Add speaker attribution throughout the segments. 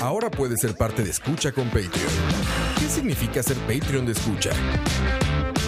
Speaker 1: Ahora puedes ser parte de Escucha con Patreon. ¿Qué significa ser Patreon de Escucha?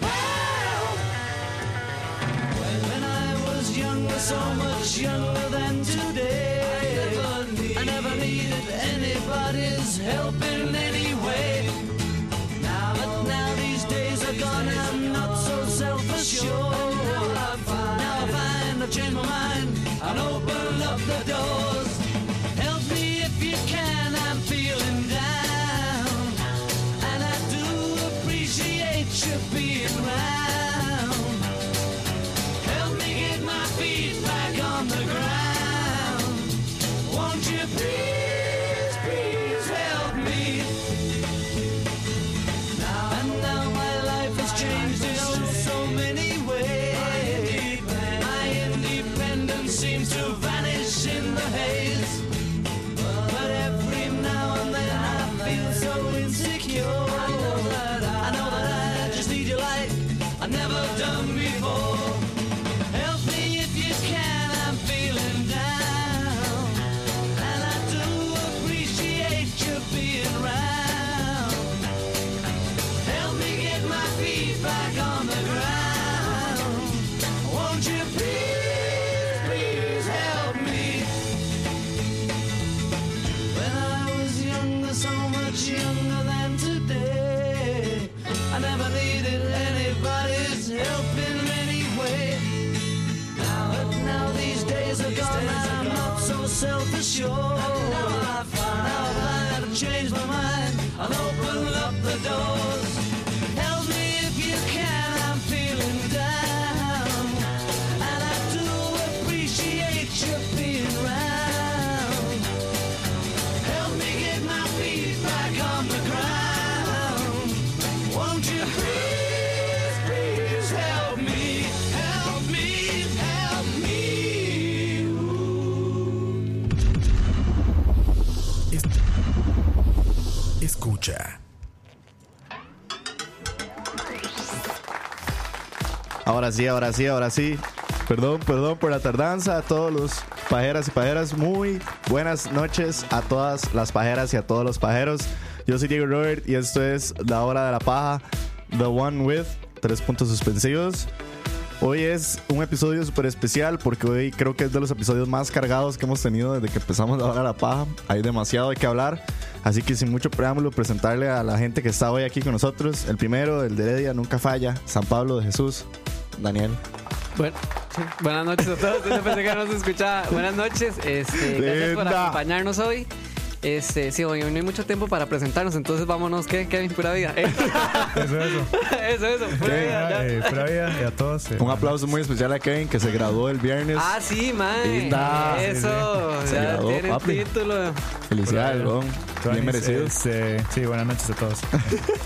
Speaker 2: help. When, when I was younger, so much younger than today, I never, need- I never needed anybody's help in any way. Now, but now these days are gone, I'm not so self-assured. Now I find, now I find I've changed my mind and opened up the doors. Help me if you can, I'm feeling down, and I do appreciate you being round. Help me get my feet back on the ground. Won't you please, please help me? And now my life has changed in oh so many ways. My independence seems to vanish in the haze. But every now and then I feel so insecure. I know that I, just need your light. I've never done before. Help me if you can. I'm feeling down, and I do appreciate you being round. Help me get my feet back on the ground. Won't you please, please help me? When I was younger, so much younger than today, I never needed anybody's help in any way. Now, but now these days are gone, I'm not so self-assured. Now I find now I've changed my mind. I'll open up the doors. Help me if you can. I'm feeling down, and I do appreciate you being round. Help me get my feet back on the ground. Won't you please, please help me? Help me, help me.
Speaker 1: Es- Este- Escucha.
Speaker 3: Ahora sí, ahora sí, ahora sí. Perdón, perdón por la tardanza a todos los pajeras y pajeras. Muy buenas noches a todas las pajeras y a todos los pajeros. Yo soy Diego Robert y esto es La Hora de la Paja, The One With, tres puntos suspensivos. Hoy es un episodio súper especial porque hoy creo que es de los episodios más cargados que hemos tenido desde que empezamos La Hora de la Paja. Hay demasiado de qué hablar. Así que sin mucho preámbulo, presentarle a la gente que está hoy aquí con nosotros. El primero, el de Heredia, nunca falla. San Pablo de Jesús, Daniel.
Speaker 4: Bueno, sí, buenas noches a todos. Este Yo pensé que no se escuchaba. Buenas noches. Este, gracias por
Speaker 3: Linda.
Speaker 4: acompañarnos hoy. Este, sí, hoy no hay mucho tiempo para presentarnos, entonces vámonos, ¿qué? Kevin, pura vida. Eh,
Speaker 5: Eso, eso.
Speaker 4: eso, eso, pura
Speaker 5: Ey,
Speaker 4: vida. ya.
Speaker 5: eh, pura vida y a todos. eh.
Speaker 3: Un aplauso muy especial a Kevin que se graduó el viernes.
Speaker 4: Ah, sí, man.
Speaker 3: Linda.
Speaker 4: Eso,
Speaker 3: Se
Speaker 4: ya
Speaker 3: graduó,
Speaker 4: tiene el
Speaker 3: papi.
Speaker 4: título.
Speaker 3: Felicidades,
Speaker 5: Pura vida.
Speaker 3: weón.
Speaker 5: Tuanis,
Speaker 3: Bien merecido.
Speaker 5: eh. este, sí, buenas noches a todos.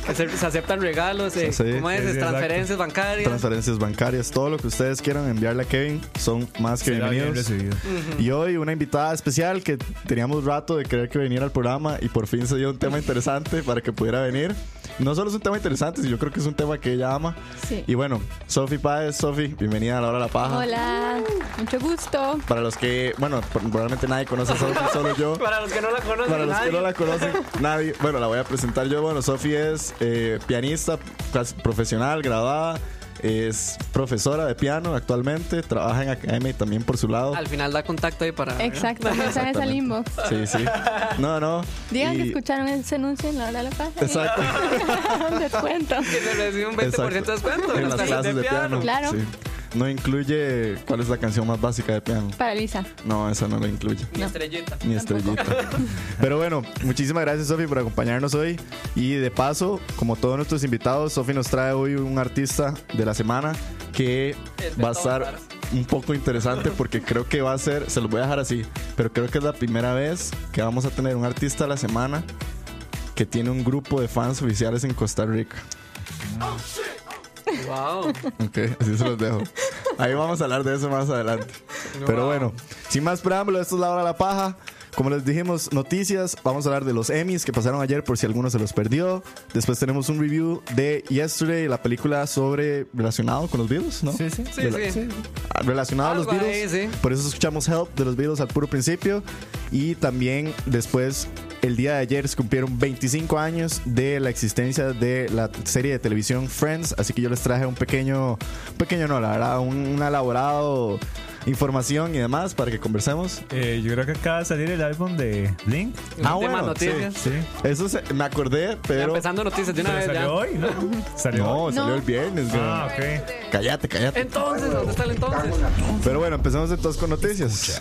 Speaker 4: Que se, se aceptan regalos, eh,
Speaker 3: Sí, sí.
Speaker 4: ¿cómo es?
Speaker 5: Sí, sí, exacto.
Speaker 4: transferencias bancarias.
Speaker 3: Transferencias bancarias, todo lo que ustedes quieran enviarle a Kevin son más que
Speaker 5: Será bien
Speaker 3: bienvenidos.
Speaker 5: recibido.
Speaker 4: Mm.
Speaker 3: Y hoy una invitada especial que teníamos rato de creer que viniera al programa y por fin se dio un tema interesante para que pudiera venir. No solo es un tema interesante, sino yo creo que es un tema que ella ama.
Speaker 6: Sí.
Speaker 3: Y bueno, Sofi Páez, Sofi, bienvenida a la hora de la paja.
Speaker 6: Hola, mucho gusto.
Speaker 3: Para los que, bueno, probablemente nadie conoce a Sofi, solo yo.
Speaker 4: Para los que no la conocen,
Speaker 3: Para los que
Speaker 4: nadie.
Speaker 3: no la conocen, nadie. Bueno, la voy a presentar yo. Bueno, Sofi es eh, pianista casi profesional, graduada. Es profesora de piano actualmente. Trabaja en academia y también por su lado.
Speaker 4: Al final da contacto ahí para.
Speaker 6: Exacto, mensajes al inbox.
Speaker 3: Sí, sí. No, no.
Speaker 6: Digan que
Speaker 3: Y-
Speaker 6: escucharon ese anuncio en la hora de la paja.
Speaker 3: Exacto.
Speaker 6: Descuento.
Speaker 4: Que se recibe un 20% de
Speaker 3: Exacto.
Speaker 4: descuento.
Speaker 3: En las
Speaker 4: clases
Speaker 3: clases de piano.
Speaker 6: Claro.
Speaker 3: sí. No incluye cuál es la canción más básica de piano.
Speaker 6: Paraliza.
Speaker 3: No, esa no la incluye.
Speaker 4: Mi estrellita.
Speaker 3: Ni estrellita. Pero bueno, muchísimas gracias Sofi por acompañarnos hoy. Y de paso, como todos nuestros invitados, Sofi nos trae hoy un artista de la semana que
Speaker 4: Es
Speaker 3: va a
Speaker 4: Gustavo
Speaker 3: estar
Speaker 4: Varas.
Speaker 3: un poco interesante porque creo que va a ser, se los voy a dejar así, pero creo que es la primera vez que vamos a tener un artista de la semana que tiene un grupo de fans oficiales en Costa Rica.
Speaker 4: Wow.
Speaker 3: Ok, así se los dejo. Ahí vamos a hablar de eso más adelante. Pero bueno, sin más preámbulo, esto es la hora de la paja. Como les dijimos, noticias. Vamos a hablar de los Emmys que pasaron ayer por si alguno se los perdió. Después tenemos un review de Yesterday, la película sobre relacionado con los Beatles, ¿no?
Speaker 5: Sí, sí.
Speaker 4: Sí, sí.
Speaker 3: relacionado a los
Speaker 4: Algo ahí,
Speaker 3: Beatles.
Speaker 4: eh, sí.
Speaker 3: Por eso escuchamos Help de los Beatles al puro principio. Y también después, el día de ayer, se cumplieron 25 años de la existencia de la serie de televisión Friends. Así que yo les traje un pequeño, un pequeño no, la verdad, un, un elaborado información y demás para que conversemos.
Speaker 5: Eh, yo creo que acaba de salir el álbum de Blink.
Speaker 3: Ah,
Speaker 4: Tema
Speaker 3: bueno,
Speaker 4: noticias.
Speaker 5: Sí.
Speaker 3: Eso se- me acordé,
Speaker 4: Ya
Speaker 3: pero...
Speaker 4: empezando noticias de una
Speaker 5: Pero
Speaker 4: vez
Speaker 5: salió
Speaker 4: ya.
Speaker 5: hoy, ¿no? Salió hoy.
Speaker 3: No, salió
Speaker 6: No.
Speaker 3: el viernes. güey.
Speaker 5: Ah, ok.
Speaker 3: Cállate, cállate.
Speaker 4: Entonces, ¿dónde está el entonces?
Speaker 3: Pero bueno, empezamos entonces con noticias.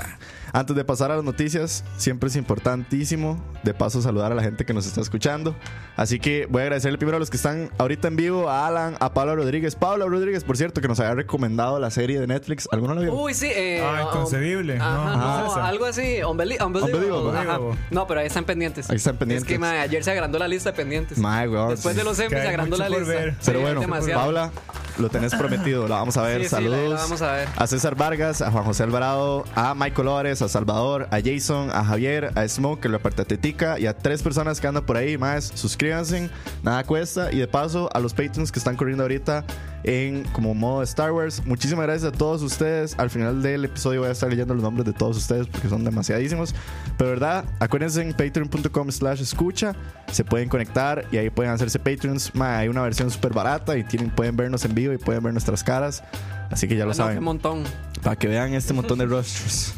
Speaker 3: Antes de pasar a las noticias, siempre es importantísimo de paso saludar a la gente que nos está escuchando. Así que voy a agradecerle primero a los que están ahorita en vivo, a Alan, a Pablo Rodríguez. Pablo Rodríguez, por cierto, que nos había recomendado la serie de Netflix. ¿Alguno la vio?
Speaker 4: Uy, sí. Eh,
Speaker 5: Ah, inconcebible.
Speaker 4: um, ajá,
Speaker 5: No,
Speaker 4: no,
Speaker 5: no es esa.
Speaker 4: algo así. Unbelievable. unbelievable,
Speaker 3: Unbelievable.
Speaker 4: ajá. No, pero ahí están pendientes.
Speaker 3: Ahí están pendientes.
Speaker 4: Es que mae, ayer se agrandó la lista de pendientes.
Speaker 3: My God.
Speaker 4: Después de los
Speaker 5: que
Speaker 4: Emmys se
Speaker 5: hay
Speaker 4: agrandó
Speaker 5: mucho
Speaker 4: la
Speaker 5: por
Speaker 4: lista.
Speaker 5: ver.
Speaker 4: Sí,
Speaker 3: Pero
Speaker 4: hay
Speaker 3: bueno,
Speaker 4: demasiado.
Speaker 3: Paula, lo tenés prometido, la vamos a ver.
Speaker 4: Sí, sí, la- la
Speaker 3: Saludos.
Speaker 4: vamos a ver.
Speaker 3: César Vargas, a Juan José Alvarado, a Michael Lores, a Salvador, a Jason, a Javier, a Smoke, que lo apartatetica y a tres personas que andan por ahí más. Suscríbanse, nada cuesta. Y de paso, a los Patreons que están corriendo ahorita en como modo Star Wars. Muchísimas gracias a todos ustedes. Al final del episodio voy a estar leyendo los nombres de todos ustedes porque son demasiadísimos. Pero verdad, acuérdense en patreon.com slash escucha. Se pueden conectar y ahí pueden hacerse Patreons. Ma, hay una versión súper barata y tienen, pueden vernos en vivo y pueden ver nuestras caras. Así que ya lo
Speaker 4: Ah, no, qué
Speaker 3: saben.
Speaker 4: montón.
Speaker 3: Para que vean este montón de rostros.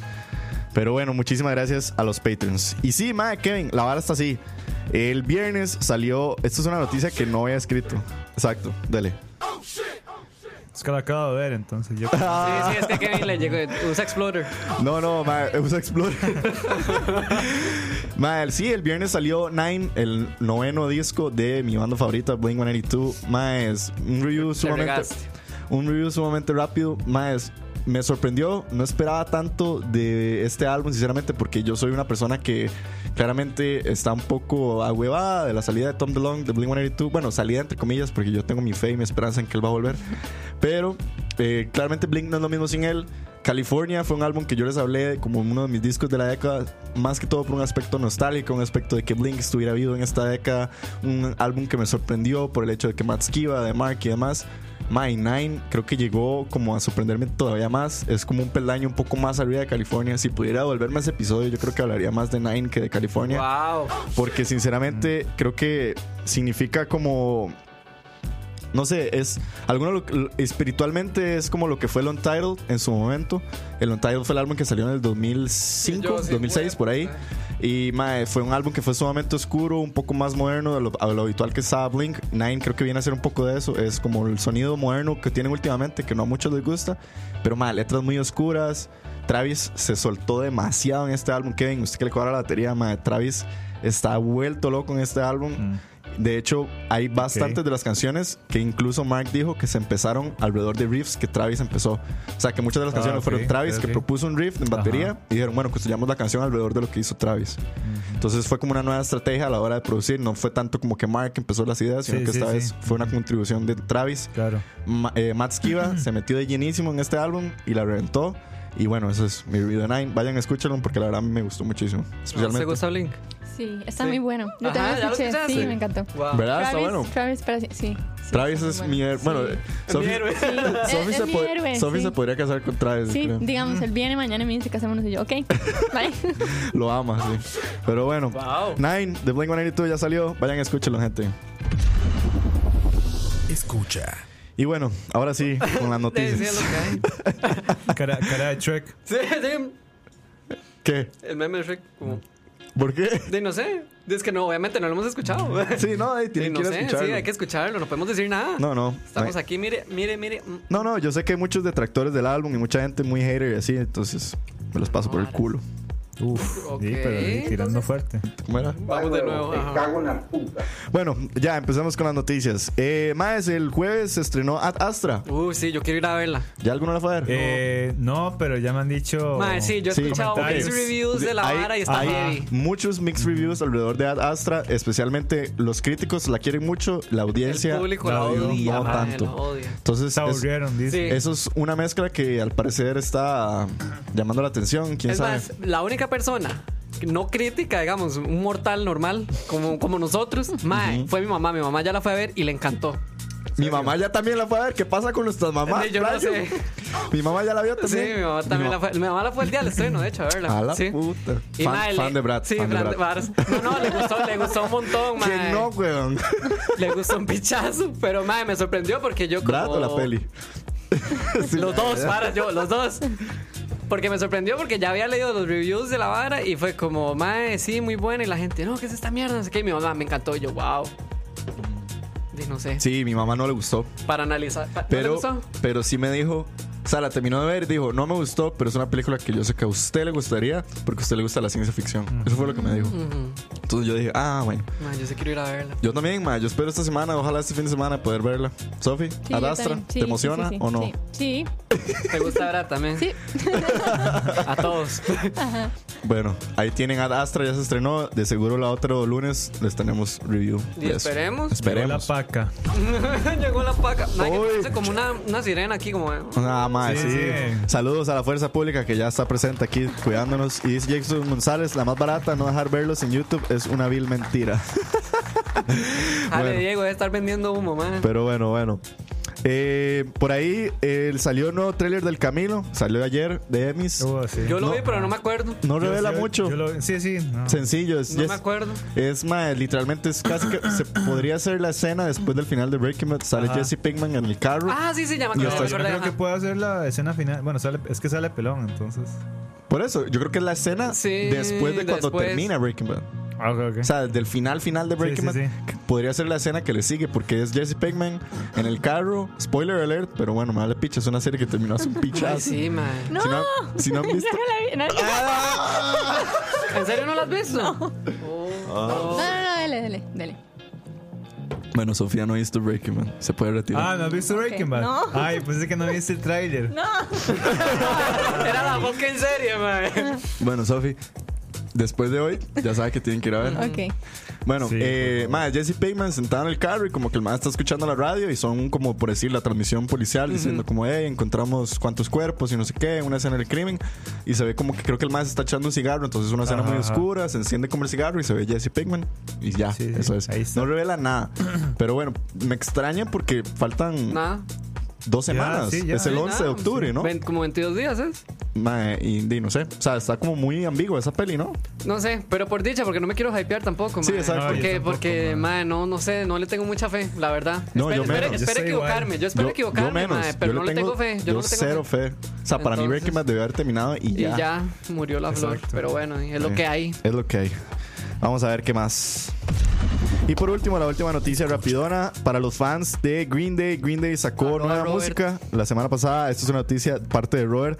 Speaker 3: Pero bueno, muchísimas gracias a los Patreons. Y sí, madre, Kevin, la vara está así. El viernes salió. Esto es una noticia que no había escrito. Exacto, dale.
Speaker 5: Es que lo acabo de ver, entonces yo.
Speaker 4: Sí, sí, es que Kevin le llegó. Usa Explorer.
Speaker 3: No, no, madre, usa Explorer. madre, sí, el viernes salió Nine, el noveno disco de mi banda favorita, Blink 182. Madre, es un review sumamente.
Speaker 4: regaste.
Speaker 3: Un review sumamente rápido. Madre, es- me sorprendió. No esperaba tanto de este álbum, sinceramente, porque yo soy una persona que claramente está un poco ahuevada de la salida de Tom DeLonge de Blink 182. Bueno, salida entre comillas, porque yo tengo mi fe y mi esperanza en que él va a volver. Pero eh, claramente Blink no es lo mismo sin él. California fue un álbum que yo les hablé como uno de mis discos de la década, más que todo por un aspecto nostálgico, un aspecto de que Blink estuviera vivo en esta década, un álbum que me sorprendió por el hecho de que Matt Skiba, de Mark y demás. My Nine creo que llegó como a sorprenderme todavía más. Es como un peldaño un poco más arriba de California. Si pudiera volverme a ese episodio, yo creo que hablaría más de Nine que de California.
Speaker 4: Wow.
Speaker 3: Porque sinceramente creo que significa como... No sé, es... Alguno lo- lo- espiritualmente es como lo que fue el Untitled en su momento. El Untitled fue el álbum que salió en el 2005,
Speaker 4: Yo sí,
Speaker 3: 2006,
Speaker 4: bueno,
Speaker 3: por ahí. Y mae, fue un álbum que fue sumamente oscuro, un poco más moderno de lo, a lo habitual que estaba Blink. Nine creo que viene a ser un poco de eso. Es como el sonido moderno que tienen últimamente, que no a muchos les gusta. Pero mae, letras muy oscuras. Travis se soltó demasiado en este álbum. Kevin, usted que le cobra la batería, mae, Travis está vuelto loco en este álbum.
Speaker 5: mm,
Speaker 3: De hecho, hay bastantes de las canciones que incluso Mark dijo que se empezaron alrededor de riffs que Travis empezó. O sea, que muchas de las
Speaker 5: Ah,
Speaker 3: canciones
Speaker 5: ok,
Speaker 3: fueron Travis
Speaker 5: ok,
Speaker 3: que
Speaker 5: ok.
Speaker 3: propuso un riff en batería y dijeron, bueno, construyamos la canción alrededor de lo que hizo Travis. Entonces fue como una nueva estrategia a la hora de producir. No fue tanto como que Mark empezó las ideas, sino
Speaker 5: Sí,
Speaker 3: que
Speaker 5: sí,
Speaker 3: esta
Speaker 5: sí.
Speaker 3: vez fue una contribución de Travis.
Speaker 5: Claro.
Speaker 3: Ma- eh, Matt Skiba se metió de llenísimo en este álbum y la reventó. Y bueno, eso es mi review de Nine. Vayan, escúchenlo porque la verdad me gustó muchísimo.
Speaker 4: ¿Te
Speaker 3: Especialmente.
Speaker 4: gusta Blink?
Speaker 6: Sí, está
Speaker 4: Sí.
Speaker 6: muy bueno. Yo
Speaker 4: Ajá,
Speaker 6: también
Speaker 4: ¿ya lo
Speaker 6: escuché.
Speaker 4: escuchaste?
Speaker 6: Sí, me encantó.
Speaker 4: Wow.
Speaker 3: ¿Verdad? Está
Speaker 6: Travis,
Speaker 3: bueno.
Speaker 6: Travis para sí, sí, sí,
Speaker 3: Travis
Speaker 6: está muy
Speaker 3: es mi héroe. Bueno,
Speaker 6: Sí.
Speaker 3: eh, Sophie-
Speaker 4: Mi héroe.
Speaker 6: Sí,
Speaker 3: Sophie
Speaker 6: Eh, es-
Speaker 3: se,
Speaker 6: es mi
Speaker 3: pod-
Speaker 6: héroe,
Speaker 3: Sophie
Speaker 6: sí.
Speaker 3: se podría casar con Travis.
Speaker 6: Sí,
Speaker 3: creo. Mm.
Speaker 6: digamos, él viene mañana y me dice casémonos y yo, ok, bye.
Speaker 3: Lo ama, sí. Pero bueno,
Speaker 4: Wow.
Speaker 3: Nine de Blink 182 ya salió. Vayan, escúchenlo, gente.
Speaker 1: Escucha.
Speaker 3: Y bueno, ahora sí, con las
Speaker 4: Sí, sí, es lo
Speaker 3: noticias.
Speaker 4: que hay.
Speaker 5: Cara, cara de Shrek.
Speaker 4: Sí, sí.
Speaker 3: ¿Qué?
Speaker 4: El meme de Shrek. Como,
Speaker 3: ¿Por qué?
Speaker 4: De no sé. Es que no, obviamente no lo hemos escuchado.
Speaker 3: Sí, no, ahí
Speaker 4: Sí,
Speaker 3: tienen
Speaker 4: no
Speaker 3: que ir a
Speaker 4: sé, sí,
Speaker 3: escucharlo.
Speaker 4: hay que escucharlo, no podemos decir nada.
Speaker 3: No, no.
Speaker 4: Estamos
Speaker 3: no hay-
Speaker 4: aquí, mire, mire, mire. mm,
Speaker 3: No, no, yo sé que hay muchos detractores del álbum y mucha gente muy hater y así, entonces me los paso por el culo.
Speaker 5: Uf,
Speaker 4: Ok,
Speaker 5: sí, pero ahí tirando
Speaker 4: entonces-
Speaker 5: fuerte.
Speaker 3: ¿Cómo era?
Speaker 4: Vamos de nuevo.
Speaker 7: Te
Speaker 4: ajá.
Speaker 7: cago en la puta.
Speaker 3: Bueno, ya empezamos con las noticias. Eh, más, el jueves se estrenó Ad Astra.
Speaker 4: Uh, sí, yo quiero ir a verla.
Speaker 3: ¿Ya alguno la fue a ver?
Speaker 5: Eh, no, pero ya me han dicho.
Speaker 4: Mae, sí, yo he
Speaker 3: Oh, sí.
Speaker 4: escuchado varios
Speaker 5: Comentarios.
Speaker 4: reviews de la
Speaker 3: Hay-
Speaker 4: vara y está
Speaker 3: hay
Speaker 4: heavy.
Speaker 3: Muchos mixed reviews alrededor de Ad Astra, especialmente los críticos la quieren mucho, la audiencia
Speaker 4: El público
Speaker 3: no,
Speaker 4: la odia,
Speaker 3: no
Speaker 4: mae,
Speaker 3: tanto.
Speaker 4: la odia.
Speaker 3: Entonces,
Speaker 5: Se
Speaker 3: es-
Speaker 5: aburrieron, dice.
Speaker 4: Sí.
Speaker 3: eso es una mezcla que al parecer está llamando la atención, quién
Speaker 4: Es
Speaker 3: sabe.
Speaker 4: más, la única persona que no crítica, digamos, un mortal normal como, como nosotros, mae, fue mi mamá. Mi mamá ya la fue a ver y le encantó.
Speaker 3: Mi mamá ya también la fue a ver. ¿Qué pasa con nuestras mamás?
Speaker 4: Yo no
Speaker 3: Playo?
Speaker 4: sé.
Speaker 3: Mi mamá ya la vio
Speaker 4: Sí,
Speaker 3: también.
Speaker 4: mi mamá también la fue. Mi mamá la fue el día del estreno, de hecho, a verla.
Speaker 3: A la
Speaker 4: sí.
Speaker 3: puta.
Speaker 4: Y,
Speaker 3: Fan,
Speaker 4: mae, le-
Speaker 3: fan de Brad.
Speaker 4: Sí,
Speaker 3: fan de
Speaker 4: fan de
Speaker 3: Brad.
Speaker 4: Brad. No, no, le gustó, le gustó un montón, mae.
Speaker 3: ¿Quién no, weón?
Speaker 4: Le gustó un pichazo, pero mae, me sorprendió porque yo como...
Speaker 3: ¿Brad o la peli? Sí,
Speaker 4: Los
Speaker 3: la
Speaker 4: dos,
Speaker 3: verdad.
Speaker 4: para yo, los dos. Porque me sorprendió porque ya había leído los reviews de la vara y fue como, mae, sí, muy buena. Y la gente, no, ¿qué es esta mierda? No sé qué. Y mi mamá me encantó. Y yo, wow. Y no sé.
Speaker 3: Sí, mi mamá no le gustó.
Speaker 4: Para analizar. ¿No le
Speaker 3: Pero,
Speaker 4: gustó?
Speaker 3: pero sí me dijo. O sea, la terminó de ver y dijo, no me gustó, pero es una película que yo sé que a usted le gustaría porque a usted le gusta la ciencia ficción. Eso fue lo que me dijo. Entonces yo dije, ah, bueno.
Speaker 4: Mae, yo sí quiero ir a verla.
Speaker 3: Yo también, ma, yo espero esta semana, ojalá este fin de semana poder verla. Sofi,
Speaker 6: Sí, yo
Speaker 3: Adastra,
Speaker 6: también. Sí,
Speaker 3: ¿te
Speaker 6: sí,
Speaker 3: emociona
Speaker 6: sí, sí.
Speaker 3: o no?
Speaker 6: Sí, sí.
Speaker 4: ¿Te gusta Brad también?
Speaker 6: Sí.
Speaker 4: A todos.
Speaker 3: Pues, Bueno, ahí tienen Ad Astra, ya se estrenó. De seguro la otro lunes les tenemos review.
Speaker 4: Y
Speaker 3: de eso.
Speaker 4: esperemos.
Speaker 5: Llegó la
Speaker 3: Esperemos.
Speaker 5: paca.
Speaker 4: Llegó la paca. Mae, que
Speaker 3: Uy.
Speaker 4: parece como una, una sirena aquí, como. eh.
Speaker 3: Nada más, Ah, sí,
Speaker 5: Sí, sí.
Speaker 3: Saludos a la fuerza pública que ya está presente aquí cuidándonos. Y dice Jackson González, la más barata, no dejar verlos en YouTube es una vil mentira.
Speaker 4: Jale,
Speaker 3: Bueno.
Speaker 4: Diego, debe estar vendiendo humo, mae.
Speaker 3: Pero bueno, bueno. Eh, por ahí eh, salió un nuevo tráiler del Camilo, salió ayer de Emis.
Speaker 5: Uh, sí.
Speaker 4: Yo lo
Speaker 3: No.
Speaker 4: vi, pero no me acuerdo.
Speaker 3: No
Speaker 5: Yo-
Speaker 3: revela
Speaker 5: yo-
Speaker 3: mucho.
Speaker 5: yo lo- sí, sí. no.
Speaker 3: Sencillo, es,
Speaker 4: No
Speaker 3: yes-
Speaker 4: me acuerdo.
Speaker 3: es más, literalmente es casi que se podría hacer la escena después del final de Breaking Bad. Sale
Speaker 5: Ajá.
Speaker 3: Jesse Pinkman en el carro.
Speaker 4: Ah, sí, sí, ya me acuerdo.
Speaker 5: Yo
Speaker 4: ya me acordé,
Speaker 5: creo que
Speaker 4: ajá.
Speaker 5: puedo hacer la escena final. Bueno, sale, es que sale pelón, entonces.
Speaker 3: Por eso, yo creo que es la escena
Speaker 4: Sí,
Speaker 3: después de cuando
Speaker 4: después.
Speaker 3: termina Breaking Bad.
Speaker 5: Ah, ok, ok.
Speaker 3: O sea, del final final de Breaking
Speaker 5: sí,
Speaker 3: Bad,
Speaker 5: sí.
Speaker 3: que podría ser la escena que le sigue, porque es Jesse Pinkman en el carro. Spoiler alert, pero bueno, me vale picha. Es una serie que terminó hace un pichazo.
Speaker 4: Ay, sí, mae.
Speaker 6: No.
Speaker 3: Si no, si no han
Speaker 6: Ya
Speaker 3: visto.
Speaker 6: no la vi, no la-
Speaker 4: ¿En serio no las has visto? Oh.
Speaker 6: No, no, no, dele, dele, dele.
Speaker 3: Bueno, Sofía no ha visto Breaking Bad. Se puede retirar.
Speaker 5: Ah, ¿no has visto Breaking Bad?
Speaker 6: No.
Speaker 5: Ay, pues es que no viste el tráiler.
Speaker 6: No.
Speaker 4: Era la boca en serio, mae.
Speaker 5: Ah.
Speaker 3: Bueno, Sofi, después de hoy, ya sabe que tienen que ir a ver.
Speaker 6: Ok.
Speaker 3: Bueno,
Speaker 5: Sí,
Speaker 3: eh, más Jesse Payman sentado en el carro y como que el más está escuchando la radio y son como por decir la transmisión policial diciendo como, hey, encontramos cuántos cuerpos y no sé qué, una escena del crimen y se ve como que creo que el más está echando un cigarro, entonces es una escena
Speaker 5: Ajá,
Speaker 3: muy
Speaker 5: ajá.
Speaker 3: oscura, se enciende como el cigarro y se ve Jesse Pinkman y ya,
Speaker 5: Sí, sí,
Speaker 3: eso es.
Speaker 5: ahí está.
Speaker 3: No revela nada, pero bueno, me extraña porque faltan
Speaker 4: Nada.
Speaker 3: dos
Speaker 5: Ya,
Speaker 3: semanas,
Speaker 5: sí, ya.
Speaker 3: es el
Speaker 5: Sí,
Speaker 3: 11 de
Speaker 4: nada,
Speaker 3: octubre, ¿no?
Speaker 4: Ven- como 22 días, ¿eh? ¿es?
Speaker 3: Mae, y, y no sé, o sea, está como muy ambigua esa peli, ¿no?
Speaker 4: No sé, pero por dicha, porque no me quiero hypear tampoco,
Speaker 3: Sí,
Speaker 4: mae.
Speaker 3: exacto.
Speaker 5: No, yo
Speaker 4: Porque,
Speaker 5: tampoco,
Speaker 4: porque mae, no, no sé, no le tengo mucha fe, la verdad.
Speaker 3: No, yo
Speaker 4: espero, espero-
Speaker 3: menos.
Speaker 5: Yo
Speaker 4: espero
Speaker 5: estoy
Speaker 4: equivocarme,
Speaker 5: igual.
Speaker 4: yo espero equivocarme, mae, pero
Speaker 3: yo
Speaker 4: no le tengo fe. Yo,
Speaker 3: yo
Speaker 4: no le tengo
Speaker 3: cero
Speaker 4: fe.
Speaker 3: fe. O sea, para mí
Speaker 4: Entonces-
Speaker 3: Breaking Bad debió haber terminado y
Speaker 4: Y
Speaker 3: ya.
Speaker 4: ya murió la flor,
Speaker 5: Exacto.
Speaker 4: pero bueno, es lo
Speaker 3: Sí.
Speaker 4: que hay.
Speaker 3: Es lo que hay. Vamos a ver qué más. Y por último, la última noticia rapidona para los fans de Green Day. Green Day sacó
Speaker 4: Arroba
Speaker 3: nueva
Speaker 4: Robert.
Speaker 3: música la semana pasada. Esto es una noticia de parte de Robert.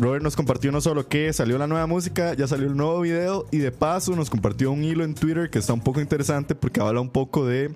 Speaker 3: Robert nos compartió no solo que salió la nueva música, ya salió el nuevo video y de paso nos compartió un hilo en Twitter que está un poco interesante porque habla un poco de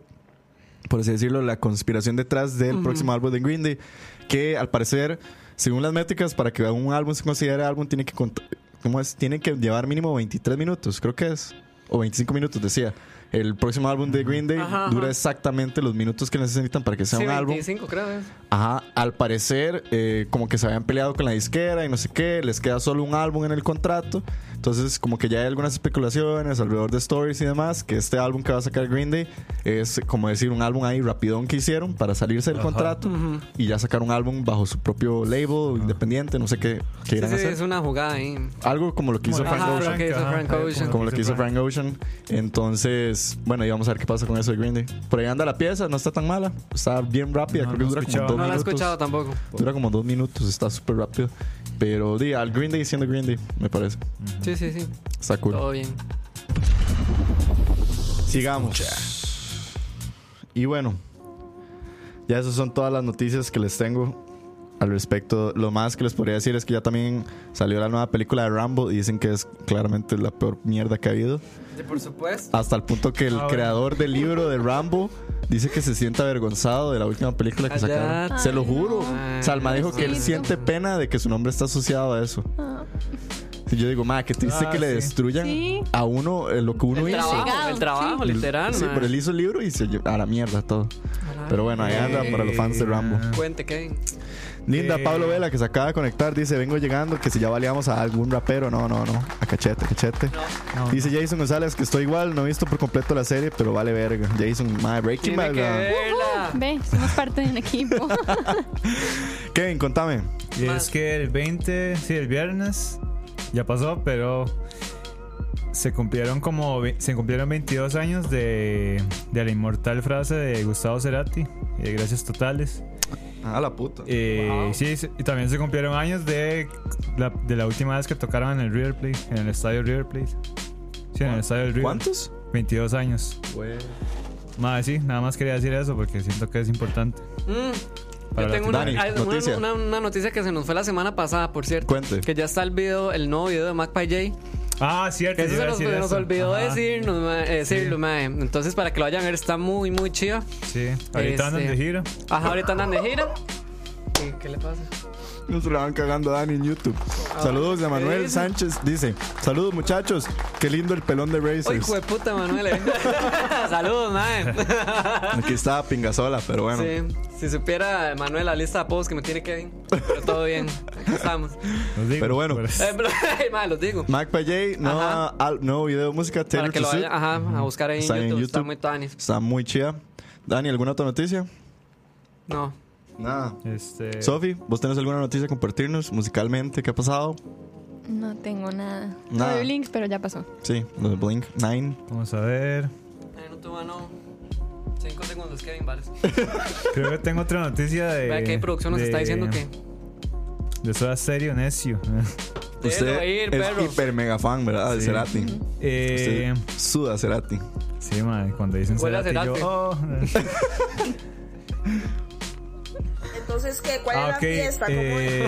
Speaker 3: por así decirlo, la conspiración detrás del próximo álbum de Green Day, que al parecer, según las métricas, para que un álbum se considere álbum, tiene que, cont- ¿cómo es? Tiene que llevar mínimo 23 minutos, creo que es, o 25 minutos, decía. El próximo álbum de Green Day
Speaker 4: Ajá,
Speaker 3: dura
Speaker 4: ajá.
Speaker 3: exactamente los minutos que necesitan para que sea
Speaker 4: Sí,
Speaker 3: un álbum.
Speaker 4: 25, creo. ¿eh? es.
Speaker 3: Ajá, al parecer, eh, como que se habían peleado con la disquera y no sé qué, les queda solo un álbum en el contrato. Entonces, como que ya hay algunas especulaciones alrededor de stories y demás, que este álbum que va a sacar Green Day es como decir un álbum ahí rapidón que hicieron para salirse del
Speaker 5: Ajá.
Speaker 3: contrato
Speaker 4: Ujú.
Speaker 3: y ya sacar un álbum bajo su propio label, independiente, no sé qué, qué
Speaker 4: Sí,
Speaker 3: irán
Speaker 4: sí,
Speaker 3: a hacer.
Speaker 4: es una jugada ahí.
Speaker 3: Algo como lo que hizo
Speaker 5: Como
Speaker 3: Frank
Speaker 4: Ajá, lo
Speaker 3: Ocean.
Speaker 4: que hizo
Speaker 5: ajá,
Speaker 4: Frank
Speaker 5: como-
Speaker 4: Ocean.
Speaker 3: Como lo que hizo Frank Ocean. Entonces, bueno, y vamos a ver qué pasa con eso de Green Day. Por ahí anda la pieza, no está tan mala. Está bien rápida,
Speaker 5: No,
Speaker 3: creo que
Speaker 5: no
Speaker 3: dura
Speaker 5: he
Speaker 3: como
Speaker 5: escuchado.
Speaker 3: dos
Speaker 4: No la he
Speaker 3: minutos.
Speaker 4: escuchado tampoco.
Speaker 3: Dura como dos minutos, está súper rápido. Pero di, al Green Day siendo Green Day, me parece.
Speaker 4: Sí, sí, sí.
Speaker 5: Oh,
Speaker 3: Está cool.
Speaker 4: Todo bien.
Speaker 3: Sigamos. Y bueno, ya esas son todas las noticias que les tengo al respecto. Lo más que les podría decir es que ya también salió la nueva película de Rambo y dicen que es claramente la peor mierda que ha habido.
Speaker 4: Por supuesto.
Speaker 3: Hasta el punto que el
Speaker 5: Ah, bueno.
Speaker 3: creador del libro de Rambo dice que se siente avergonzado de la última película que
Speaker 4: Allá.
Speaker 3: sacaron. Se lo juro.
Speaker 4: Ay,
Speaker 3: Salma dijo que él
Speaker 6: pobrecito.
Speaker 3: siente pena de que su nombre está asociado a eso. Y yo digo, ma, que triste
Speaker 5: Ah,
Speaker 3: que le
Speaker 5: sí.
Speaker 3: destruyan
Speaker 6: Sí.
Speaker 3: a uno eh, lo que uno
Speaker 4: El
Speaker 3: hizo.
Speaker 4: trabajo,
Speaker 6: Legado,
Speaker 4: el trabajo,
Speaker 3: Sí,
Speaker 4: literal.
Speaker 3: Sí,
Speaker 4: ma.
Speaker 3: pero él hizo el libro y se lle- a la mierda todo. Pero bueno, ahí anda para los fans de Rambo.
Speaker 4: Cuente, Kevin.
Speaker 3: Linda
Speaker 5: Eh.
Speaker 3: Pablo Vela, que se acaba de conectar, dice: Vengo llegando, que si ya valíamos a algún rapero. No, no, no. A cachete, cachete.
Speaker 5: No.
Speaker 3: Dice Jason González que estoy igual, no he visto por completo la serie, pero vale verga. Jason, my Breaking
Speaker 4: Tiene
Speaker 3: Bad.
Speaker 4: que
Speaker 3: weón.
Speaker 4: verla.
Speaker 6: Ve, somos parte de un equipo.
Speaker 3: Kevin, contame.
Speaker 5: Y es que el 20, sí, el viernes ya pasó, pero se cumplieron como ve- se cumplieron 22 años de, de la inmortal frase de Gustavo Cerati, eh, gracias totales.
Speaker 3: A la puta.
Speaker 5: Eh,
Speaker 4: Wow.
Speaker 5: sí, se- y también se cumplieron años de la, de la última vez que tocaron en el River Plate, en el estadio River Plate. Sí, en el estadio del River.
Speaker 3: ¿Cuántos?
Speaker 5: 22 años. Más sí, nada más quería decir eso porque siento que es importante.
Speaker 4: Mm.
Speaker 5: Para
Speaker 4: Yo
Speaker 5: la
Speaker 4: tengo una,
Speaker 3: Dani,
Speaker 4: hay- una-
Speaker 3: noticia.
Speaker 4: Una, una noticia que se nos fue la semana pasada, por cierto.
Speaker 3: Cuente.
Speaker 4: Que ya está el video, el nuevo video de Magpie J.
Speaker 5: Ah, cierto.
Speaker 4: Que eso
Speaker 5: yo
Speaker 4: se
Speaker 5: iba a
Speaker 4: nos,
Speaker 5: decir
Speaker 4: nos
Speaker 5: eso.
Speaker 4: olvidó
Speaker 5: Ajá.
Speaker 4: decirnos, ma- eh, decirlo, mae. Entonces, para que lo vayan a ver, está muy, muy chido.
Speaker 5: Sí, ahorita andan
Speaker 4: Este.
Speaker 5: de gira.
Speaker 4: Ajá, ahorita andan de gira. ¿Y ¿Qué le pasa?
Speaker 3: Nos la van cagando a Dani en YouTube.
Speaker 4: Ah,
Speaker 3: Saludos de
Speaker 4: ¿qué
Speaker 3: Manuel
Speaker 4: dice?
Speaker 3: Sánchez. Dice: Saludos, muchachos. Qué lindo el pelón de
Speaker 4: Uy,
Speaker 3: Racers.
Speaker 4: hijo de puta, Manuel. Saludos, mae.
Speaker 3: Aquí estaba Pingasola, pero bueno.
Speaker 4: Sí, si supiera Manuel la lista de apodos que me tiene Kevin. Pero todo bien, aquí estamos.
Speaker 5: Los digo,
Speaker 3: Pero bueno.
Speaker 4: Eh, pero, ay, mae, los digo.
Speaker 3: Mac Payet, nueva al- nuevo video de música. Taylor
Speaker 4: Para que lo
Speaker 3: to Suit.
Speaker 4: vayan ajá, a buscar ahí en
Speaker 3: Está
Speaker 4: YouTube.
Speaker 3: en
Speaker 4: Está
Speaker 3: YouTube.
Speaker 4: muy tanis.
Speaker 3: Está muy chida. Dani, ¿alguna otra noticia?
Speaker 4: No.
Speaker 3: Nada.
Speaker 5: Este,
Speaker 3: Sofi, ¿vos tenés alguna noticia que compartirnos musicalmente? ¿Qué ha pasado?
Speaker 6: No tengo nada.
Speaker 3: Nada.
Speaker 6: Lo de Blink, pero ya pasó.
Speaker 3: Sí, lo de Blink 9.
Speaker 5: Vamos a ver.
Speaker 4: Ay, no toma, no. Cinco segundos, Kevin, vale.
Speaker 3: Eh,
Speaker 5: Creo que tengo otra noticia de.
Speaker 4: Vea que hay producción nos
Speaker 5: de-
Speaker 4: está diciendo que.
Speaker 5: De Soda Serio Necio.
Speaker 4: Déjelo ir,
Speaker 3: es
Speaker 4: perro.
Speaker 3: hiper mega fan, ¿verdad? De
Speaker 5: Sí.
Speaker 3: Cerati.
Speaker 5: Eh,
Speaker 3: Usted suda Cerati.
Speaker 5: sí, madre, cuando dicen
Speaker 4: Huele a
Speaker 5: Cerati, yo. Oh.
Speaker 7: Entonces, ¿qué? ¿Cuál es
Speaker 5: ah,
Speaker 7: la
Speaker 5: ok.
Speaker 7: fiesta? ¿Cómo es?
Speaker 5: eh,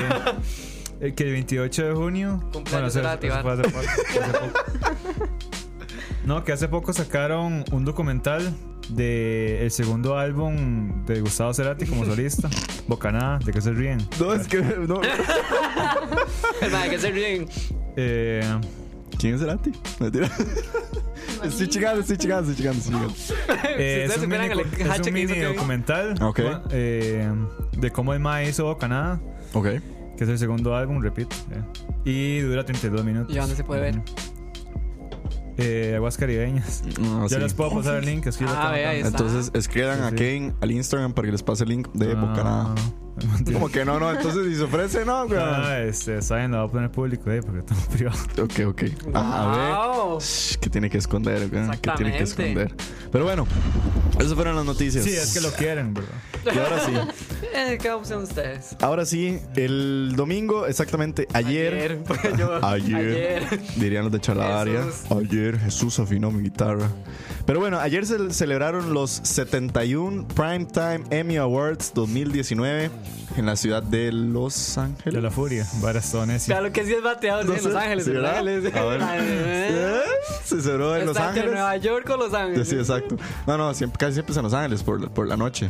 Speaker 5: eh, que el 28 de junio.
Speaker 4: Cumpleaños
Speaker 5: eso-
Speaker 4: Cerati,
Speaker 5: eso
Speaker 4: va.
Speaker 5: fue hace poco- hace poco. No, que hace poco sacaron un documental de el segundo álbum de Gustavo Cerati como solista, Bocanada, de que se ríen.
Speaker 3: No, es que. No.
Speaker 4: El mae que se ríen.
Speaker 5: Eh,
Speaker 3: ¿Quién es Cerati? Mentira. Estoy chingando, estoy chingando, estoy chingando, estoy chingando.
Speaker 5: Eh,
Speaker 4: ustedes
Speaker 5: es un mini,
Speaker 4: supieran el
Speaker 5: es un
Speaker 4: hache que
Speaker 5: mini
Speaker 4: hizo Kevin.
Speaker 5: documental
Speaker 3: Ok.
Speaker 5: cua- eh, de cómo el Mae hizo Bocanada,
Speaker 3: Ok.
Speaker 5: que es el segundo álbum, repito. eh, y dura 32 minutos.
Speaker 4: ¿Y a dónde se puede ver?
Speaker 5: Eh, Aguas Caribeñas.
Speaker 3: No,
Speaker 5: ya
Speaker 3: ah, sí.
Speaker 5: les puedo pasar el link, es que yo lo
Speaker 4: Ah,
Speaker 5: tengo
Speaker 4: ve, ahí
Speaker 5: acá.
Speaker 4: está.
Speaker 3: Entonces escriban a
Speaker 5: Sí, Ah. sí.
Speaker 3: Kane al Instagram para que les pase el link de
Speaker 5: No,
Speaker 3: Bocanada.
Speaker 5: no, no, mentira.
Speaker 3: Como que no, no, entonces si se ofrece, no, güey.
Speaker 5: Ah, este, saben, lo voy a poner público, eh, porque tengo privado.
Speaker 3: Ok, ok. Ah, a
Speaker 4: Wow.
Speaker 3: ver. Shh, Que tiene que esconder, güey. Que tiene que
Speaker 4: Exactamente.
Speaker 3: esconder. Pero bueno, esas fueron las noticias.
Speaker 5: Sí, es que lo quieren, ¿verdad?
Speaker 3: Y ahora sí.
Speaker 4: Eh, ¿Qué opción ustedes?
Speaker 3: Ahora sí, el domingo, exactamente ayer.
Speaker 4: porque pues, yo-
Speaker 3: Ayer.
Speaker 4: ayer.
Speaker 3: Dirían los de Chalabaria.
Speaker 4: Jesús.
Speaker 3: Ayer Jesús afinó mi guitarra. Pero bueno, ayer se celebraron los 71 Primetime Emmy Awards 2019 en la ciudad de Los Ángeles.
Speaker 5: De la furia, Barazones. y-
Speaker 4: Claro que sí es bateado, sí, en Los
Speaker 3: sé,
Speaker 4: Ángeles.
Speaker 3: ¿sí,
Speaker 4: en Los
Speaker 3: verdad?
Speaker 4: Ángeles.
Speaker 3: A ver. ¿Eh? Se celebró en Los
Speaker 4: Está entre
Speaker 3: Ángeles.
Speaker 4: Nueva York o Los Ángeles.
Speaker 3: Sí, exacto. No, no, siempre, casi siempre es en Los Ángeles por, la- por la noche.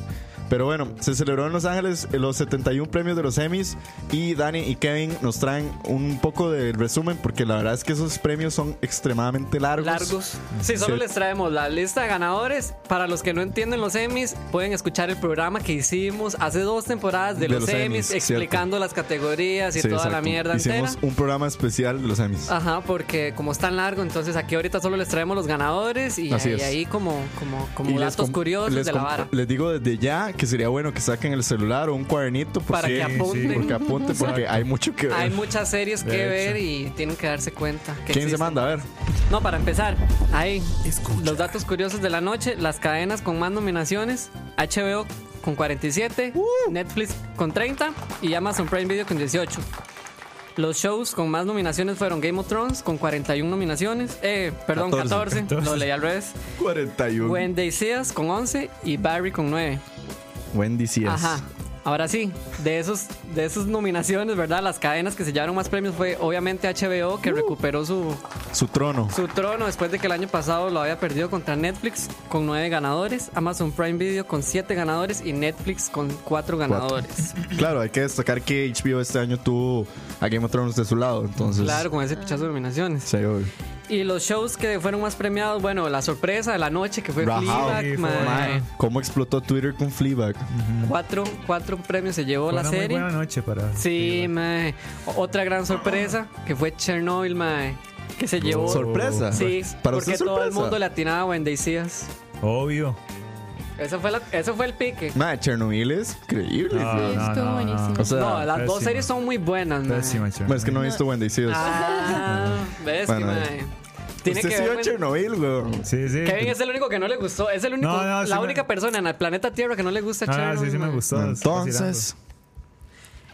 Speaker 3: Pero bueno, se celebró en Los Ángeles eh, los 71 premios de los Emmys y Dani y Kevin nos traen un poco de resumen porque la verdad es que esos premios son extremadamente largos.
Speaker 4: Largos. Sí, solo
Speaker 3: Sí.
Speaker 4: les traemos la lista de ganadores. Para los que no entienden los Emmys, pueden escuchar el programa que hicimos hace dos temporadas de, los, Emmys,
Speaker 3: cierto.
Speaker 4: explicando las categorías y
Speaker 3: Sí,
Speaker 4: toda la
Speaker 3: exacto.
Speaker 4: mierda
Speaker 3: Hicimos
Speaker 4: entera. Ah,
Speaker 3: un programa especial de los Emmys.
Speaker 4: Ajá, porque como es tan largo, entonces aquí ahorita solo les traemos los ganadores y
Speaker 3: Así
Speaker 4: ahí,
Speaker 3: es.
Speaker 4: ahí como, como, como
Speaker 3: les
Speaker 4: datos
Speaker 3: com-
Speaker 4: curiosos
Speaker 3: les
Speaker 4: de la
Speaker 3: com-
Speaker 4: vara.
Speaker 3: Les digo desde ya que sería bueno que saquen el celular o un cuadernito por
Speaker 4: Para
Speaker 3: si-
Speaker 4: que
Speaker 5: sí,
Speaker 4: apunten.
Speaker 3: porque apunte, porque hay mucho que ver.
Speaker 4: Hay muchas series que
Speaker 5: De
Speaker 4: ver y tienen que darse cuenta. que
Speaker 3: ¿Quién se
Speaker 4: existen.
Speaker 3: manda? A ver.
Speaker 4: No, para empezar, ahí.
Speaker 1: Escucha.
Speaker 4: Los datos curiosos de la noche, las cadenas con más nominaciones, HBO con 47, Netflix con 30 y Amazon Prime Video con 18. Los shows con más nominaciones fueron Game of Thrones con 41 nominaciones. Eh, perdón, 14.
Speaker 3: 14.
Speaker 4: Lo leí al revés.
Speaker 3: 41.
Speaker 4: When They See Us con 11 y Barry con 9.
Speaker 3: Wendy Cies.
Speaker 4: Ajá. Ahora sí, de esos de esas nominaciones, ¿verdad? Las cadenas que se llevaron más premios fue obviamente HBO que recuperó su
Speaker 3: Su trono.
Speaker 4: su trono después de que el año pasado lo había perdido contra Netflix con nueve ganadores, Amazon Prime Video con siete ganadores y Netflix con cuatro ganadores.
Speaker 3: Claro, hay que destacar que HBO este año tuvo a Game of Thrones de su lado, entonces.
Speaker 4: Claro, con ese pichazo de nominaciones.
Speaker 3: Sí, obvio.
Speaker 4: Y los shows que fueron más premiados, bueno, la sorpresa de la noche que fue
Speaker 3: Rajao.
Speaker 5: Sí,
Speaker 4: Fleabag,
Speaker 5: fue
Speaker 4: mae.
Speaker 5: mae.
Speaker 3: ¿Cómo explotó Twitter con Fleabag?
Speaker 4: cuatro, cuatro premios se llevó
Speaker 5: Fue
Speaker 4: la
Speaker 5: una muy
Speaker 4: serie.
Speaker 5: buena noche para.
Speaker 4: Sí, mae. O- Otra gran sorpresa que fue Chernobyl, mae, que se llevó.
Speaker 3: Oh. Sorpresa.
Speaker 4: Sí,
Speaker 3: Para
Speaker 4: porque
Speaker 3: usted
Speaker 4: todo el
Speaker 3: sorpresa.
Speaker 4: mundo le atinaba a Wendy Sears.
Speaker 5: Obvio.
Speaker 4: Eso fue, la- eso fue el pique.
Speaker 3: Madre, Chernobyl es increíble.
Speaker 4: Ah,
Speaker 5: No,
Speaker 3: güey.
Speaker 6: Sí,
Speaker 5: no,
Speaker 6: estuvo
Speaker 5: no,
Speaker 6: buenísimo.
Speaker 3: O sea,
Speaker 4: no, las dos
Speaker 5: pésimo.
Speaker 4: series son muy buenas, mae.
Speaker 5: Pésima, Chernobyl.
Speaker 3: bueno, es que no he visto Wendy Seals.
Speaker 4: Ah, ves que,
Speaker 3: Bueno,
Speaker 4: mae. Tiene
Speaker 3: Usted
Speaker 4: que
Speaker 3: sí
Speaker 4: ver,
Speaker 3: vio
Speaker 4: mae.
Speaker 3: Chernobyl, güey.
Speaker 5: Sí, sí.
Speaker 4: Kevin es el único que no le gustó. Es el único,
Speaker 5: No, no, sí
Speaker 4: la
Speaker 5: me-
Speaker 4: única persona en el planeta Tierra que no le gusta
Speaker 5: Ah,
Speaker 4: Chernobyl,
Speaker 5: sí, sí me
Speaker 4: mae.
Speaker 5: gustó.
Speaker 3: Entonces,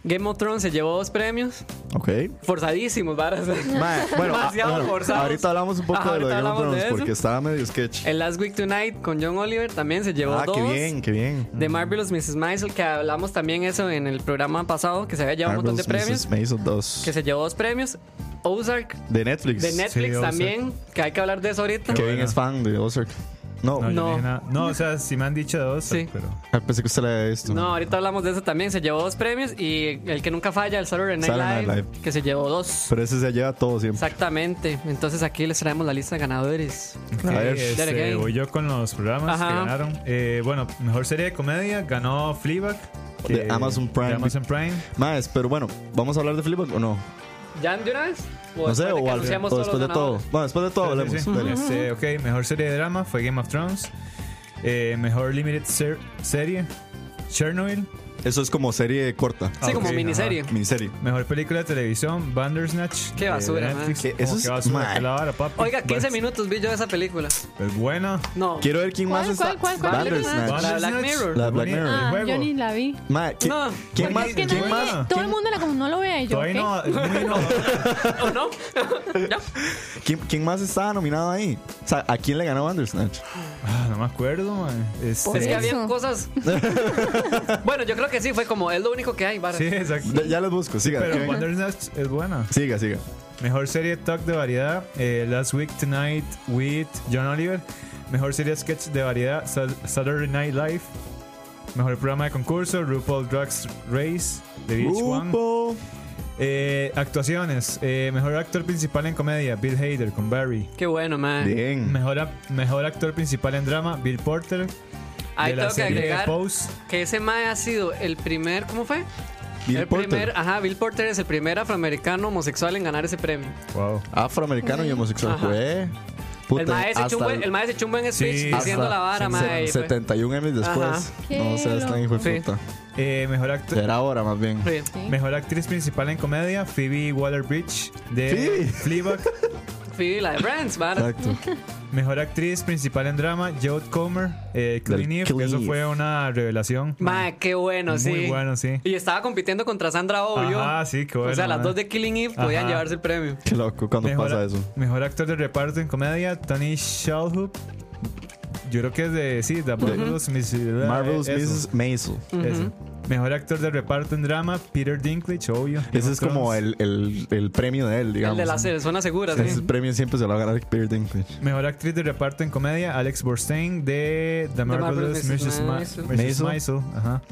Speaker 4: Game of Thrones se llevó dos premios.
Speaker 3: ok.
Speaker 4: Forzadísimos, varas.
Speaker 3: Madre, bueno, a-
Speaker 4: Demasiado
Speaker 3: bueno,
Speaker 4: forzados.
Speaker 3: ahorita hablamos un poco
Speaker 4: Ajá,
Speaker 3: de lo de
Speaker 4: ahorita
Speaker 3: Game of
Speaker 4: hablamos de
Speaker 3: Thrones
Speaker 4: eso.
Speaker 3: porque estaba medio sketch.
Speaker 4: El Last Week Tonight con John Oliver también se llevó
Speaker 3: ah,
Speaker 4: dos.
Speaker 3: qué bien, qué bien.
Speaker 4: De Marvelous Mrs. Maisel, que hablamos también eso en el programa pasado, que se había llevado un montón de
Speaker 3: Marvelous
Speaker 4: premios.
Speaker 3: Mrs. Maisel 2.
Speaker 4: Que se llevó dos premios. Ozark
Speaker 3: De Netflix.
Speaker 4: de Netflix
Speaker 5: Ozark.
Speaker 4: también, que hay que hablar de eso ahorita.
Speaker 3: Kevin
Speaker 5: Bueno.
Speaker 3: es fan de Ozark. No,
Speaker 5: No, yo
Speaker 4: No.
Speaker 5: dije nada. no, o sea, si me han dicho dos,
Speaker 4: Sí.
Speaker 5: pero.
Speaker 3: ah, pensé que usted le había visto.
Speaker 4: No, ahorita hablamos de eso también. Se llevó dos premios y el que nunca falla, el Saturday Night,
Speaker 3: Saturday Night
Speaker 4: Live, que se llevó dos.
Speaker 3: Pero ese se lleva todo siempre.
Speaker 4: Exactamente. Entonces aquí les traemos la lista de ganadores.
Speaker 5: Ok,
Speaker 3: A ver.
Speaker 5: este,
Speaker 4: Dale, Kevin.
Speaker 5: voy yo con los programas que
Speaker 4: Ajá.
Speaker 5: ganaron. Eh, bueno, mejor serie de comedia ganó Fleabag.
Speaker 3: De
Speaker 5: que-
Speaker 3: Amazon Prime.
Speaker 5: de Amazon Prime.
Speaker 3: Más, pero bueno, ¿vamos a hablar de Fleabag o no?
Speaker 4: ¿Ya de una vez?
Speaker 3: No sé,
Speaker 4: después de
Speaker 3: o,
Speaker 4: que
Speaker 3: al- o
Speaker 4: anunciamos todos
Speaker 3: después de
Speaker 4: los
Speaker 3: todo.
Speaker 4: ganadores?
Speaker 3: Bueno, después de todo hablemos.
Speaker 5: Sí, sí.
Speaker 3: dale.
Speaker 5: Este, ok, mejor serie de drama fue Game of Thrones. Eh, mejor limited ser- serie, Chernobyl.
Speaker 3: Eso es como serie corta,
Speaker 5: Ah,
Speaker 4: Sí, como
Speaker 5: ok,
Speaker 4: miniserie.
Speaker 3: miniserie.
Speaker 5: Mejor película de televisión, Bandersnatch.
Speaker 4: Qué
Speaker 5: de
Speaker 4: basura,
Speaker 5: Netflix.
Speaker 3: man. Que eso
Speaker 5: Como
Speaker 3: es-
Speaker 5: que basura,
Speaker 3: man.
Speaker 5: que la vara, papi.
Speaker 4: Oiga, 15
Speaker 5: Bueno,
Speaker 4: minutos vi yo esa película.
Speaker 5: Es buena.
Speaker 4: No.
Speaker 3: Quiero ver quién más
Speaker 6: ¿Cuál,
Speaker 3: está.
Speaker 6: cuál, cuál, cuál?
Speaker 4: La
Speaker 3: Bandersnatch.
Speaker 4: de Black
Speaker 5: Bandersnatch,
Speaker 4: Mirror.
Speaker 3: La de Black
Speaker 5: bonita,
Speaker 3: Mirror.
Speaker 5: el
Speaker 6: Ah,
Speaker 5: juego.
Speaker 6: yo ni la vi.
Speaker 3: Ma, ¿qui-
Speaker 4: No.
Speaker 3: ¿Quién
Speaker 5: Porque
Speaker 3: más?
Speaker 5: es que
Speaker 6: Que
Speaker 5: ¿Quién
Speaker 6: nadie-
Speaker 5: más?
Speaker 6: Todo el mundo era como, no lo vea y yo.
Speaker 5: Todavía
Speaker 6: ¿qué?
Speaker 5: no, es muy innovadora.
Speaker 4: ¿O no? ¿Ya?
Speaker 3: ¿Quién, quién más estaba nominado ahí? O sea, ¿a quién le ganó Bandersnatch?
Speaker 5: Ah, no me acuerdo, man. Este,
Speaker 4: Es que había
Speaker 6: Eso.
Speaker 4: cosas. bueno, yo creo que sí, fue como, es lo único que hay, varas.
Speaker 5: Sí, exacto.
Speaker 3: Ya- Ya los busco, siga.
Speaker 5: Pero
Speaker 3: Kevin.
Speaker 5: Bandersnatch es buena.
Speaker 3: Siga, siga.
Speaker 5: Mejor serie talk de variedad, eh, Last Week Tonight with John Oliver. Mejor serie sketch de variedad, Sa- Saturday Night Live. Mejor programa de concurso, RuPaul Drugs Race de VH1.
Speaker 3: Grupo.
Speaker 5: Eh, actuaciones, eh, mejor actor principal en comedia, Bill Hader con Barry.
Speaker 4: Qué bueno, man.
Speaker 3: Bien.
Speaker 5: Mejor, ap- mejor actor principal en drama, Bill Porter.
Speaker 4: Ahí
Speaker 5: de la
Speaker 4: tengo que
Speaker 5: serie
Speaker 4: agregar
Speaker 5: Pose.
Speaker 4: que ese mae ha sido el primer. ¿Cómo fue?
Speaker 3: Bill
Speaker 4: el
Speaker 3: Porter.
Speaker 4: primer, ajá, Bill Porter es el primer afroamericano homosexual en ganar ese premio.
Speaker 5: Wow.
Speaker 3: Afroamericano y homosexual.
Speaker 4: Ajá.
Speaker 3: Fue. Puta,
Speaker 4: el maestro se
Speaker 3: hasta
Speaker 4: echó un buen, el mae se echó un buen speech
Speaker 5: Sí.
Speaker 4: diciendo
Speaker 3: hasta
Speaker 4: la vara,
Speaker 3: se-
Speaker 4: mae. y fue-
Speaker 3: 71 Emmys después.
Speaker 6: Qué
Speaker 3: No seas tan hijo de
Speaker 4: loco.
Speaker 3: puta.
Speaker 5: Eh, mejor, acto-
Speaker 3: Era ahora más bien.
Speaker 4: Sí.
Speaker 5: mejor actriz principal en comedia, Phoebe Waller-Bridge de
Speaker 3: Phoebe.
Speaker 5: Fleabag.
Speaker 4: Fui la de Brands, vara.
Speaker 3: Exacto.
Speaker 5: Mejor actriz principal en drama, Jodie Comer, eh,
Speaker 3: Del
Speaker 5: Killing Eve, que eso
Speaker 3: Killing
Speaker 5: fue
Speaker 3: Eve.
Speaker 5: una revelación.
Speaker 4: Mae, qué bueno,
Speaker 5: Muy
Speaker 4: sí.
Speaker 5: bueno, sí.
Speaker 4: Y estaba compitiendo contra Sandra Obvio.
Speaker 5: Ajá, sí, qué bueno,
Speaker 4: O sea, las
Speaker 5: mae.
Speaker 4: dos de Killing Eve podían
Speaker 5: Ajá.
Speaker 4: llevarse el premio.
Speaker 3: Qué loco cuando
Speaker 5: Mejor,
Speaker 3: pasa eso.
Speaker 5: mejor actor de reparto en comedia, Tony Shalhoub. Yo creo que es de, sí, de Marvelous Mrs.
Speaker 3: Marvel's
Speaker 5: Eh, eso,
Speaker 3: Mrs. Maisel.
Speaker 5: eso. Mejor actor de reparto en drama, Peter Dinklage, obvio.
Speaker 3: Ese es como el, el, el premio de él, digamos.
Speaker 4: El de la se- zona segura, sí.
Speaker 3: Ese premio siempre se lo va a ganar Peter Dinklage.
Speaker 5: Mejor actriz de reparto en comedia, Alex Borstein de The Marvelous
Speaker 4: Marvelous
Speaker 5: Mrs. Ma-
Speaker 4: Maisel.
Speaker 5: Mrs.
Speaker 3: Maisel.
Speaker 5: Maisel. Ajá.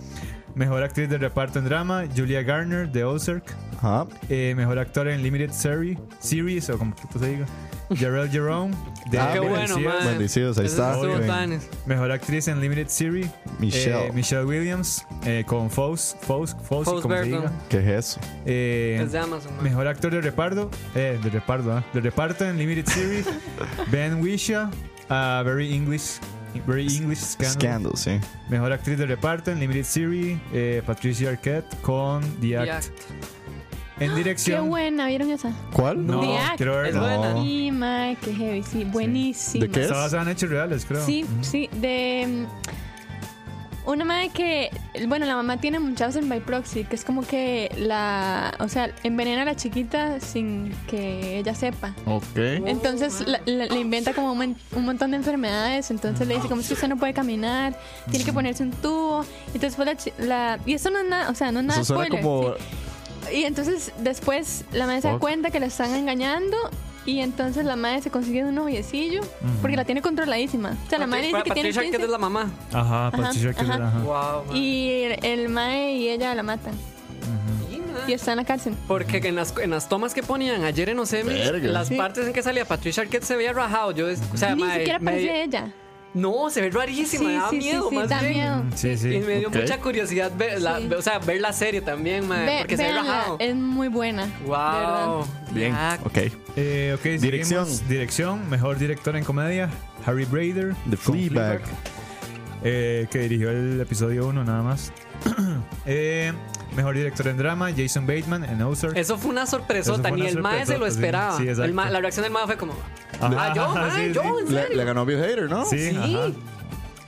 Speaker 5: Mejor actriz de reparto en drama, Julia Garner de Ozark.
Speaker 3: Ajá.
Speaker 5: Eh, mejor actor en Limited Series, Series o como puto se diga, Jarrell Jerome. De
Speaker 3: Ah,
Speaker 4: Qué
Speaker 3: mira,
Speaker 4: bueno,
Speaker 5: Series.
Speaker 4: mae.
Speaker 3: Bendecidos, ahí
Speaker 4: Esos
Speaker 3: está.
Speaker 4: estuvo
Speaker 5: Obvio,
Speaker 3: ven.
Speaker 4: planes.
Speaker 5: Mejor actriz en Limited Series,
Speaker 3: Michelle.
Speaker 5: eh, Michelle Williams eh, con Fouse, Fouse, Fouse,
Speaker 4: Fosse
Speaker 5: como se
Speaker 4: Verdon.
Speaker 5: diga.
Speaker 3: ¿Qué es eso?
Speaker 5: Eh,
Speaker 4: Es de Amazon, mae.
Speaker 5: mejor actor de reparto, eh, de reparto, ah, de reparto en Limited Series, Ben Wisha, a Very English, Very English Scandal.
Speaker 3: Scandal, sí.
Speaker 5: Mejor actriz de reparto en Limited Series, eh, Patricia Arquette con The Act.
Speaker 4: Ya.
Speaker 5: En
Speaker 6: Qué
Speaker 5: dirección.
Speaker 6: buena, ¿vieron esa?
Speaker 3: ¿Cuál?
Speaker 5: No,
Speaker 6: The Act.
Speaker 5: quiero
Speaker 4: Es
Speaker 5: verla.
Speaker 4: buena.
Speaker 6: Sí, mae, qué heavy, sí, buenísima.
Speaker 3: ¿De qué?
Speaker 5: Está basada en hechos reales, creo.
Speaker 6: Sí, sí, de. mm, Una madre que, bueno, la mamá tiene Munchausen by proxy, que es como que la, o sea, envenena a la chiquita sin que ella sepa.
Speaker 3: Ok.
Speaker 6: Entonces la- la- le inventa como un, mon- un montón de enfermedades, entonces le dice como es que usted no puede caminar, tiene que ponerse un tubo, y después la, chi- la- y eso no es nada, o sea, no es nada
Speaker 3: Eso suena
Speaker 6: spoiler,
Speaker 3: como.
Speaker 6: sí. Y entonces después la madre se da
Speaker 3: Fuck.
Speaker 6: cuenta que la están engañando y entonces la madre se consigue un noviecillo porque la tiene controladísima. O sea, la madre dice que tiene
Speaker 4: Patricia Arquette
Speaker 6: 15
Speaker 4: es la mamá.
Speaker 5: Ajá, Patricia
Speaker 6: ajá.
Speaker 5: Arquette, ajá.
Speaker 4: Wow. man.
Speaker 6: y el, el mae y ella la matan y está en la cárcel.
Speaker 4: Porque en las, en las tomas que ponían ayer en Osemi,
Speaker 3: Verga.
Speaker 4: las
Speaker 6: Sí.
Speaker 4: partes en que salía Patricia Arquette se veía rajado. Yo, es- o sea,
Speaker 6: Ni
Speaker 4: Ah, mae,
Speaker 6: siquiera
Speaker 4: me-
Speaker 6: aparece ella.
Speaker 4: No, se ve rarísima, da miedo, más
Speaker 6: da
Speaker 4: bien.
Speaker 6: miedo.
Speaker 5: Sí, sí.
Speaker 4: Y me dio
Speaker 3: Ok.
Speaker 4: mucha curiosidad ver la,
Speaker 6: Sí.
Speaker 4: o sea, ver la serie también, mae,
Speaker 6: Ve-
Speaker 4: porque se ve
Speaker 6: véanla,
Speaker 4: rajado.
Speaker 6: es muy buena. de verdad.
Speaker 4: Wow.
Speaker 3: Bien.
Speaker 4: Ya,
Speaker 3: Ok.
Speaker 5: Eh, ok, seguimos.
Speaker 3: Dirección.
Speaker 5: Dirección, mejor director en comedia, Harry Brader.
Speaker 3: The
Speaker 5: con
Speaker 3: Fleabag.
Speaker 5: eh, que dirigió el episodio 1 nada más. Eh, mejor director en drama, Jason Bateman en Ozark.
Speaker 4: Eso fue una sorpresota,
Speaker 5: Eso fue
Speaker 4: ni
Speaker 5: una
Speaker 4: el mae se lo
Speaker 5: sorpresota, sí.
Speaker 4: esperaba.
Speaker 5: Sí, exacto.
Speaker 4: El mae- la reacción del mae fue como,
Speaker 5: Ajá,
Speaker 4: ah, yo,
Speaker 5: ajá,
Speaker 4: mae,
Speaker 5: sí,
Speaker 4: yo,
Speaker 5: sí.
Speaker 4: en
Speaker 3: Le,
Speaker 4: serio.
Speaker 3: le ganó Bill Hader, ¿no?
Speaker 5: Sí, ajá.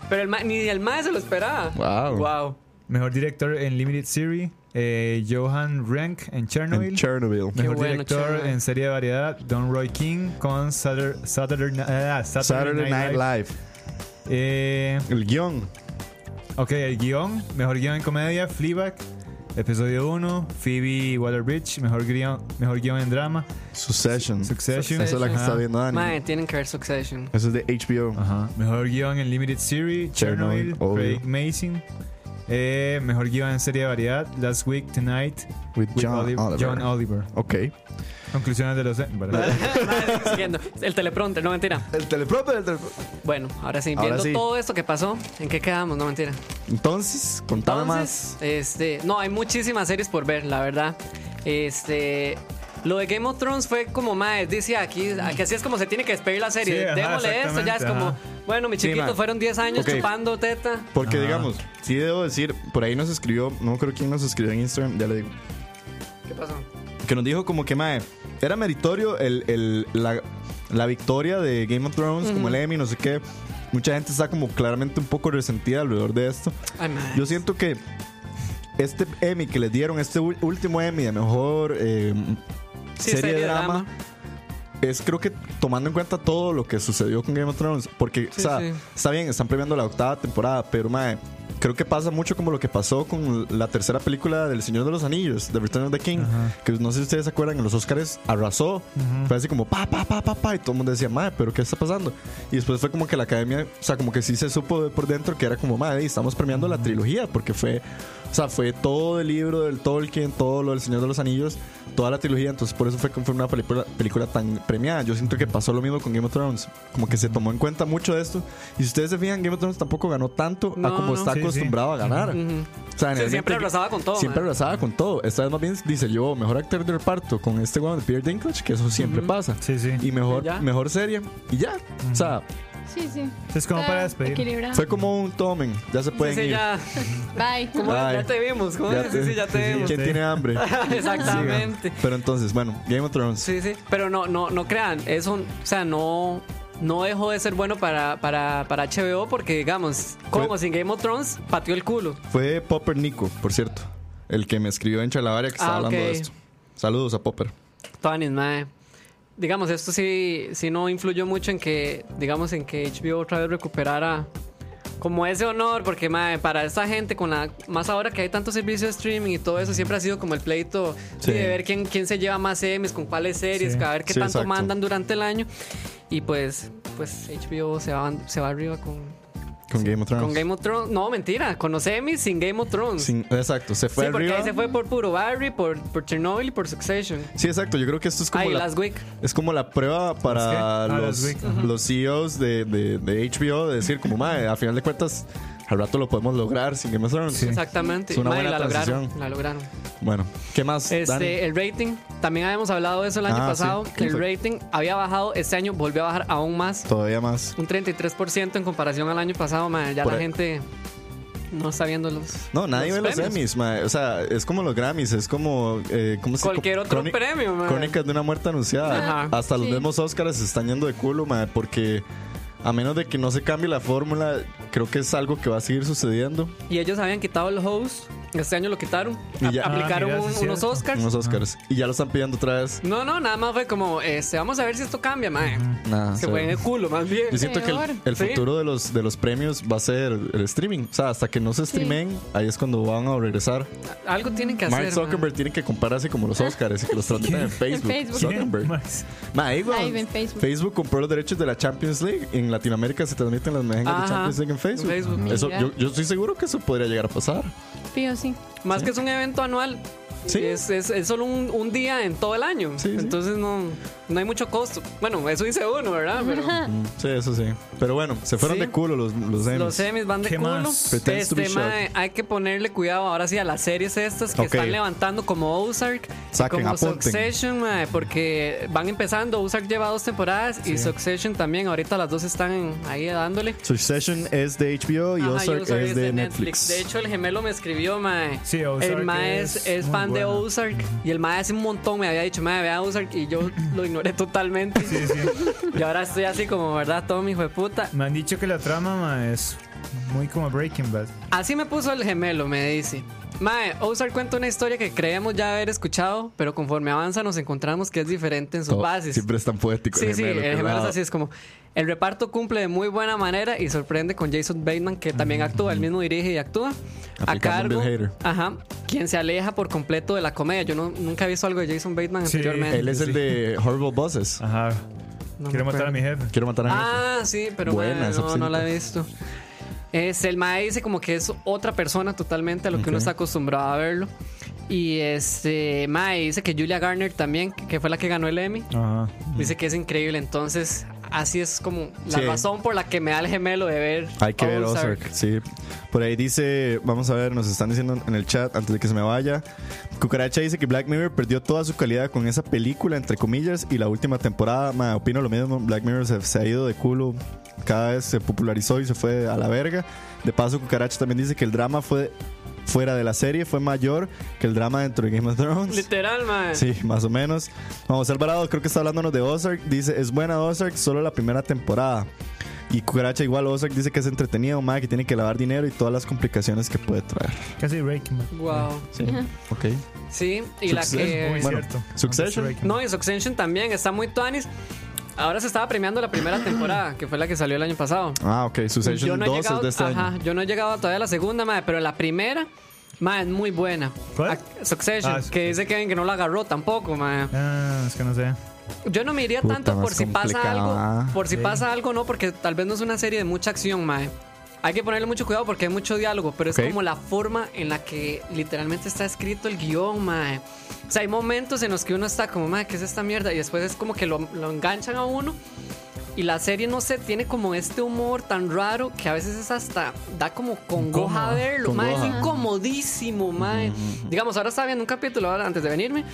Speaker 4: Pero el mae- ni el mae se lo esperaba.
Speaker 3: Wow.
Speaker 4: Wow.
Speaker 5: Mejor director en Limited Series, eh, Johan Renck en Chernobyl.
Speaker 3: En Chernobyl.
Speaker 5: Mejor
Speaker 4: Qué bueno,
Speaker 5: director
Speaker 4: Chernobyl.
Speaker 5: en serie de variedad, Don Roy King con Saturday, Saturday, Ni- ah, Saturday
Speaker 3: Saturday Night
Speaker 5: Live.
Speaker 3: Live.
Speaker 5: Eh,
Speaker 3: El guión.
Speaker 5: ok, el guión, mejor guión en comedia, Fleabag, episodio 1, Phoebe Waller-Bridge, mejor guión, mejor guión en drama,
Speaker 3: Succession.
Speaker 5: Succession.
Speaker 3: Esa es la que
Speaker 4: Succession.
Speaker 3: está viendo Dani.
Speaker 4: Mae, tienen que ver Succession.
Speaker 3: Eso es de HBO.
Speaker 5: Ajá. Mejor guión en Limited Series, Chernobyl,
Speaker 3: Chernobyl, obvio.
Speaker 5: Craig Mason. Eh, mejor guión en serie de variedad, Last Week Tonight,
Speaker 3: With
Speaker 5: with
Speaker 3: John
Speaker 5: Oli-
Speaker 3: Oliver.
Speaker 5: John Oliver.
Speaker 3: Ok.
Speaker 5: Conclusiones de los... e,
Speaker 4: Mae, siguiendo. El teleprompter, no mentira.
Speaker 3: El teleprompter, el teleprompter.
Speaker 4: Bueno, ahora sí,
Speaker 3: Ahora
Speaker 4: viendo
Speaker 3: sí.
Speaker 4: todo esto que pasó, ¿en qué quedamos? No mentira.
Speaker 3: Entonces, contame
Speaker 4: Entonces, este, no, hay muchísimas series por ver, la verdad. Este, lo de Game of Thrones fue como más, dice aquí, aquí así es como se tiene que despedir la serie.
Speaker 5: Sí, ajá,
Speaker 4: Démosle esto, ya es
Speaker 5: exactamente,
Speaker 4: como,
Speaker 5: ajá.
Speaker 4: bueno, mis
Speaker 3: Sí,
Speaker 4: chiquitos
Speaker 3: man.
Speaker 4: fueron 10 años
Speaker 3: Ok.
Speaker 4: chupando teta.
Speaker 3: más. Porque,
Speaker 5: Ajá.
Speaker 3: digamos, sí debo decir, por ahí nos escribió, no creo quién nos escribió en Instagram, ya le digo.
Speaker 4: ¿Qué pasó?
Speaker 3: que nos dijo como que mae, era meritorio el, el- la, la victoria de Game of Thrones, como el Emmy, no sé qué. Mucha gente está como claramente un poco resentida alrededor de esto.
Speaker 4: Ay, man.
Speaker 3: Yo siento que este Emmy que les dieron, este ul- último Emmy de mejor eh,
Speaker 4: Sí,
Speaker 3: serie, de drama, es creo que tomando en cuenta todo lo que sucedió con Game of Thrones, porque, o
Speaker 4: Sí,
Speaker 3: sea,
Speaker 4: sí.
Speaker 3: está bien, están premiando la octava temporada, pero mae, creo que pasa mucho como lo que pasó con la tercera película del Señor de los Anillos, The Return of the King, que no sé si ustedes se acuerdan, en los Oscars arrasó, fue así como pa, pa, pa, pa, pa, y todo el mundo decía, mae, pero ¿qué está pasando? Y después fue como que la academia, o sea, como que sí se supo de por dentro que era como, mae, estamos premiando la trilogía, porque fue, o sea, fue todo el libro del Tolkien, todo lo del Señor de los Anillos, toda la trilogía, entonces por eso fue que fue una película, película tan premiada. Yo siento que pasó lo mismo con Game of Thrones, como que se tomó en cuenta mucho de esto. Y si ustedes se fijan, Game of Thrones tampoco ganó tanto a
Speaker 4: No,
Speaker 3: como
Speaker 4: no.
Speaker 3: está
Speaker 5: Sí, sí.
Speaker 3: acostumbrado a ganar. O sea, generalmente-
Speaker 4: siempre arrasaba con todo,
Speaker 3: Siempre
Speaker 4: man.
Speaker 3: arrasaba con todo. Esta vez más bien dice yo, mejor actor de reparto con este weón de Peter Dinklage, que eso siempre pasa.
Speaker 5: Sí, sí.
Speaker 3: Y mejor,
Speaker 4: Ya.
Speaker 3: mejor serie. Y ya. O sea,
Speaker 6: Sí, sí.
Speaker 5: Es como
Speaker 6: Está
Speaker 5: para despedir.
Speaker 6: equilibrado.
Speaker 3: fue como un tomen. Ya se pueden
Speaker 4: Sí, sí,
Speaker 3: ir.
Speaker 4: ya,
Speaker 6: Bye.
Speaker 4: ¿cómo es?
Speaker 3: Ay.
Speaker 4: ya te vimos, ¿cómo
Speaker 3: Ya
Speaker 4: es? Sí, sí, ya te
Speaker 5: sí,
Speaker 4: vimos.
Speaker 3: ¿Quién
Speaker 5: Sí.
Speaker 3: tiene hambre?
Speaker 4: Exactamente.
Speaker 3: Pero entonces, bueno, Game of Thrones.
Speaker 4: Sí, sí. Pero no, no, no crean, eso, o sea, no, no dejó de ser bueno para, para, para HBO porque, digamos, como
Speaker 3: Fue-
Speaker 4: sin Game of Thrones, pateó el culo.
Speaker 3: Fue Popper Nico, por cierto. El que me escribió en Chalabaria que estaba
Speaker 4: Ah,
Speaker 3: hablando de
Speaker 4: ok.
Speaker 3: esto. Saludos a Popper.
Speaker 4: Tonis, mae. Digamos, esto sí, sí no influyó mucho en que, digamos, en que HBO otra vez recuperara como ese honor, porque, mae, para esta gente, con la, más ahora que hay tanto servicio de streaming y todo eso, siempre ha sido como el pleito
Speaker 3: Sí.
Speaker 4: de ver quién, quién se lleva más Emmys, con cuáles series,
Speaker 5: Sí.
Speaker 4: a ver qué
Speaker 3: Sí,
Speaker 4: tanto
Speaker 3: exacto.
Speaker 4: mandan durante el año. Y pues, pues HBO se va, se va arriba con,
Speaker 3: Con Game of Thrones.
Speaker 4: con Game of Thrones. No, mentira, con los Emmys sin Game of Thrones.
Speaker 3: Ah. Sin- exacto, se
Speaker 4: sí,
Speaker 3: fue
Speaker 4: porque
Speaker 3: arriba.
Speaker 4: ahí se fue por puro Barry, por, por Chernobyl y por Succession.
Speaker 3: Sí, exacto. Yo creo que esto es como
Speaker 4: Ay,
Speaker 3: la,
Speaker 4: Last Week.
Speaker 3: es como la prueba
Speaker 5: qué?
Speaker 3: para
Speaker 5: Ah,
Speaker 3: los,
Speaker 5: las Vic,
Speaker 3: los CEOs de, de- de HBO de decir como, madre, a final de cuentas, al rato lo podemos lograr sin Game of Thrones.
Speaker 4: Exactamente.
Speaker 3: Es una
Speaker 4: Mae,
Speaker 3: buena
Speaker 4: la lograron,
Speaker 3: transición.
Speaker 4: la lograron.
Speaker 3: Bueno, ¿qué más? Dani?
Speaker 4: Este, el rating, también habíamos hablado de eso el año
Speaker 3: Ah,
Speaker 4: pasado.
Speaker 3: sí,
Speaker 4: El
Speaker 3: exacto.
Speaker 4: rating había bajado, este año volvió a bajar aún más,
Speaker 3: Todavía más.
Speaker 4: un 33% en comparación al año pasado. mae, ya
Speaker 3: Por
Speaker 4: la
Speaker 3: ahí.
Speaker 4: gente no está viendo los.
Speaker 3: No, nadie ve los
Speaker 4: premios.
Speaker 3: Emmys, mae. O sea, es como los Grammys, es como. eh, ¿cómo se
Speaker 4: Cualquier otro
Speaker 3: Cróni-
Speaker 4: premio, mae.
Speaker 3: Crónicas de una muerte anunciada.
Speaker 4: Ajá.
Speaker 3: Hasta los
Speaker 6: Sí.
Speaker 3: mismos Oscars se están yendo de culo, mae, porque. a menos de que no se cambie la fórmula, creo que es algo que va a seguir sucediendo.
Speaker 4: Y ellos habían quitado el host. Este año lo quitaron.
Speaker 3: Y ya-
Speaker 4: A- aplicaron
Speaker 5: Ah, mira, sí
Speaker 4: un-
Speaker 5: es
Speaker 4: unos
Speaker 5: cierto.
Speaker 4: Oscars.
Speaker 3: Unos Oscars. Y ya lo están pidiendo otra vez.
Speaker 4: No, no, nada más fue como, este, vamos a ver si esto cambia, mae.
Speaker 3: Nada,
Speaker 4: Se
Speaker 3: cero.
Speaker 4: fue en el culo, más bien.
Speaker 3: Yo siento que el,
Speaker 6: Peor.
Speaker 3: el
Speaker 4: Sí.
Speaker 3: futuro de los de los premios va a ser el streaming. O sea, hasta que no se streamen, ahí es cuando van a regresar.
Speaker 4: Algo tienen que
Speaker 3: Mark
Speaker 4: hacer. mae.
Speaker 3: Zuckerberg tiene que comprarse como los Oscars y que los traten en Facebook.
Speaker 6: Facebook.
Speaker 3: Zuckerberg.
Speaker 5: Max.
Speaker 3: Ma, ahí, weón.
Speaker 6: Ahí en Facebook.
Speaker 3: compró los derechos de la Champions League. En Latinoamérica se transmiten las mejengas
Speaker 4: Ajá.
Speaker 3: de Champions League en Facebook.
Speaker 4: En Facebook.
Speaker 3: Eso,
Speaker 6: Mira.
Speaker 3: yo, yo estoy seguro que eso podría llegar a pasar.
Speaker 6: Pío, sí.
Speaker 4: Más que es un evento anual.
Speaker 3: Sí.
Speaker 4: Es, es- es solo un, un día en todo el año.
Speaker 3: Sí, sí.
Speaker 4: Entonces No, no hay mucho costo. Bueno, eso dice uno, ¿verdad? Pero
Speaker 3: Mm, Sí, eso sí. Pero bueno, se fueron
Speaker 4: Sí.
Speaker 3: de culo los, los Emmys.
Speaker 4: los semis van de
Speaker 5: ¿Qué
Speaker 4: culo.
Speaker 5: más?
Speaker 3: Pretends to be
Speaker 4: Este, mae, hay que ponerle cuidado ahora sí a las series estas que
Speaker 3: Ok.
Speaker 4: están levantando como Ozark, y
Speaker 3: Saquen,
Speaker 4: como
Speaker 3: apunten.
Speaker 4: Succession, mae, porque van empezando. Ozark lleva dos temporadas y Succession también. Ahorita las dos están ahí dándole.
Speaker 3: Succession es de HBO y
Speaker 4: Ajá,
Speaker 3: Ozark es, de, Netflix.
Speaker 4: De hecho, el gemelo me escribió, mae.
Speaker 5: Sí, Ozark
Speaker 4: el mae es,
Speaker 5: es
Speaker 4: es
Speaker 5: muy
Speaker 4: fan de
Speaker 5: buena.
Speaker 4: Ozark. Y el mae hace un montón me había dicho, mae, vea Ozark. Y yo lo ignoré totalmente. Y ahora estoy así como, ¿verdad? Todo mi hijo de puta.
Speaker 5: Me han dicho que la trama ma, es muy como Breaking Bad.
Speaker 4: Así me puso el gemelo, me dice. Mae, Ozark cuenta una historia que creemos ya haber escuchado, pero conforme avanza nos encontramos que es diferente en sus
Speaker 3: Oh,
Speaker 4: bases.
Speaker 3: Siempre es tan poético.
Speaker 4: Sí, sí, el
Speaker 3: qué
Speaker 4: gemelo es
Speaker 3: bravo.
Speaker 4: así, es como... El reparto cumple de muy buena manera y sorprende con Jason Bateman, que también actúa, él mismo dirige y actúa. A
Speaker 3: Aplicando un
Speaker 4: cargo,
Speaker 3: Bill Hader.
Speaker 4: ajá, quien se aleja por completo de la comedia. Yo no- nunca he visto algo de Jason Bateman
Speaker 5: Sí,
Speaker 4: anteriormente.
Speaker 3: Él es el
Speaker 5: Sí.
Speaker 3: de Horrible Bosses.
Speaker 5: Ajá.
Speaker 4: No me
Speaker 5: Quiero matar a
Speaker 4: acuerdo.
Speaker 5: mi jefe.
Speaker 3: Quiero matar a mi jefe.
Speaker 4: Ah, sí, pero
Speaker 3: Buena
Speaker 4: bueno,
Speaker 3: esa
Speaker 4: no, no la
Speaker 3: cinta.
Speaker 4: he visto. Es, el Mae dice como que es otra persona totalmente a lo que uno
Speaker 3: Ok.
Speaker 4: está acostumbrado a verlo. Y este Mae dice que Julia Garner también, que que fue la que ganó el Emmy,
Speaker 3: Ah,
Speaker 5: Ajá.
Speaker 4: dice que es increíble. Entonces, así es como la
Speaker 3: Sí.
Speaker 4: razón por la que me da el gemelo de ver.
Speaker 3: Hay que ver Ozark, sí. Por ahí dice, vamos a ver, nos están diciendo en el chat antes de que se me vaya. Cucaracha dice que Black Mirror perdió toda su calidad con esa película, entre comillas, y la última temporada. Ma, opino lo mismo, Black Mirror se, se ha ido de culo, cada vez se popularizó y se fue a la verga. De paso, Cucaracha también dice que el drama fue fuera de la serie fue mayor que el drama dentro de Game of Thrones.
Speaker 4: Literal, Mae.
Speaker 3: Sí, más o menos. Vamos, Alvarado creo que está hablándonos de Ozark. Dice, es buena Ozark, solo la primera temporada. Y Cucaracha igual Ozark dice que es entretenido, ma, que tiene que lavar dinero y todas las complicaciones que puede traer.
Speaker 5: Casi Breaking Bad.
Speaker 4: Wow.
Speaker 3: Sí. Ok.
Speaker 4: Sí, y la
Speaker 3: Succession,
Speaker 4: que.
Speaker 5: Muy
Speaker 3: Bueno,
Speaker 5: cierto.
Speaker 3: Succession.
Speaker 5: Antes de Breaking
Speaker 4: No, y Succession también está muy tuanis. Ahora se estaba premiando la primera temporada, que fue la que salió el año pasado.
Speaker 3: Ah, ok. Succession 2 es de este
Speaker 4: ajá,
Speaker 3: año.
Speaker 4: yo no he llegado todavía a la segunda, madre, pero la primera, madre, es muy buena.
Speaker 5: ¿Cuál?
Speaker 4: Ac- Succession,
Speaker 5: Ah,
Speaker 4: que dice Kevin que no la agarró tampoco, madre.
Speaker 5: Ah, es que no sé.
Speaker 4: Yo no me iría
Speaker 3: Puta,
Speaker 4: tanto
Speaker 3: más
Speaker 4: por si pasa
Speaker 3: complicado, ah.
Speaker 4: algo, por si
Speaker 5: Sí.
Speaker 4: pasa algo no, porque tal vez no es una serie de mucha acción, madre. Hay que ponerle mucho cuidado porque hay mucho diálogo, pero
Speaker 3: Ok.
Speaker 4: es como la forma en la que literalmente está escrito el guión, madre. O sea, hay momentos en los que uno está como, madre, ¿qué es esta mierda? Y después es como que lo, lo enganchan a uno. Y la serie, no sé, tiene como este humor tan raro que a veces es hasta, da como congoja
Speaker 5: Incómodo,
Speaker 4: verlo, mae, es
Speaker 3: congoja.
Speaker 4: incomodísimo, mae. Digamos, ahora estaba viendo un capítulo ahora antes de venirme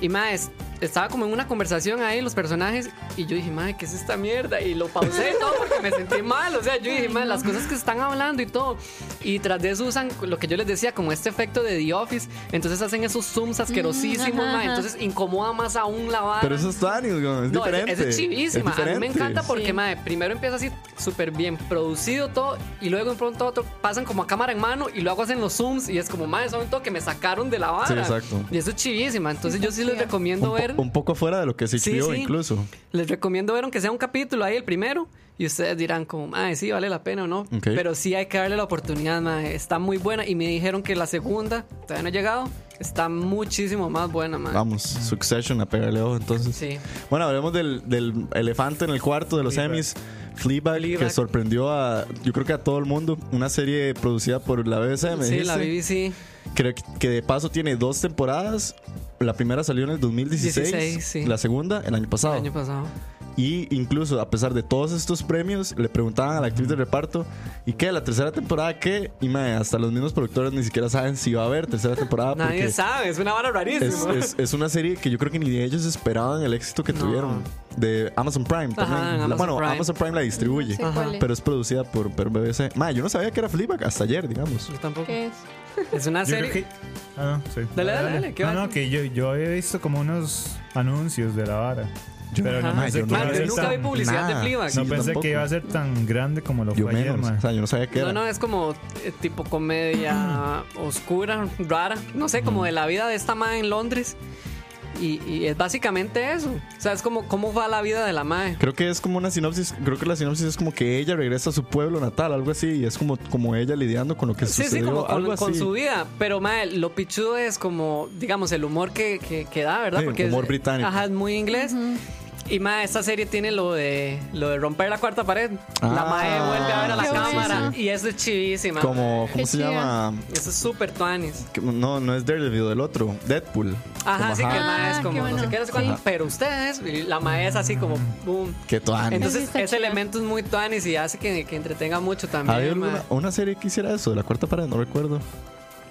Speaker 4: y mae, es- estaba como en una conversación ahí los personajes y yo dije, mae, ¿qué es esta mierda? Y lo pausé todo porque me sentí mal, o sea, yo dije, mae, las cosas que están hablando y todo. Y tras de eso usan lo que yo les decía, como este efecto de The Office, entonces hacen esos zooms asquerosísimos,
Speaker 6: ajá,
Speaker 4: mae,
Speaker 6: ajá.
Speaker 4: entonces incomoda más aún la vara.
Speaker 3: Pero eso es Daniel, güey, es
Speaker 4: No, ese-
Speaker 3: diferente.
Speaker 4: ese es chivísima.
Speaker 3: Es
Speaker 4: a mí me
Speaker 3: diferente.
Speaker 4: encanta porque, madre, primero empieza así súper bien producido todo y luego de pronto a otro pasan como a cámara en mano y luego hacen los zooms y es como, madre, son todo que me sacaron de la vara.
Speaker 3: Sí, exacto.
Speaker 4: Y eso es chivísima. Entonces yo sí les
Speaker 6: Sí.
Speaker 3: Un,
Speaker 4: recomiendo
Speaker 3: po-
Speaker 4: ver,
Speaker 3: un poco fuera de lo que es HBO
Speaker 4: Sí, sí.
Speaker 3: incluso.
Speaker 4: les recomiendo ver aunque sea un capítulo ahí el primero y ustedes dirán como, madre, sí, vale la pena o no.
Speaker 3: Ok.
Speaker 4: Pero sí hay que darle la oportunidad, madre. Está muy buena y me dijeron que la segunda, todavía no he llegado, está muchísimo más buena, madre.
Speaker 3: Vamos, Succession a pegarle ojo entonces.
Speaker 4: Sí.
Speaker 3: Bueno, hablemos del, del elefante en el cuarto de los
Speaker 5: Fleabag.
Speaker 3: Emmys. Fleabag, que
Speaker 4: Fleabag.
Speaker 3: sorprendió a, yo creo que a todo el mundo. Una serie producida por la BBC, me
Speaker 4: Sí, la
Speaker 3: dijiste.
Speaker 4: BBC.
Speaker 3: Creo que, que de paso tiene dos temporadas. La primera salió en el 2016.
Speaker 4: 16, sí.
Speaker 3: La segunda el año pasado.
Speaker 4: El año pasado.
Speaker 3: Y incluso a pesar de todos estos premios, le preguntaban a la actriz de reparto, ¿y qué? ¿La tercera temporada qué? Y mae, hasta los mismos productores ni siquiera saben si va a haber tercera temporada.
Speaker 4: Nadie
Speaker 3: porque
Speaker 4: sabe, es una vara rarísima.
Speaker 3: es, es- es una serie que yo creo que ni de ellos esperaban el éxito que
Speaker 4: No.
Speaker 3: tuvieron. De Amazon Prime también.
Speaker 4: Ajá, en
Speaker 3: La-
Speaker 4: Amazon
Speaker 3: bueno,
Speaker 4: Prime.
Speaker 3: Amazon Prime la distribuye,
Speaker 6: No sé cuál
Speaker 4: Ajá.
Speaker 6: es.
Speaker 3: pero es producida por, por BBC. Mae, yo no sabía que era Fleabag hasta ayer, digamos.
Speaker 4: Yo tampoco.
Speaker 6: ¿Qué es?
Speaker 4: Es una
Speaker 5: Yo
Speaker 4: serie.
Speaker 5: creo que. Ah, no, sí.
Speaker 4: Dale, dale, dale, ¿qué
Speaker 5: No,
Speaker 4: va?
Speaker 5: no, que yo, yo había visto como unos anuncios de la vara. pero no
Speaker 4: Ajá.
Speaker 5: pensé
Speaker 3: yo
Speaker 5: que
Speaker 3: no
Speaker 5: iba a
Speaker 4: Madre,
Speaker 5: ser
Speaker 4: nunca vi
Speaker 5: tan, no
Speaker 4: publicidad
Speaker 3: nada.
Speaker 4: de Plivax.
Speaker 3: Sí, yo
Speaker 5: pensé
Speaker 3: tampoco.
Speaker 5: que iba a ser tan grande como lo
Speaker 3: Yo
Speaker 5: fue ayer,
Speaker 3: menos.
Speaker 5: ma.
Speaker 3: O sea, yo no sabía qué
Speaker 4: No,
Speaker 3: era.
Speaker 4: no, es como eh, tipo comedia oscura, rara, no sé, como de la vida de esta madre en Londres. Y, y es básicamente eso. O sea, es como cómo va la vida de la madre.
Speaker 3: Creo que es como una sinopsis. Creo que la sinopsis es como que ella regresa a su pueblo natal, algo así. Y es como, como ella lidiando con lo que
Speaker 4: Sí,
Speaker 3: sucedió.
Speaker 4: sí, como con,
Speaker 3: algo
Speaker 4: con
Speaker 3: así.
Speaker 4: su vida. Pero, madre, lo pichudo es como, digamos, el humor que, que, que da, ¿verdad?
Speaker 3: Sí, humor
Speaker 4: es-
Speaker 3: británico.
Speaker 4: Ajá, es muy inglés. Y, madre, esta serie tiene lo de, lo de romper la cuarta pared. la
Speaker 3: Ah,
Speaker 4: madre vuelve a ver a la
Speaker 6: qué
Speaker 4: cámara.
Speaker 6: bueno.
Speaker 4: Y eso es chivísima.
Speaker 3: Como, ¿cómo
Speaker 6: Qué
Speaker 3: se
Speaker 6: chido.
Speaker 3: llama?
Speaker 4: Eso es súper tuanis.
Speaker 3: Que- No, no es Daredevil, el otro. Deadpool.
Speaker 4: Ajá,
Speaker 3: Como,
Speaker 4: así que el mae es
Speaker 6: Ah,
Speaker 4: como,
Speaker 6: qué
Speaker 4: no sé
Speaker 6: bueno.
Speaker 4: qué, no sé cuánto,
Speaker 6: Ajá.
Speaker 4: pero ustedes, y la mae es así como, boom.
Speaker 3: Qué tuanis.
Speaker 4: Entonces,
Speaker 6: está
Speaker 4: ese
Speaker 6: chido.
Speaker 4: elemento es muy tuanis y hace que, que entretenga mucho
Speaker 3: ¿Había
Speaker 4: también. mae.
Speaker 3: alguna, una serie que hiciera eso? De la cuarta pared, no recuerdo.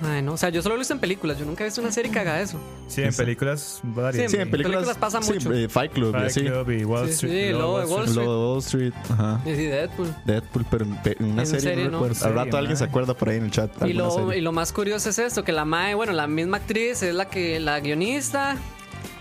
Speaker 4: Mae, no, o sea, yo solo lo he visto en películas, yo nunca he visto una serie que haga eso.
Speaker 5: Sí, en películas varias.
Speaker 3: Sí, en películas,
Speaker 4: películas pasa
Speaker 3: sí,
Speaker 4: mucho.
Speaker 3: eh, Fight Club, y
Speaker 5: Fight
Speaker 3: así.
Speaker 5: Club y Wall
Speaker 4: Sí,
Speaker 5: Street.
Speaker 4: sí,
Speaker 5: luego
Speaker 4: luego de Wall Street.
Speaker 3: Lo de Wall Street. Ajá.
Speaker 4: Y sí, Deadpool.
Speaker 3: Deadpool, pero en pe- en una
Speaker 4: En
Speaker 3: serie,
Speaker 4: serie,
Speaker 3: no
Speaker 4: ¿no?
Speaker 3: recuerdo. Al
Speaker 5: Sí,
Speaker 3: rato alguien
Speaker 5: madre.
Speaker 3: se acuerda por ahí en el chat.
Speaker 4: Y
Speaker 3: alguna
Speaker 4: lo,
Speaker 3: serie.
Speaker 4: y lo más curioso es esto, que la mae, bueno, la misma actriz es la que la guionista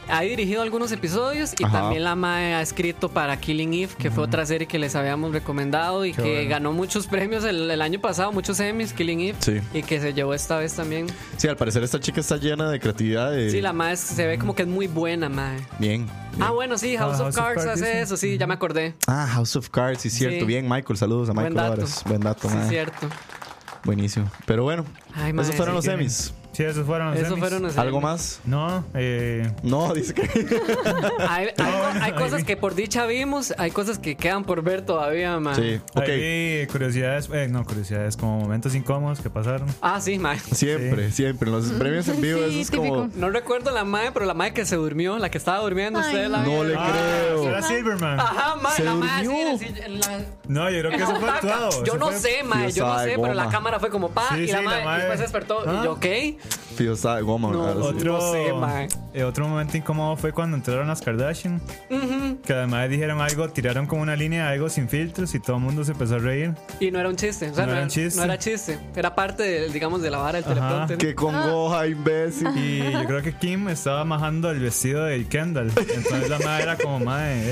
Speaker 4: ha dirigido algunos episodios y
Speaker 3: Ajá.
Speaker 4: también la mae ha escrito para Killing Eve, que fue otra serie que les habíamos recomendado y
Speaker 5: Qué
Speaker 4: que
Speaker 5: bueno.
Speaker 4: ganó muchos premios el, el año pasado, muchos Emmys, Killing Eve,
Speaker 3: Sí.
Speaker 4: y que se llevó esta vez también.
Speaker 3: Sí, al parecer esta chica está llena de creatividad. de-
Speaker 4: Sí, la mae es- se ve como que es muy buena, mae.
Speaker 3: Bien.
Speaker 4: Ah, bueno, sí, House,
Speaker 5: Ah,
Speaker 4: of, Cards hace
Speaker 5: sí.
Speaker 4: eso, sí, ya me acordé.
Speaker 3: Ah, House of Cards, sí, cierto.
Speaker 4: Sí.
Speaker 3: Bien, Michael. Saludos a
Speaker 4: Buen
Speaker 3: Michael
Speaker 4: dato.
Speaker 3: Álvarez. Buen dato,
Speaker 4: Sí,
Speaker 3: mae.
Speaker 4: cierto.
Speaker 3: Buenísimo. Pero bueno,
Speaker 4: Ay, mae,
Speaker 3: esos fueron
Speaker 4: sí.
Speaker 3: los Emmys.
Speaker 5: Sí, esos fueron los
Speaker 4: Eso
Speaker 5: Emmys.
Speaker 4: fueron los
Speaker 3: ¿Algo
Speaker 4: Emmys.
Speaker 3: más?
Speaker 5: No, eh,
Speaker 3: No, dice que.
Speaker 4: Hay, hay co- hay cosas que por dicha vimos, hay cosas que quedan por ver todavía, mae.
Speaker 3: sí, ok.
Speaker 5: ahí vi curiosidades, eh, no, curiosidades, como momentos incómodos que pasaron.
Speaker 4: Ah, sí, mae.
Speaker 3: Siempre, siempre. Los premios en vivo, eso
Speaker 6: Sí,
Speaker 3: es
Speaker 6: típico.
Speaker 3: como.
Speaker 4: No recuerdo la madre, pero la madre que se durmió, la que estaba durmiendo,
Speaker 6: Ay,
Speaker 4: ustedes la
Speaker 3: No
Speaker 4: vieron.
Speaker 3: le
Speaker 5: Ah,
Speaker 3: creo.
Speaker 5: Era Silverman.
Speaker 4: Ajá, madre,
Speaker 3: Se
Speaker 4: la madre
Speaker 3: durmió.
Speaker 4: así en el- en la-
Speaker 5: No, yo creo que
Speaker 4: en
Speaker 5: eso
Speaker 4: la
Speaker 5: fue
Speaker 4: butaca.
Speaker 5: actuado.
Speaker 4: Yo
Speaker 5: eso
Speaker 4: no
Speaker 5: fue-
Speaker 4: sé, madre,
Speaker 3: Dios
Speaker 4: yo no
Speaker 3: sabe,
Speaker 4: sé, pero la
Speaker 3: goma.
Speaker 4: cámara fue como pa,
Speaker 5: Sí,
Speaker 4: y la
Speaker 5: sí, la
Speaker 4: madre
Speaker 5: madre.
Speaker 4: después se despertó. Y yo,
Speaker 5: Ah.
Speaker 4: ok.
Speaker 3: Fío, sabe, goma,
Speaker 4: No,
Speaker 3: ¿verdad? Sí.
Speaker 5: Otro,
Speaker 4: No sé, mae.
Speaker 5: eh, otro momento incómodo fue cuando entraron las Kardashian. Que además dijeron algo, tiraron como una línea, algo sin filtros y todo el mundo se empezó a reír.
Speaker 4: Y no era un chiste. O sea, no, era, chiste. no era chiste. Era parte, del, digamos, de la vara del
Speaker 5: Ajá.
Speaker 4: teleprompter.
Speaker 3: Qué congoja, imbécil.
Speaker 5: Y yo creo que Kim estaba majando el vestido de Kendall. Entonces la madre era como, madre,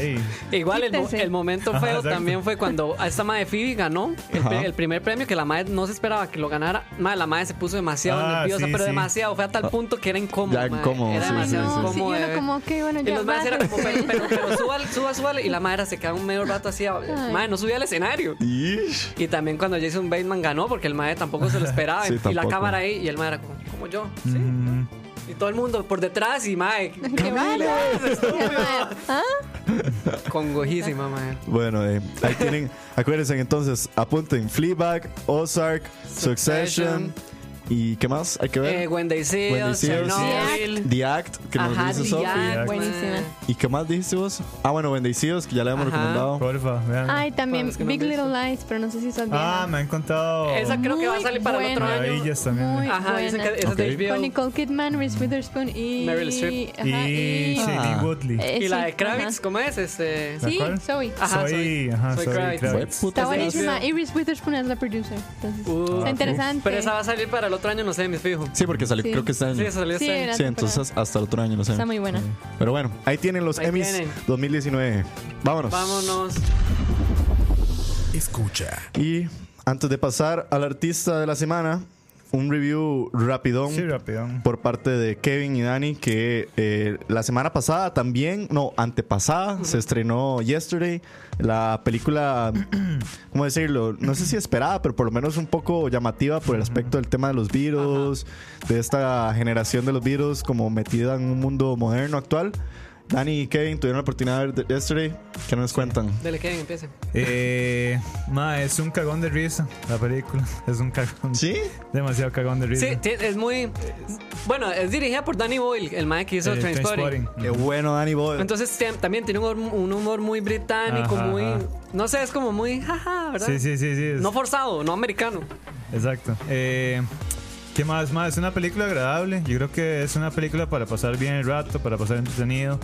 Speaker 5: hey.
Speaker 4: Igual el, mo-
Speaker 6: Quítense.
Speaker 4: el momento
Speaker 5: Ajá,
Speaker 4: feo
Speaker 5: exacto.
Speaker 4: también fue cuando a esta madre Phoebe ganó el, pre-
Speaker 3: Ajá.
Speaker 4: el primer premio que la madre no se esperaba que lo ganara. Madre, la madre se puso demasiado
Speaker 5: Ah,
Speaker 4: nerviosa,
Speaker 5: sí,
Speaker 4: pero
Speaker 5: sí.
Speaker 4: demasiado. Fue a tal punto que era incómodo.
Speaker 3: Ah, Ya
Speaker 4: madre.
Speaker 3: incómodo,
Speaker 4: Era
Speaker 3: sí, sí, sí.
Speaker 4: demasiado
Speaker 6: Sí,
Speaker 4: incómodo.
Speaker 6: y uno
Speaker 4: eh.
Speaker 6: como, ok, bueno,
Speaker 4: Y
Speaker 6: ya
Speaker 4: los madres era como,
Speaker 6: bájense.
Speaker 4: pero, pero, pero suba, suba, suba. Y la madre se quedaba un medio rato así. a-
Speaker 6: Ay.
Speaker 4: Madre, no subía al escenario.
Speaker 3: Ish.
Speaker 4: Y también cuando Jason Bateman ganó, porque el madre tampoco se lo esperaba.
Speaker 3: Sí,
Speaker 4: y la
Speaker 3: tampoco.
Speaker 4: cámara ahí, y el madre era como, como yo. sí.
Speaker 5: Mm,
Speaker 4: Y todo el mundo por detrás, y madre,
Speaker 6: ¡Qué vale! ¿Ah?
Speaker 4: congojísima, madre.
Speaker 3: Bueno, eh, ahí tienen. Acuérdense entonces, apunten Fleabag, Ozark, Succession.
Speaker 4: Succession.
Speaker 3: ¿Y qué más? Hay que
Speaker 4: Eh,
Speaker 3: ver.
Speaker 4: When They
Speaker 3: When
Speaker 4: See
Speaker 3: They
Speaker 4: Us,
Speaker 3: See Us.
Speaker 4: Chernobyl.
Speaker 3: The Act, que
Speaker 4: Ajá,
Speaker 3: nos dice
Speaker 4: The
Speaker 3: Sophie.
Speaker 4: Act,
Speaker 5: Act.
Speaker 6: Buenísima.
Speaker 4: man.
Speaker 3: ¿Y qué más dijiste vos? Ah, bueno, Bendecidos, que ya le habíamos
Speaker 4: Ajá.
Speaker 3: recomendado.
Speaker 5: porfa, vean.
Speaker 6: Ay, también
Speaker 4: Bueno, es que no
Speaker 6: Big
Speaker 4: han
Speaker 6: Little
Speaker 4: visto.
Speaker 6: Lies, pero no sé si son bien.
Speaker 5: Ah, me han contado
Speaker 4: Esa creo que va a
Speaker 6: Muy
Speaker 4: salir para el otro
Speaker 6: buena.
Speaker 4: año.
Speaker 5: maravillas también.
Speaker 6: Muy
Speaker 4: Ajá, dicen que
Speaker 6: buena.
Speaker 4: esa
Speaker 3: Ok.
Speaker 4: es de
Speaker 6: Con
Speaker 4: HBO.
Speaker 6: Nicole Kidman, Reese Witherspoon y...
Speaker 4: Meryl Streep.
Speaker 6: Ajá,
Speaker 5: Y Shailene
Speaker 3: Ah.
Speaker 5: Woodley.
Speaker 6: Eh,
Speaker 4: Y
Speaker 6: sí,
Speaker 4: la de
Speaker 6: ajá.
Speaker 4: Kravitz, ¿cómo es? Este...
Speaker 5: ¿La
Speaker 6: Sí,
Speaker 5: cual?
Speaker 6: Zoe.
Speaker 4: Ajá,
Speaker 5: soy, ajá, soy
Speaker 4: Kravitz.
Speaker 3: Fue
Speaker 5: Kravitz.
Speaker 3: puta Ah,
Speaker 6: Está
Speaker 3: madre.
Speaker 6: buenísima. Y Reese Witherspoon es la producer. Entonces,
Speaker 4: Uh,
Speaker 6: está interesante.
Speaker 4: Pero esa va a salir para el otro año, no sé, mis fijo.
Speaker 3: Sí, porque salió,
Speaker 6: Sí.
Speaker 3: creo que este año.
Speaker 4: Sí, esa salió
Speaker 6: Sí,
Speaker 4: este año.
Speaker 6: era
Speaker 3: Sí, entonces hasta el otro año, no sé.
Speaker 6: Está muy buena.
Speaker 3: Pero bueno, ahí tienen los
Speaker 4: Ahí
Speaker 3: Emmys
Speaker 4: tienen.
Speaker 3: 2019. Vámonos.
Speaker 4: Vámonos.
Speaker 1: Escucha.
Speaker 3: Y antes de pasar al artista de la semana, un review rapidón.
Speaker 5: Sí, rapidón.
Speaker 3: por parte de Kevin y Dani que eh, la semana pasada también, no, antepasada, se estrenó Yesterday, la película, ¿cómo decirlo? No sé si esperada, pero por lo menos un poco llamativa por el aspecto del tema de los virus, de esta generación de los virus como metida en un mundo moderno actual. Dani y Kevin tuvieron la oportunidad de ver Yesterday, ¿qué nos cuentan?
Speaker 4: Dele, Kevin, empiece.
Speaker 5: Eh, ma, es un cagón de risa la película. Es un cagón.
Speaker 3: ¿Sí?
Speaker 5: Demasiado cagón de risa.
Speaker 4: Sí, ti- es muy. Bueno, es dirigida por Danny Boyle, el mae que hizo
Speaker 5: Eh,
Speaker 4: Transporting.
Speaker 5: Trainspotting.
Speaker 3: Qué bueno, Dani Boy.
Speaker 4: Entonces tem- también tiene un humor, un humor muy británico,
Speaker 5: Ajá,
Speaker 4: muy.
Speaker 5: ajá.
Speaker 4: No sé, es como muy. Jaja, ¿verdad?
Speaker 5: Sí, sí, sí, sí. es-
Speaker 4: No forzado, no americano.
Speaker 5: Exacto. Eh, ¿Qué más? Más, es una película agradable. Yo creo que es una película para pasar bien el rato, para pasar entretenido.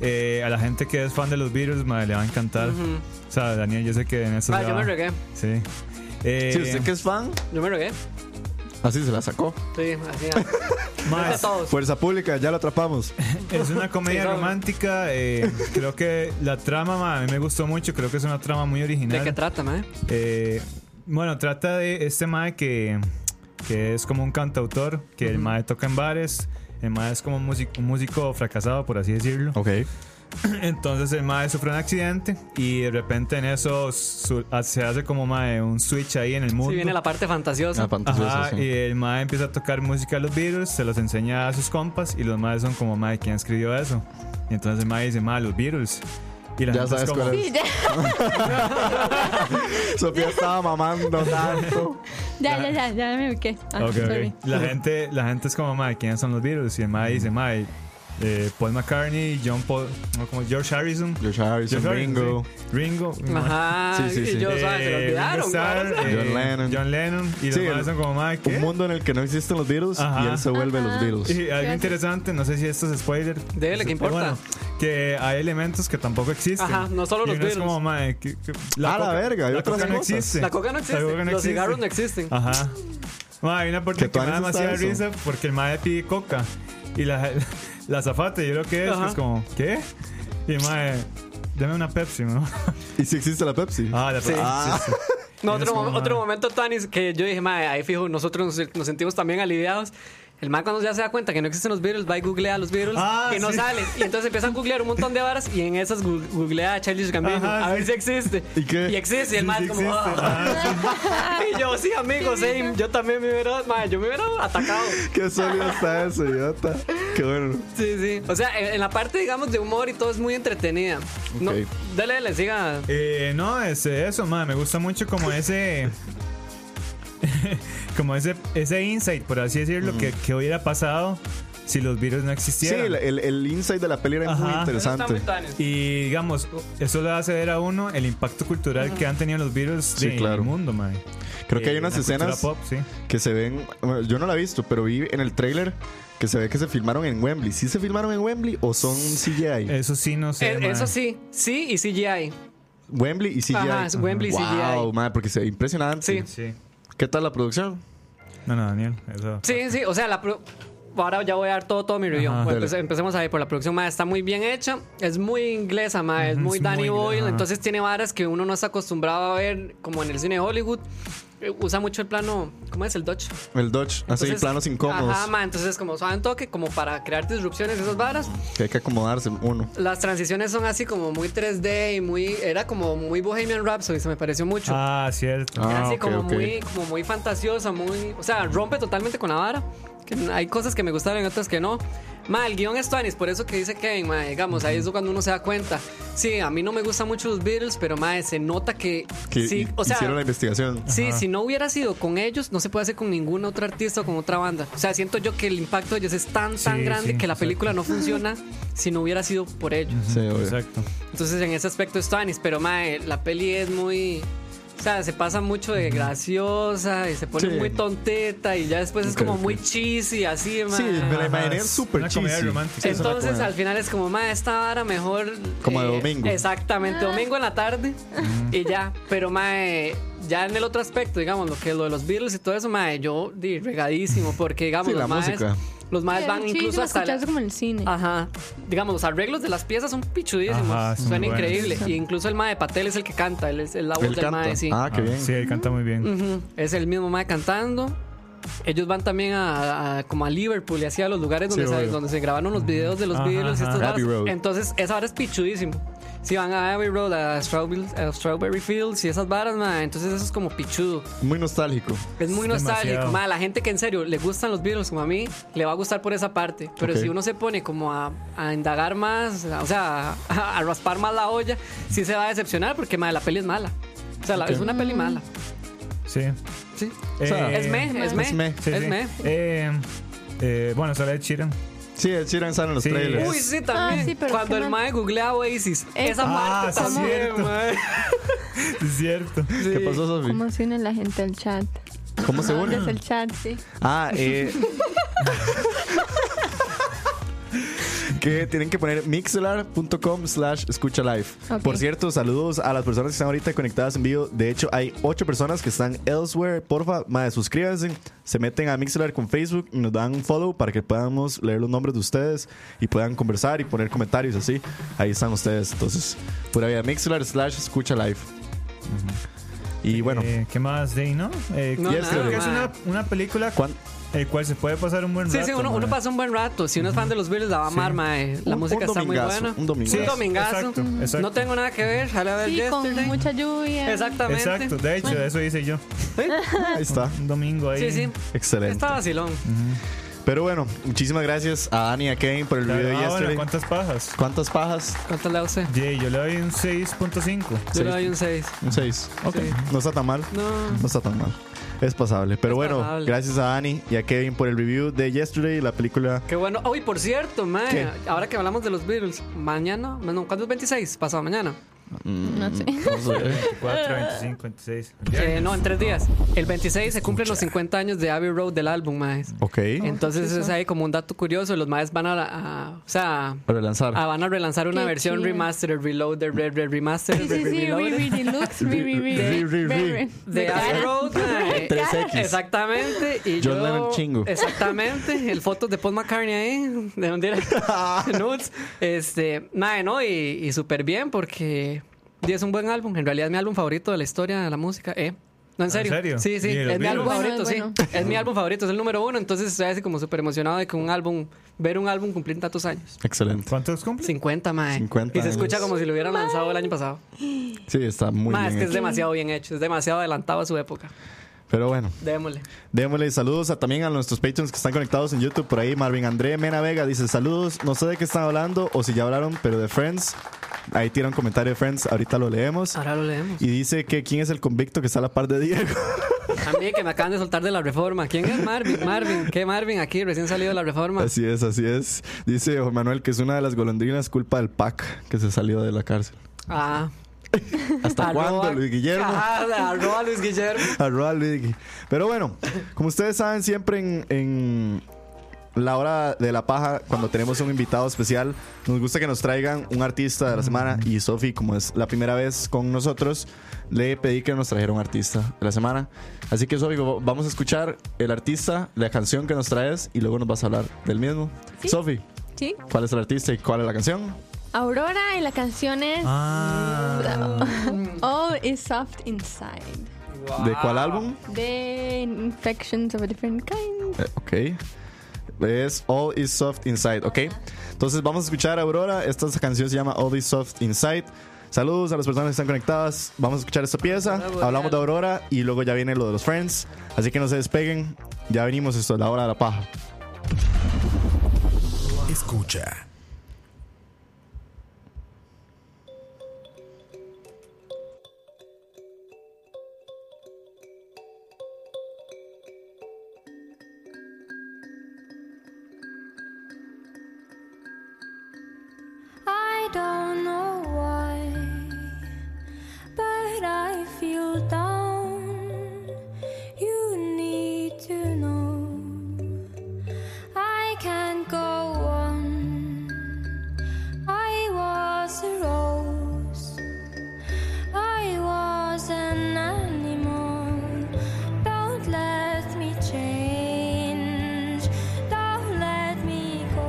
Speaker 5: Eh, a la gente que es fan de los Beatles, ma, le va a encantar. O sea, Daniel, yo sé que en eso.
Speaker 4: Ah,
Speaker 5: se
Speaker 4: yo
Speaker 5: va-
Speaker 4: me regué.
Speaker 5: Sí. Eh,
Speaker 3: Sí, usted que es fan,
Speaker 4: Yo me regué.
Speaker 3: Así se la sacó.
Speaker 4: Sí, así. Frente a
Speaker 5: Más,
Speaker 4: todos.
Speaker 3: Fuerza pública, ya lo atrapamos.
Speaker 5: es una comedia
Speaker 4: Sí, sabe.
Speaker 5: romántica. eh, creo que la trama, ma, a mí me gustó mucho. Creo que es una trama muy original.
Speaker 4: ¿De qué trata, mae?
Speaker 5: Eh, bueno, trata de este mae que, que es como un cantautor, que el mae toca en bares. El mae es como un músico, un músico fracasado, por así decirlo.
Speaker 3: Ok.
Speaker 5: Entonces el mae sufre un accidente y de repente en eso su- ah, se hace como mae un switch ahí en el mundo.
Speaker 4: Sí, viene la parte fantasiosa.
Speaker 3: Una fantasiosa,
Speaker 5: Ajá,
Speaker 3: sí.
Speaker 5: y el mae empieza a tocar música de los Beatles, se los enseña a sus compas y los maes son como, mae, ¿quién escribió eso? Y entonces el mae dice, mae, los Beatles. Y la
Speaker 3: Ya
Speaker 5: gente
Speaker 3: sabes
Speaker 5: es como,
Speaker 3: cuál
Speaker 6: Sí, ya,
Speaker 3: Sofía estaba mamando tanto.
Speaker 6: ya, ya, ya, ya me ubiqué. Ah,
Speaker 5: Ok, ok.
Speaker 6: sorry.
Speaker 5: La gente, la gente es como, mae, ¿quiénes son los Beatles? Y el mae dice, mae, eh, Paul McCartney, John Paul, no, como George Harrison.
Speaker 3: George Harrison,
Speaker 5: George Harrison,
Speaker 3: Ringo.
Speaker 5: sí. Ringo.
Speaker 4: Ajá.
Speaker 3: Sí, sí, sí.
Speaker 4: Y yo, ¿sabes? Se lo
Speaker 5: Eh,
Speaker 4: olvidaron,
Speaker 5: Ringo Starr,
Speaker 4: weón.
Speaker 5: eh,
Speaker 3: John Lennon.
Speaker 5: John Lennon. Y los
Speaker 3: Sí, el-
Speaker 5: maes son como, mae, ¿qué?
Speaker 3: Un mundo en el que no existen los virus y
Speaker 5: Ajá.
Speaker 3: él se vuelve
Speaker 6: Ajá.
Speaker 3: los virus.
Speaker 5: Y algo interesante, no sé si esto es spoiler. Eh,
Speaker 4: Dele, ¿qué importa?
Speaker 5: Bueno, que hay elementos que tampoco existen.
Speaker 4: Ajá, no solo
Speaker 5: Y
Speaker 4: los
Speaker 5: uno es
Speaker 4: virus.
Speaker 5: como, mae, que- que-
Speaker 3: Ah, la verga, hay
Speaker 5: la
Speaker 3: otras
Speaker 5: coca no
Speaker 3: cosas.
Speaker 5: existe.
Speaker 4: La coca no existe.
Speaker 5: La coca no
Speaker 4: los
Speaker 5: existe.
Speaker 4: cigarros no existen.
Speaker 5: Ajá. Mae, hay una parte
Speaker 3: Que
Speaker 5: que me da
Speaker 3: Tuanis está
Speaker 5: demasiada
Speaker 3: eso.
Speaker 5: risa porque el mae pide coca. Y la, la azafata, yo creo que es, que
Speaker 4: Ajá.
Speaker 5: es como, ¿qué? Y el mae, dame una Pepsi, ¿no?
Speaker 3: ¿Y si existe la Pepsi?
Speaker 5: Ah, la
Speaker 4: Sí.
Speaker 5: Pepsi.
Speaker 3: Ah.
Speaker 5: sí, sí.
Speaker 4: No,
Speaker 5: Tienes
Speaker 4: otro,
Speaker 5: como,
Speaker 4: mom- otro
Speaker 5: mae.
Speaker 4: momento, Tanis, que yo dije, mae, ahí fijo, nosotros nos, nos sentimos también aliviados. El mae cuando ya se da cuenta que no existen los Beatles, va y googlea los Beatles
Speaker 5: Ah,
Speaker 4: y no
Speaker 5: sí.
Speaker 4: sale. Y entonces empieza a googlear un montón de varas y en esas gu- googlea a Charlie Gambino a
Speaker 5: Ajá, sí.
Speaker 4: ver si existe.
Speaker 3: ¿Y qué?
Speaker 4: existe. Y el
Speaker 5: Sí,
Speaker 4: mae
Speaker 5: sí
Speaker 4: es como...
Speaker 5: existe, Ah,
Speaker 4: "Ah". Y yo, sí, amigo, sí, yo también me hubiera... Mae, yo me hubiera atacado.
Speaker 3: Qué sólido está eso, idiota. Qué bueno.
Speaker 4: Sí, sí. O sea, en, en la parte, digamos, de humor y todo es muy entretenida. No,
Speaker 3: Ok.
Speaker 4: dale, dale, siga.
Speaker 5: Eh, no, es eso, madre. Me gusta mucho como ese. como ese, ese insight, por así decirlo, que, que hubiera pasado si los virus no
Speaker 3: Mm. Sí,
Speaker 5: existieran.
Speaker 3: el, el, el insight de la peli era
Speaker 5: Ajá.
Speaker 3: muy interesante.
Speaker 5: Y digamos, eso le hace ver a uno el impacto cultural que han tenido los virus
Speaker 3: Sí,
Speaker 5: en
Speaker 3: claro.
Speaker 5: el mundo, madre.
Speaker 3: Creo que hay unas escenas
Speaker 5: Pop, sí.
Speaker 3: que se ven. bueno, yo no la he visto, pero vi en el tráiler que se ve que se filmaron en Wembley. ¿Sí se filmaron en Wembley o son CGI?
Speaker 5: Eso sí, no sé.
Speaker 4: Eh,
Speaker 5: mae.
Speaker 4: eso sí, sí y CGI.
Speaker 3: Wembley y CGI.
Speaker 4: Ajá, es Wembley y
Speaker 3: Wow,
Speaker 4: CGI.
Speaker 3: madre, porque se impresionante.
Speaker 4: Sí.
Speaker 5: Sí.
Speaker 3: ¿Qué tal la producción?
Speaker 5: No, no, Daniel. Eso.
Speaker 4: Sí, sí, o sea, la pro- ahora ya voy a dar todo, todo mi review.
Speaker 5: Ajá.
Speaker 4: Bueno,
Speaker 3: Dale.
Speaker 4: empece- empecemos ahí por la producción, ma, está muy bien hecha, es muy inglesa, ma, es
Speaker 5: Ujú,
Speaker 4: muy
Speaker 5: es
Speaker 4: Danny
Speaker 5: muy-
Speaker 4: Boyle,
Speaker 5: ajá.
Speaker 4: entonces tiene varas que uno no está acostumbrado a ver como en el cine de Hollywood. Eh, Usa mucho el plano, ¿cómo es el Dodge?
Speaker 3: El Dodge, así,
Speaker 4: Entonces-
Speaker 3: Ah, planos incómodos.
Speaker 4: Ajá, ma, entonces como suave toque, como para crear disrupciones, esas varas.
Speaker 3: que hay que acomodarse uno.
Speaker 4: Las transiciones son así como muy 3D y muy, era como muy Bohemian Rhapsody, se me pareció mucho.
Speaker 5: Ah, cierto.
Speaker 3: Ah,
Speaker 4: Era así
Speaker 3: ok,
Speaker 4: como,
Speaker 3: ok.
Speaker 4: Muy, como muy fantasiosa, muy. O sea, rompe totalmente con la vara. Que hay cosas que me gustaron y otras que no. Ma, el guión es Tuanis, por eso que dice Kevin, ma, digamos, ahí es cuando uno se da cuenta. Sí, a mí no me gustan mucho los Beatles, pero ma, se nota que.
Speaker 3: Que
Speaker 4: sí,
Speaker 3: hi-
Speaker 4: o sea.
Speaker 3: hicieron la investigación.
Speaker 4: Sí, si no hubiera sido con ellos, no se puede hacer con ningún otro artista o con otra banda. O sea, siento yo que el impacto de ellos es tan, tan
Speaker 5: Sí,
Speaker 4: grande
Speaker 5: sí,
Speaker 4: que la
Speaker 5: exacto.
Speaker 4: película no funciona si no hubiera sido por ellos.
Speaker 3: Sí, obvio.
Speaker 5: Exacto.
Speaker 4: Entonces en ese aspecto es Tuanis, pero mae, la peli es muy... O sea, se pasa mucho de graciosa y se pone
Speaker 3: Sí.
Speaker 4: muy tonteta y ya después es
Speaker 3: Ok,
Speaker 4: como
Speaker 3: ok.
Speaker 4: muy cheesy así, mae.
Speaker 3: Sí, me la imaginé
Speaker 5: Ajá, es
Speaker 3: súper
Speaker 5: una comedia
Speaker 3: cheesy.
Speaker 5: romántica.
Speaker 3: Sí, es una
Speaker 4: Entonces
Speaker 3: comedia.
Speaker 4: al final es como, mae, esta vara mejor... eh,
Speaker 3: Como de domingo. Mm.
Speaker 4: Exactamente,
Speaker 6: Ah.
Speaker 4: domingo en la tarde y ya. Pero mae, ya en el otro aspecto, digamos, lo que lo de los Beatles y todo eso, mae, yo di regadísimo porque, digamos,
Speaker 3: Sí, la
Speaker 4: los maes...
Speaker 3: música.
Speaker 4: Los maes van
Speaker 6: Sí,
Speaker 4: incluso
Speaker 6: lo
Speaker 4: hasta... la- Ah.
Speaker 6: escuchaste como en el cine.
Speaker 4: Ajá. Digamos, los arreglos de las piezas son pichudísimos.
Speaker 5: Ajá, son
Speaker 4: Suena
Speaker 5: muy buenos.
Speaker 4: increíble. Y incluso el mae de Patel es el que canta. Él es el la voz
Speaker 3: Él
Speaker 4: del
Speaker 3: canta.
Speaker 4: mae, sí.
Speaker 3: Ah, qué
Speaker 5: Ah,
Speaker 3: bien.
Speaker 5: Sí, él canta muy bien.
Speaker 4: Ujú. Es el mismo mae cantando. Ellos van también a, a- como a Liverpool y así a los lugares donde,
Speaker 3: Sí,
Speaker 4: se,
Speaker 3: obvio.
Speaker 4: donde se grabaron los videos de los
Speaker 5: Ajá,
Speaker 4: Beatles y
Speaker 5: ajá.
Speaker 4: estas varas.
Speaker 3: Abbey Road.
Speaker 4: Entonces, esa vara es pichudísimo. Si van a Abbey Road, a Strawberry, a Strawberry Fields y esas varas, mae, entonces eso es como pichudo.
Speaker 3: Muy nostálgico.
Speaker 4: Es muy
Speaker 5: Es
Speaker 4: nostálgico.
Speaker 5: demasiado.
Speaker 4: Ma, la gente que en serio le gustan los Beatles como a mí, le va a gustar por esa parte. Pero
Speaker 3: Ok.
Speaker 4: si uno se pone como a, a indagar más, o sea, a, a raspar más la olla, sí se va a decepcionar porque ma, la peli es mala. O sea, la- es una
Speaker 6: Mm.
Speaker 4: peli mala.
Speaker 5: Sí.
Speaker 4: Sí.
Speaker 3: sea,
Speaker 5: Eh,
Speaker 4: Es me, es me. Es
Speaker 3: meh.
Speaker 4: me.
Speaker 5: Sí, sí. Eh, eh, bueno, sale de Chiran.
Speaker 3: Sí, el Sheeran sale en los
Speaker 5: Sí.
Speaker 3: trailers.
Speaker 4: Uy, sí, también.
Speaker 6: Ah, sí, pero
Speaker 4: Cuando
Speaker 6: qué
Speaker 4: el
Speaker 6: mal.
Speaker 4: mae googlea Oasis,
Speaker 6: Eh,
Speaker 4: esa
Speaker 5: ah,
Speaker 4: parte
Speaker 5: sí, es
Speaker 4: también,
Speaker 5: cierto.
Speaker 4: mae.
Speaker 5: Es cierto.
Speaker 3: ¿Qué pasó, Sofi?
Speaker 6: ¿Cómo se une la gente al chat?
Speaker 3: ¿Cómo se
Speaker 6: ¿Dónde
Speaker 3: une?
Speaker 6: es el chat? Sí.
Speaker 3: Ah, eh. que tienen que poner mixelar.com slash escucha live.
Speaker 6: Ok.
Speaker 3: Por cierto, saludos a las personas que están ahorita conectadas en vivo. De hecho, hay ocho personas que están elsewhere. Porfa, madre, suscríbanse. Se meten a Mixelar con Facebook y nos dan un follow para que podamos leer los nombres de ustedes y puedan conversar y poner comentarios así. Ahí están ustedes. Entonces, pura vida. Mixelar slash escucha live. Y bueno,
Speaker 5: Eh, ¿Qué más, Day, no? Eh,
Speaker 4: No,
Speaker 5: creo
Speaker 3: nada,
Speaker 5: que es
Speaker 4: ma.
Speaker 5: una, una película
Speaker 3: ¿cuán-
Speaker 5: el cual se puede pasar un buen
Speaker 4: Sí,
Speaker 5: rato.
Speaker 4: sí, uno, uno
Speaker 5: ma.
Speaker 4: pasa un buen rato. Si uno es fan de los Beatles, la va a amar, mae. La
Speaker 3: Un-
Speaker 4: música
Speaker 3: un
Speaker 4: está muy
Speaker 3: domingazo,
Speaker 4: buena.
Speaker 3: un domingazo.
Speaker 4: domingazo.
Speaker 5: Exacto, exacto.
Speaker 4: No tengo nada que ver. Jale a ver
Speaker 6: Sí, con
Speaker 4: Pues Yesterday.
Speaker 6: mucha lluvia.
Speaker 4: Exactamente.
Speaker 5: Exacto, de hecho, eso hice yo.
Speaker 3: ahí está.
Speaker 5: Un domingo ahí.
Speaker 4: Sí, sí.
Speaker 3: Excelente.
Speaker 4: Está vacilón.
Speaker 3: Pero bueno, muchísimas gracias a Annie y a Kane por el
Speaker 5: La-
Speaker 3: video de
Speaker 5: ah, bueno,
Speaker 3: yesterday.
Speaker 5: ¿cuántas pajas?
Speaker 3: ¿Cuántas pajas?
Speaker 4: ¿Cuánto le da usted?
Speaker 5: Yeah, yo le doy un 6.5.
Speaker 4: Yo le
Speaker 3: Seis.
Speaker 4: doy un 6.
Speaker 3: Un 6. Ok. No está tan mal.
Speaker 4: No.
Speaker 3: No está tan mal. Es pasable. Pero bueno,
Speaker 4: pasable.
Speaker 3: gracias a Annie y a Kevin por el review de Yesterday, la película.
Speaker 4: Qué bueno. Uy, por cierto, mae.
Speaker 3: ¿Qué?
Speaker 4: Ahora que hablamos de los Beatles, mañana, no, ¿cuándo es 26? Pasado mañana.
Speaker 6: No sé.
Speaker 5: 4, 25, 26.
Speaker 4: Eh, no, en tres días. El 26 se cumplen los 50 años de Abbey Road del álbum, mae.
Speaker 3: Ok.
Speaker 4: Entonces es ahí como un dato curioso. Los maes van a, a- o sea,
Speaker 3: Para lanzar.
Speaker 4: Ah, van a relanzar una
Speaker 6: Qué
Speaker 4: versión
Speaker 6: chido.
Speaker 4: remastered, reloaded, re, re, remastered,
Speaker 6: Sí, sí,
Speaker 4: re-
Speaker 6: sí. Re,
Speaker 4: reloaded
Speaker 6: re, deluxe. Re, re, re.
Speaker 3: Re, re, re.
Speaker 6: re, re.
Speaker 4: de Abbey Road. mae.
Speaker 3: 3X.
Speaker 4: Exactamente. Y
Speaker 3: John
Speaker 4: yo-
Speaker 3: Lennon chingo.
Speaker 4: Exactamente. El foto de Paul McCartney ahí, de donde era. Nudes. Este, nada, ¿no? Y, y súper bien porque y es un buen álbum. En realidad es mi álbum favorito de la historia de la música. ¿eh? No, en
Speaker 5: ¿En
Speaker 4: serio.
Speaker 5: serio?
Speaker 4: Sí, sí.
Speaker 5: ¿Y de los
Speaker 4: Es mi álbum
Speaker 6: Beatles?
Speaker 4: favorito,
Speaker 6: Bueno, es
Speaker 4: sí. Es mi álbum favorito, es el número uno. Entonces estoy así como súper emocionado de que un álbum, ver un álbum cumplir tantos años.
Speaker 3: Excelente.
Speaker 5: ¿Cuántos cumple?
Speaker 4: 50, mae.
Speaker 3: 50
Speaker 4: y se escucha
Speaker 3: años.
Speaker 4: como si lo hubieran lanzado el año pasado.
Speaker 3: Sí, está muy
Speaker 4: Mae, es que
Speaker 3: bien.
Speaker 4: es
Speaker 3: hecho.
Speaker 4: demasiado bien hecho. Es demasiado adelantado a su época.
Speaker 3: Pero bueno,
Speaker 4: Démosle.
Speaker 3: démosle saludos a, también a nuestros patrons que están conectados en YouTube. Por ahí, Marvin André Mena Vega dice: Saludos, no sé de qué están hablando o si ya hablaron, pero de Friends. Ahí tira un comentario de Friends, ahorita lo leemos.
Speaker 4: Ahora lo leemos.
Speaker 3: Y dice que quién es el convicto que está a la par de Diego.
Speaker 4: A mí que me acaban de soltar de la reforma. ¿Quién es Marvin? Marvin, ¿qué Marvin? Aquí recién salido de la reforma.
Speaker 3: Así es, así es. Dice Juan Manuel que es una de las golondrinas culpa del PAC que se salió de la cárcel.
Speaker 4: Ah.
Speaker 3: ¿Hasta
Speaker 4: Arroba-
Speaker 3: cuándo, Luis Guillermo?
Speaker 4: Ajá, arroba Luis Guillermo.
Speaker 3: Arroba Luis Gui- Pero bueno, como ustedes saben, siempre en, en la hora de la paja, cuando tenemos un invitado especial, nos gusta que nos traigan un artista de la semana. Y Sofi, como es la primera vez con nosotros, le pedí que nos trajera un artista de la semana. Así que, Sofi, vo- vamos a escuchar el artista, la canción que nos traes y luego nos vas a hablar del mismo.
Speaker 6: Sí.
Speaker 3: Sofi,
Speaker 6: Sí.
Speaker 3: ¿cuál es el artista y cuál es la canción?
Speaker 6: Aurora y la canción es
Speaker 5: Ah,
Speaker 6: All is Soft Inside.
Speaker 3: ¿De cuál álbum?
Speaker 6: De Infections of a Different Kind.
Speaker 3: Eh, ok. Es All is Soft Inside, ok. Entonces vamos a escuchar a Aurora. Esta canción se llama All is Soft Inside. Saludos a las personas que están conectadas. Vamos a escuchar esta pieza. Hablamos de Aurora y luego ya viene lo de los Friends. Así que no se despeguen. Ya venimos, esto es la hora de la paja.
Speaker 1: Escucha.
Speaker 8: I don't know why, but I feel down. You need to know I can't go on. I was a rose, I was an animal. Don't let me change, don't let me go.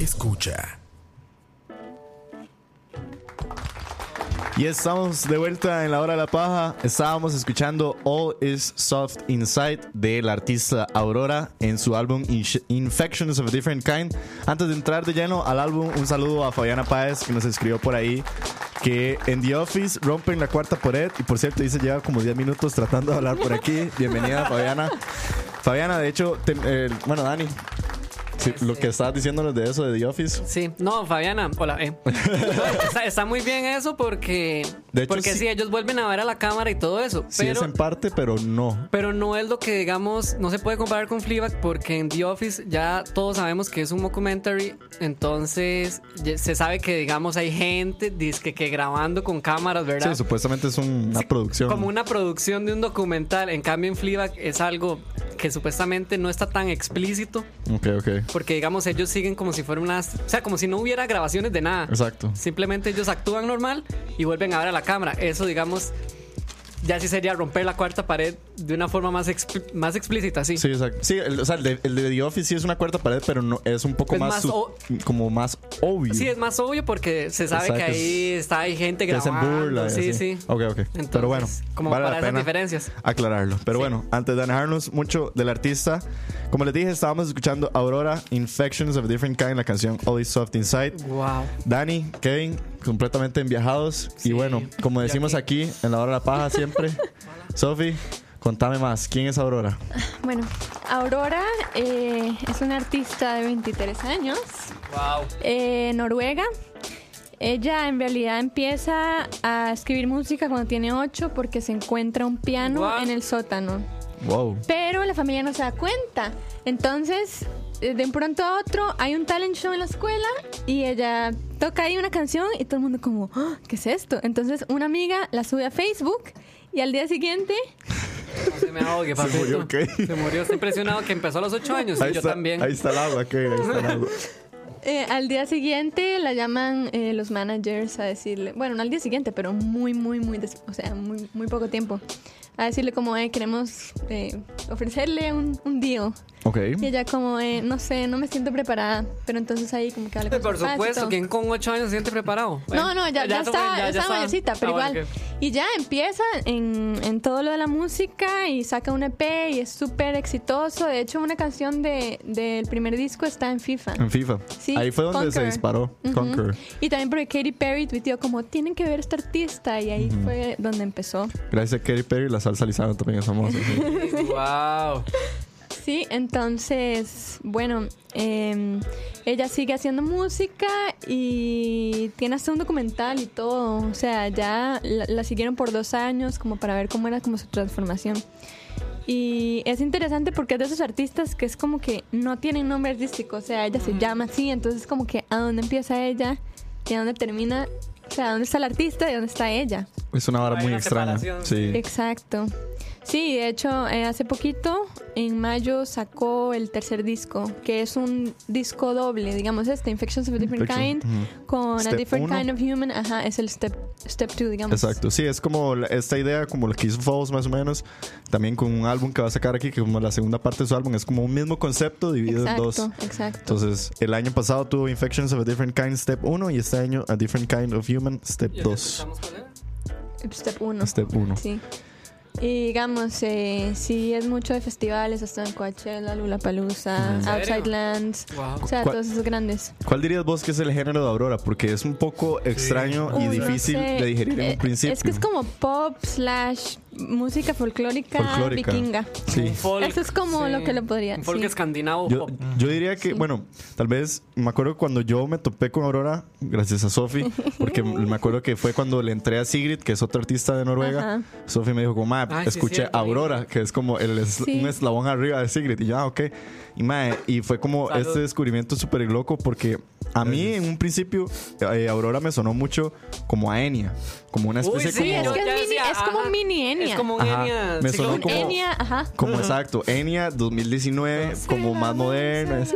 Speaker 1: escucha.
Speaker 3: Y estamos de vuelta en la hora de la paja. Estábamos escuchando All Is Soft Inside del artista Aurora en su álbum Insh- Infections of a Different Kind. Antes de entrar de lleno al álbum, un saludo a Fabiana Páez que nos escribió por ahí que en The Office rompen la cuarta pared. Y por cierto, dice lleva como 10 minutos tratando de hablar por aquí. Bienvenida, Fabiana. Fabiana, de hecho, te- eh, bueno, Dani, sí, lo que estabas diciéndonos de eso de The Office.
Speaker 4: Sí, no, Fabiana, hola. eh. está, está muy bien eso porque,
Speaker 3: De hecho,
Speaker 4: porque
Speaker 3: sí.
Speaker 4: sí. ellos vuelven a ver a la cámara y todo eso.
Speaker 3: Sí,
Speaker 4: Pero,
Speaker 3: es en parte, pero no.
Speaker 4: pero no es lo que digamos, no se puede comparar con Fleabag porque en The Office ya todos sabemos que es un mockumentary, entonces ya se sabe que digamos hay gente disque que grabando con cámaras, ¿verdad?
Speaker 3: Sí, supuestamente es un- una producción.
Speaker 4: Como una producción de un documental. En cambio en Fleabag es algo que supuestamente no está tan explícito
Speaker 3: Ok, ok.
Speaker 4: porque digamos ellos siguen como si fuera unas, o sea, como si no hubiera grabaciones de nada.
Speaker 3: Exacto.
Speaker 4: Simplemente ellos actúan normal y vuelven a ver a la cámara. Eso, digamos, ya sí sería romper la cuarta pared de una forma más, expl- más explícita, sí.
Speaker 3: Sí, exacto. Sí, el, o sea, el de, el de The Office sí es una cuarta pared, pero no, es un poco
Speaker 4: Es
Speaker 3: más,
Speaker 4: más
Speaker 3: su-
Speaker 4: o-
Speaker 3: como más obvio.
Speaker 4: Sí, es más obvio porque se sabe
Speaker 3: Exacto,
Speaker 4: que ahí está, hay gente
Speaker 3: que hacen
Speaker 4: grabando.
Speaker 3: burla. y
Speaker 4: sí,
Speaker 3: así.
Speaker 4: sí.
Speaker 3: Ok, ok.
Speaker 4: Entonces,
Speaker 3: pero bueno,
Speaker 4: como
Speaker 3: vale
Speaker 4: para
Speaker 3: la
Speaker 4: esas
Speaker 3: pena
Speaker 4: diferencias.
Speaker 3: aclararlo. Pero
Speaker 4: Sí.
Speaker 3: bueno, antes de alejarnos mucho del artista, como les dije, estábamos escuchando Aurora, Infections of a Different Kind, la canción All Is Soft Inside.
Speaker 4: Wow.
Speaker 3: Dani, Kevin, completamente enviajados. Y
Speaker 4: Sí,
Speaker 3: bueno, como
Speaker 4: ya
Speaker 3: decimos
Speaker 4: que-
Speaker 3: aquí, en la hora de la paja siempre, Sofi, contame más. ¿Quién es Aurora?
Speaker 6: Bueno, Aurora eh, es una artista de 23 años,
Speaker 4: Wow.
Speaker 6: eh, noruega. Ella en realidad empieza a escribir música cuando tiene 8 porque se encuentra un piano
Speaker 4: What?
Speaker 6: en el sótano.
Speaker 3: Wow.
Speaker 6: Pero la familia no se da cuenta. Entonces, eh, de un pronto a otro, hay un talent show en la escuela y ella toca ahí una canción y todo el mundo como, "Ah, ¿qué es esto? Entonces, una amiga la sube a Facebook y al día siguiente,
Speaker 4: Se me ahogue, papito.
Speaker 3: murió, ok.
Speaker 4: Se murió. Está impresionado que empezó a los ocho años. y yo
Speaker 3: está,
Speaker 4: también.
Speaker 3: Ahí está el agua, Kevin, ahí está el agua.
Speaker 6: eh, al día siguiente la llaman eh, los managers a decirle, bueno, no al día siguiente, pero muy, muy, muy, des- o sea, muy, muy poco tiempo, a decirle como, eh, queremos eh, ofrecerle un, un deal.
Speaker 3: Ok.
Speaker 4: Mm.
Speaker 6: Y ella como, eh, no sé, no me siento preparada, pero entonces ahí como que habla con
Speaker 4: Por
Speaker 6: sus papás y
Speaker 4: supuesto,
Speaker 6: todo.
Speaker 4: ¿quién con ocho años se siente preparado?
Speaker 6: No, no, ya, ya, está, ya, está mayorcita, pero
Speaker 4: Ah,
Speaker 6: igual. Y ya empieza en, en todo lo de la música y saca un EP y es súper exitoso. De hecho, una canción de- del primer disco está en FIFA.
Speaker 3: En FIFA.
Speaker 6: Sí,
Speaker 3: Ah, Ahí fue donde se
Speaker 6: Conquer.
Speaker 3: disparó
Speaker 6: Ujú.
Speaker 3: Conquer.
Speaker 6: Y también porque Katy Perry tuiteó como, tienen que ver a este artista. Y ahí fue donde empezó.
Speaker 3: Gracias a Katy Perry, la salsa Lizano también es famosa. sí.
Speaker 4: Wow.
Speaker 6: Sí, entonces, bueno, eh, ella sigue haciendo música y tiene hasta un documental y todo. O sea, ya la, la siguieron por dos años como para ver cómo era como su transformación. Y es interesante porque es de esos artistas que es como que no tienen nombre artístico. O sea, ella se llama así, entonces como que a dónde empieza ella y a dónde termina. O sea, ¿dónde está el artista y dónde está ella?
Speaker 3: Es una vara
Speaker 4: Hay
Speaker 3: muy
Speaker 4: una
Speaker 3: extraña.
Speaker 4: separación,
Speaker 3: Sí.
Speaker 6: Exacto. Sí, de hecho, eh, hace poquito, en mayo, sacó el tercer disco, que es un disco doble, digamos este, Infections of a Different
Speaker 3: Infection,
Speaker 6: Kind, con
Speaker 3: Step
Speaker 6: A Different
Speaker 3: uno.
Speaker 6: Kind of Human, ajá, es el Step 2, digamos.
Speaker 3: Exacto, sí, es como la- esta idea, como lo que hizo Falls más o menos, también con un álbum que va a sacar aquí, que como la segunda parte de su álbum, es como un mismo concepto dividido en
Speaker 6: Exacto,
Speaker 3: dos.
Speaker 6: exacto.
Speaker 3: Entonces, el año pasado tuvo Infections of a Different Kind, Step 1, y este año A Different Kind of Human, Step 2.
Speaker 6: Step 1.
Speaker 3: Step uno.
Speaker 6: Sí. Y digamos, eh, sí, es mucho de festivales, hasta en Coachella, Lollapalooza,
Speaker 4: ¿En serio?
Speaker 6: Outside Lands,
Speaker 4: Wow.
Speaker 6: o sea,
Speaker 3: ¿Cuál-
Speaker 6: todos esos grandes.
Speaker 3: ¿Cuál dirías vos que es el género de Aurora? Porque es un poco extraño y
Speaker 6: Uy, no
Speaker 3: difícil
Speaker 6: sé.
Speaker 3: de digerir en
Speaker 6: Eh,
Speaker 3: un principio.
Speaker 6: Es que es como pop slash música folclórica,
Speaker 3: Folclórica.
Speaker 6: vikinga.
Speaker 3: Sí.
Speaker 4: Folk,
Speaker 6: Eso es como lo que lo podría-
Speaker 4: Un folk
Speaker 6: sí.
Speaker 4: escandinavo.
Speaker 3: Yo,
Speaker 4: pop.
Speaker 3: yo diría que, bueno, tal vez me acuerdo cuando yo me topé con Aurora, gracias a Sofi, porque m- me acuerdo que fue cuando le entré a Sigrid, que es otro artista de Noruega.
Speaker 6: Ajá.
Speaker 3: Sofi me dijo, como, "Ma,
Speaker 4: Ay, Ah, sí,
Speaker 3: escuché
Speaker 4: cierto,
Speaker 3: Aurora, que es como el es-
Speaker 6: Sí.
Speaker 3: un eslabón arriba de Sigrid. Y ya, ok. Y, ma, y fue como
Speaker 4: Salud.
Speaker 3: este descubrimiento súper loco, porque a mí en un principio eh, Aurora me sonó mucho como a Enya, como una especie
Speaker 4: Uy, sí,
Speaker 3: como.
Speaker 6: es que
Speaker 4: yo ya
Speaker 6: mini- es como
Speaker 4: ajá,
Speaker 6: un mini
Speaker 4: Es
Speaker 6: Enya.
Speaker 4: como un
Speaker 3: Ajá,
Speaker 4: Enya.
Speaker 3: me
Speaker 4: sí,
Speaker 3: sonó
Speaker 4: como-
Speaker 3: como-
Speaker 6: Enya, ajá.
Speaker 3: Como exacto, Enya 2019, como más moderna.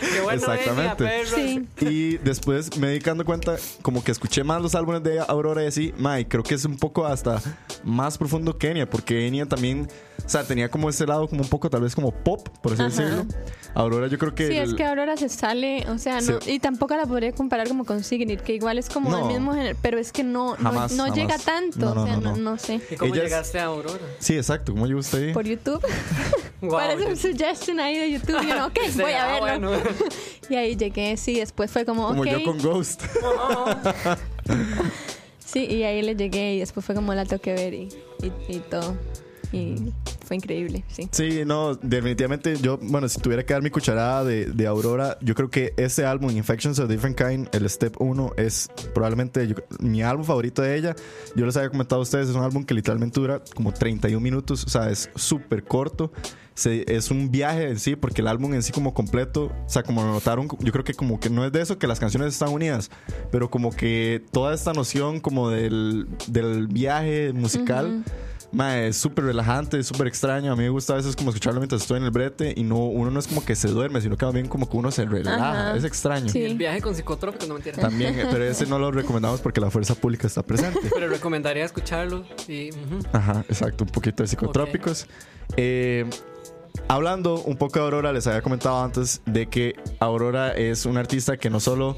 Speaker 4: Qué bueno,
Speaker 3: Exactamente.
Speaker 4: Enya, perro.
Speaker 6: Sí.
Speaker 3: Y después me di dando cuenta, como que escuché más los álbumes de Aurora y así, Mike, creo que es un poco hasta más profundo que Enya, porque Enya también O sea, tenía como este lado como un poco tal vez como pop, por así
Speaker 6: Ajá.
Speaker 3: decirlo. Aurora yo creo que...
Speaker 6: Sí, es
Speaker 3: el-
Speaker 6: que Aurora se sale, o sea, no,
Speaker 3: Sí.
Speaker 6: y tampoco la podría comparar como con Signet, que igual es como
Speaker 3: No.
Speaker 6: el mismo género, pero es que no, no,
Speaker 3: Jamás,
Speaker 6: no
Speaker 3: jamás.
Speaker 6: llega tanto,
Speaker 3: No, no,
Speaker 6: o sea,
Speaker 3: no,
Speaker 6: no,
Speaker 3: no.
Speaker 6: no sé.
Speaker 4: ¿Y cómo
Speaker 3: Ella es-
Speaker 4: llegaste a Aurora?
Speaker 3: Sí, exacto, como yo usted.
Speaker 6: Por YouTube,
Speaker 4: Wow,
Speaker 6: parece un suggestion ahí de YouTube, y uno, ok, voy a verlo. Y ahí llegué, sí, después fue como,
Speaker 3: Como
Speaker 6: ok,
Speaker 3: yo con Ghost.
Speaker 6: sí, y ahí le llegué, y después fue como la tengo que ver y, y, y todo, y fue increíble, sí.
Speaker 3: Sí, no, definitivamente yo, bueno, si tuviera que dar mi cucharada de, de Aurora, yo creo que este álbum, Infections of Different Kind, el Step 1, es probablemente yo- mi álbum favorito de ella. Yo les había comentado a ustedes, es un álbum que literalmente dura como 31 minutos, o sea, es súper corto. Se- es un viaje en sí, porque el álbum en sí como completo, o sea, como lo notaron, yo creo que como que no es de eso que las canciones están unidas, pero como que toda esta noción como del, del viaje musical, mae, es súper relajante, es súper extraño. A mí me gusta a veces como escucharlo mientras estoy en el brete y no, uno no es como que se duerme, sino que más bien como que uno se relaja,
Speaker 6: Ajá.
Speaker 3: es extraño.
Speaker 6: Sí.
Speaker 4: El viaje con psicotrópicos, no mentira.
Speaker 3: También, eh, pero ese no lo recomendamos porque la fuerza pública está presente.
Speaker 4: Pero recomendaría escucharlo. Y, ujú.
Speaker 3: Ajá, exacto, un poquito de psicotrópicos. Eh, hablando un poco de Aurora, les había comentado antes de que Aurora es una artista que no solo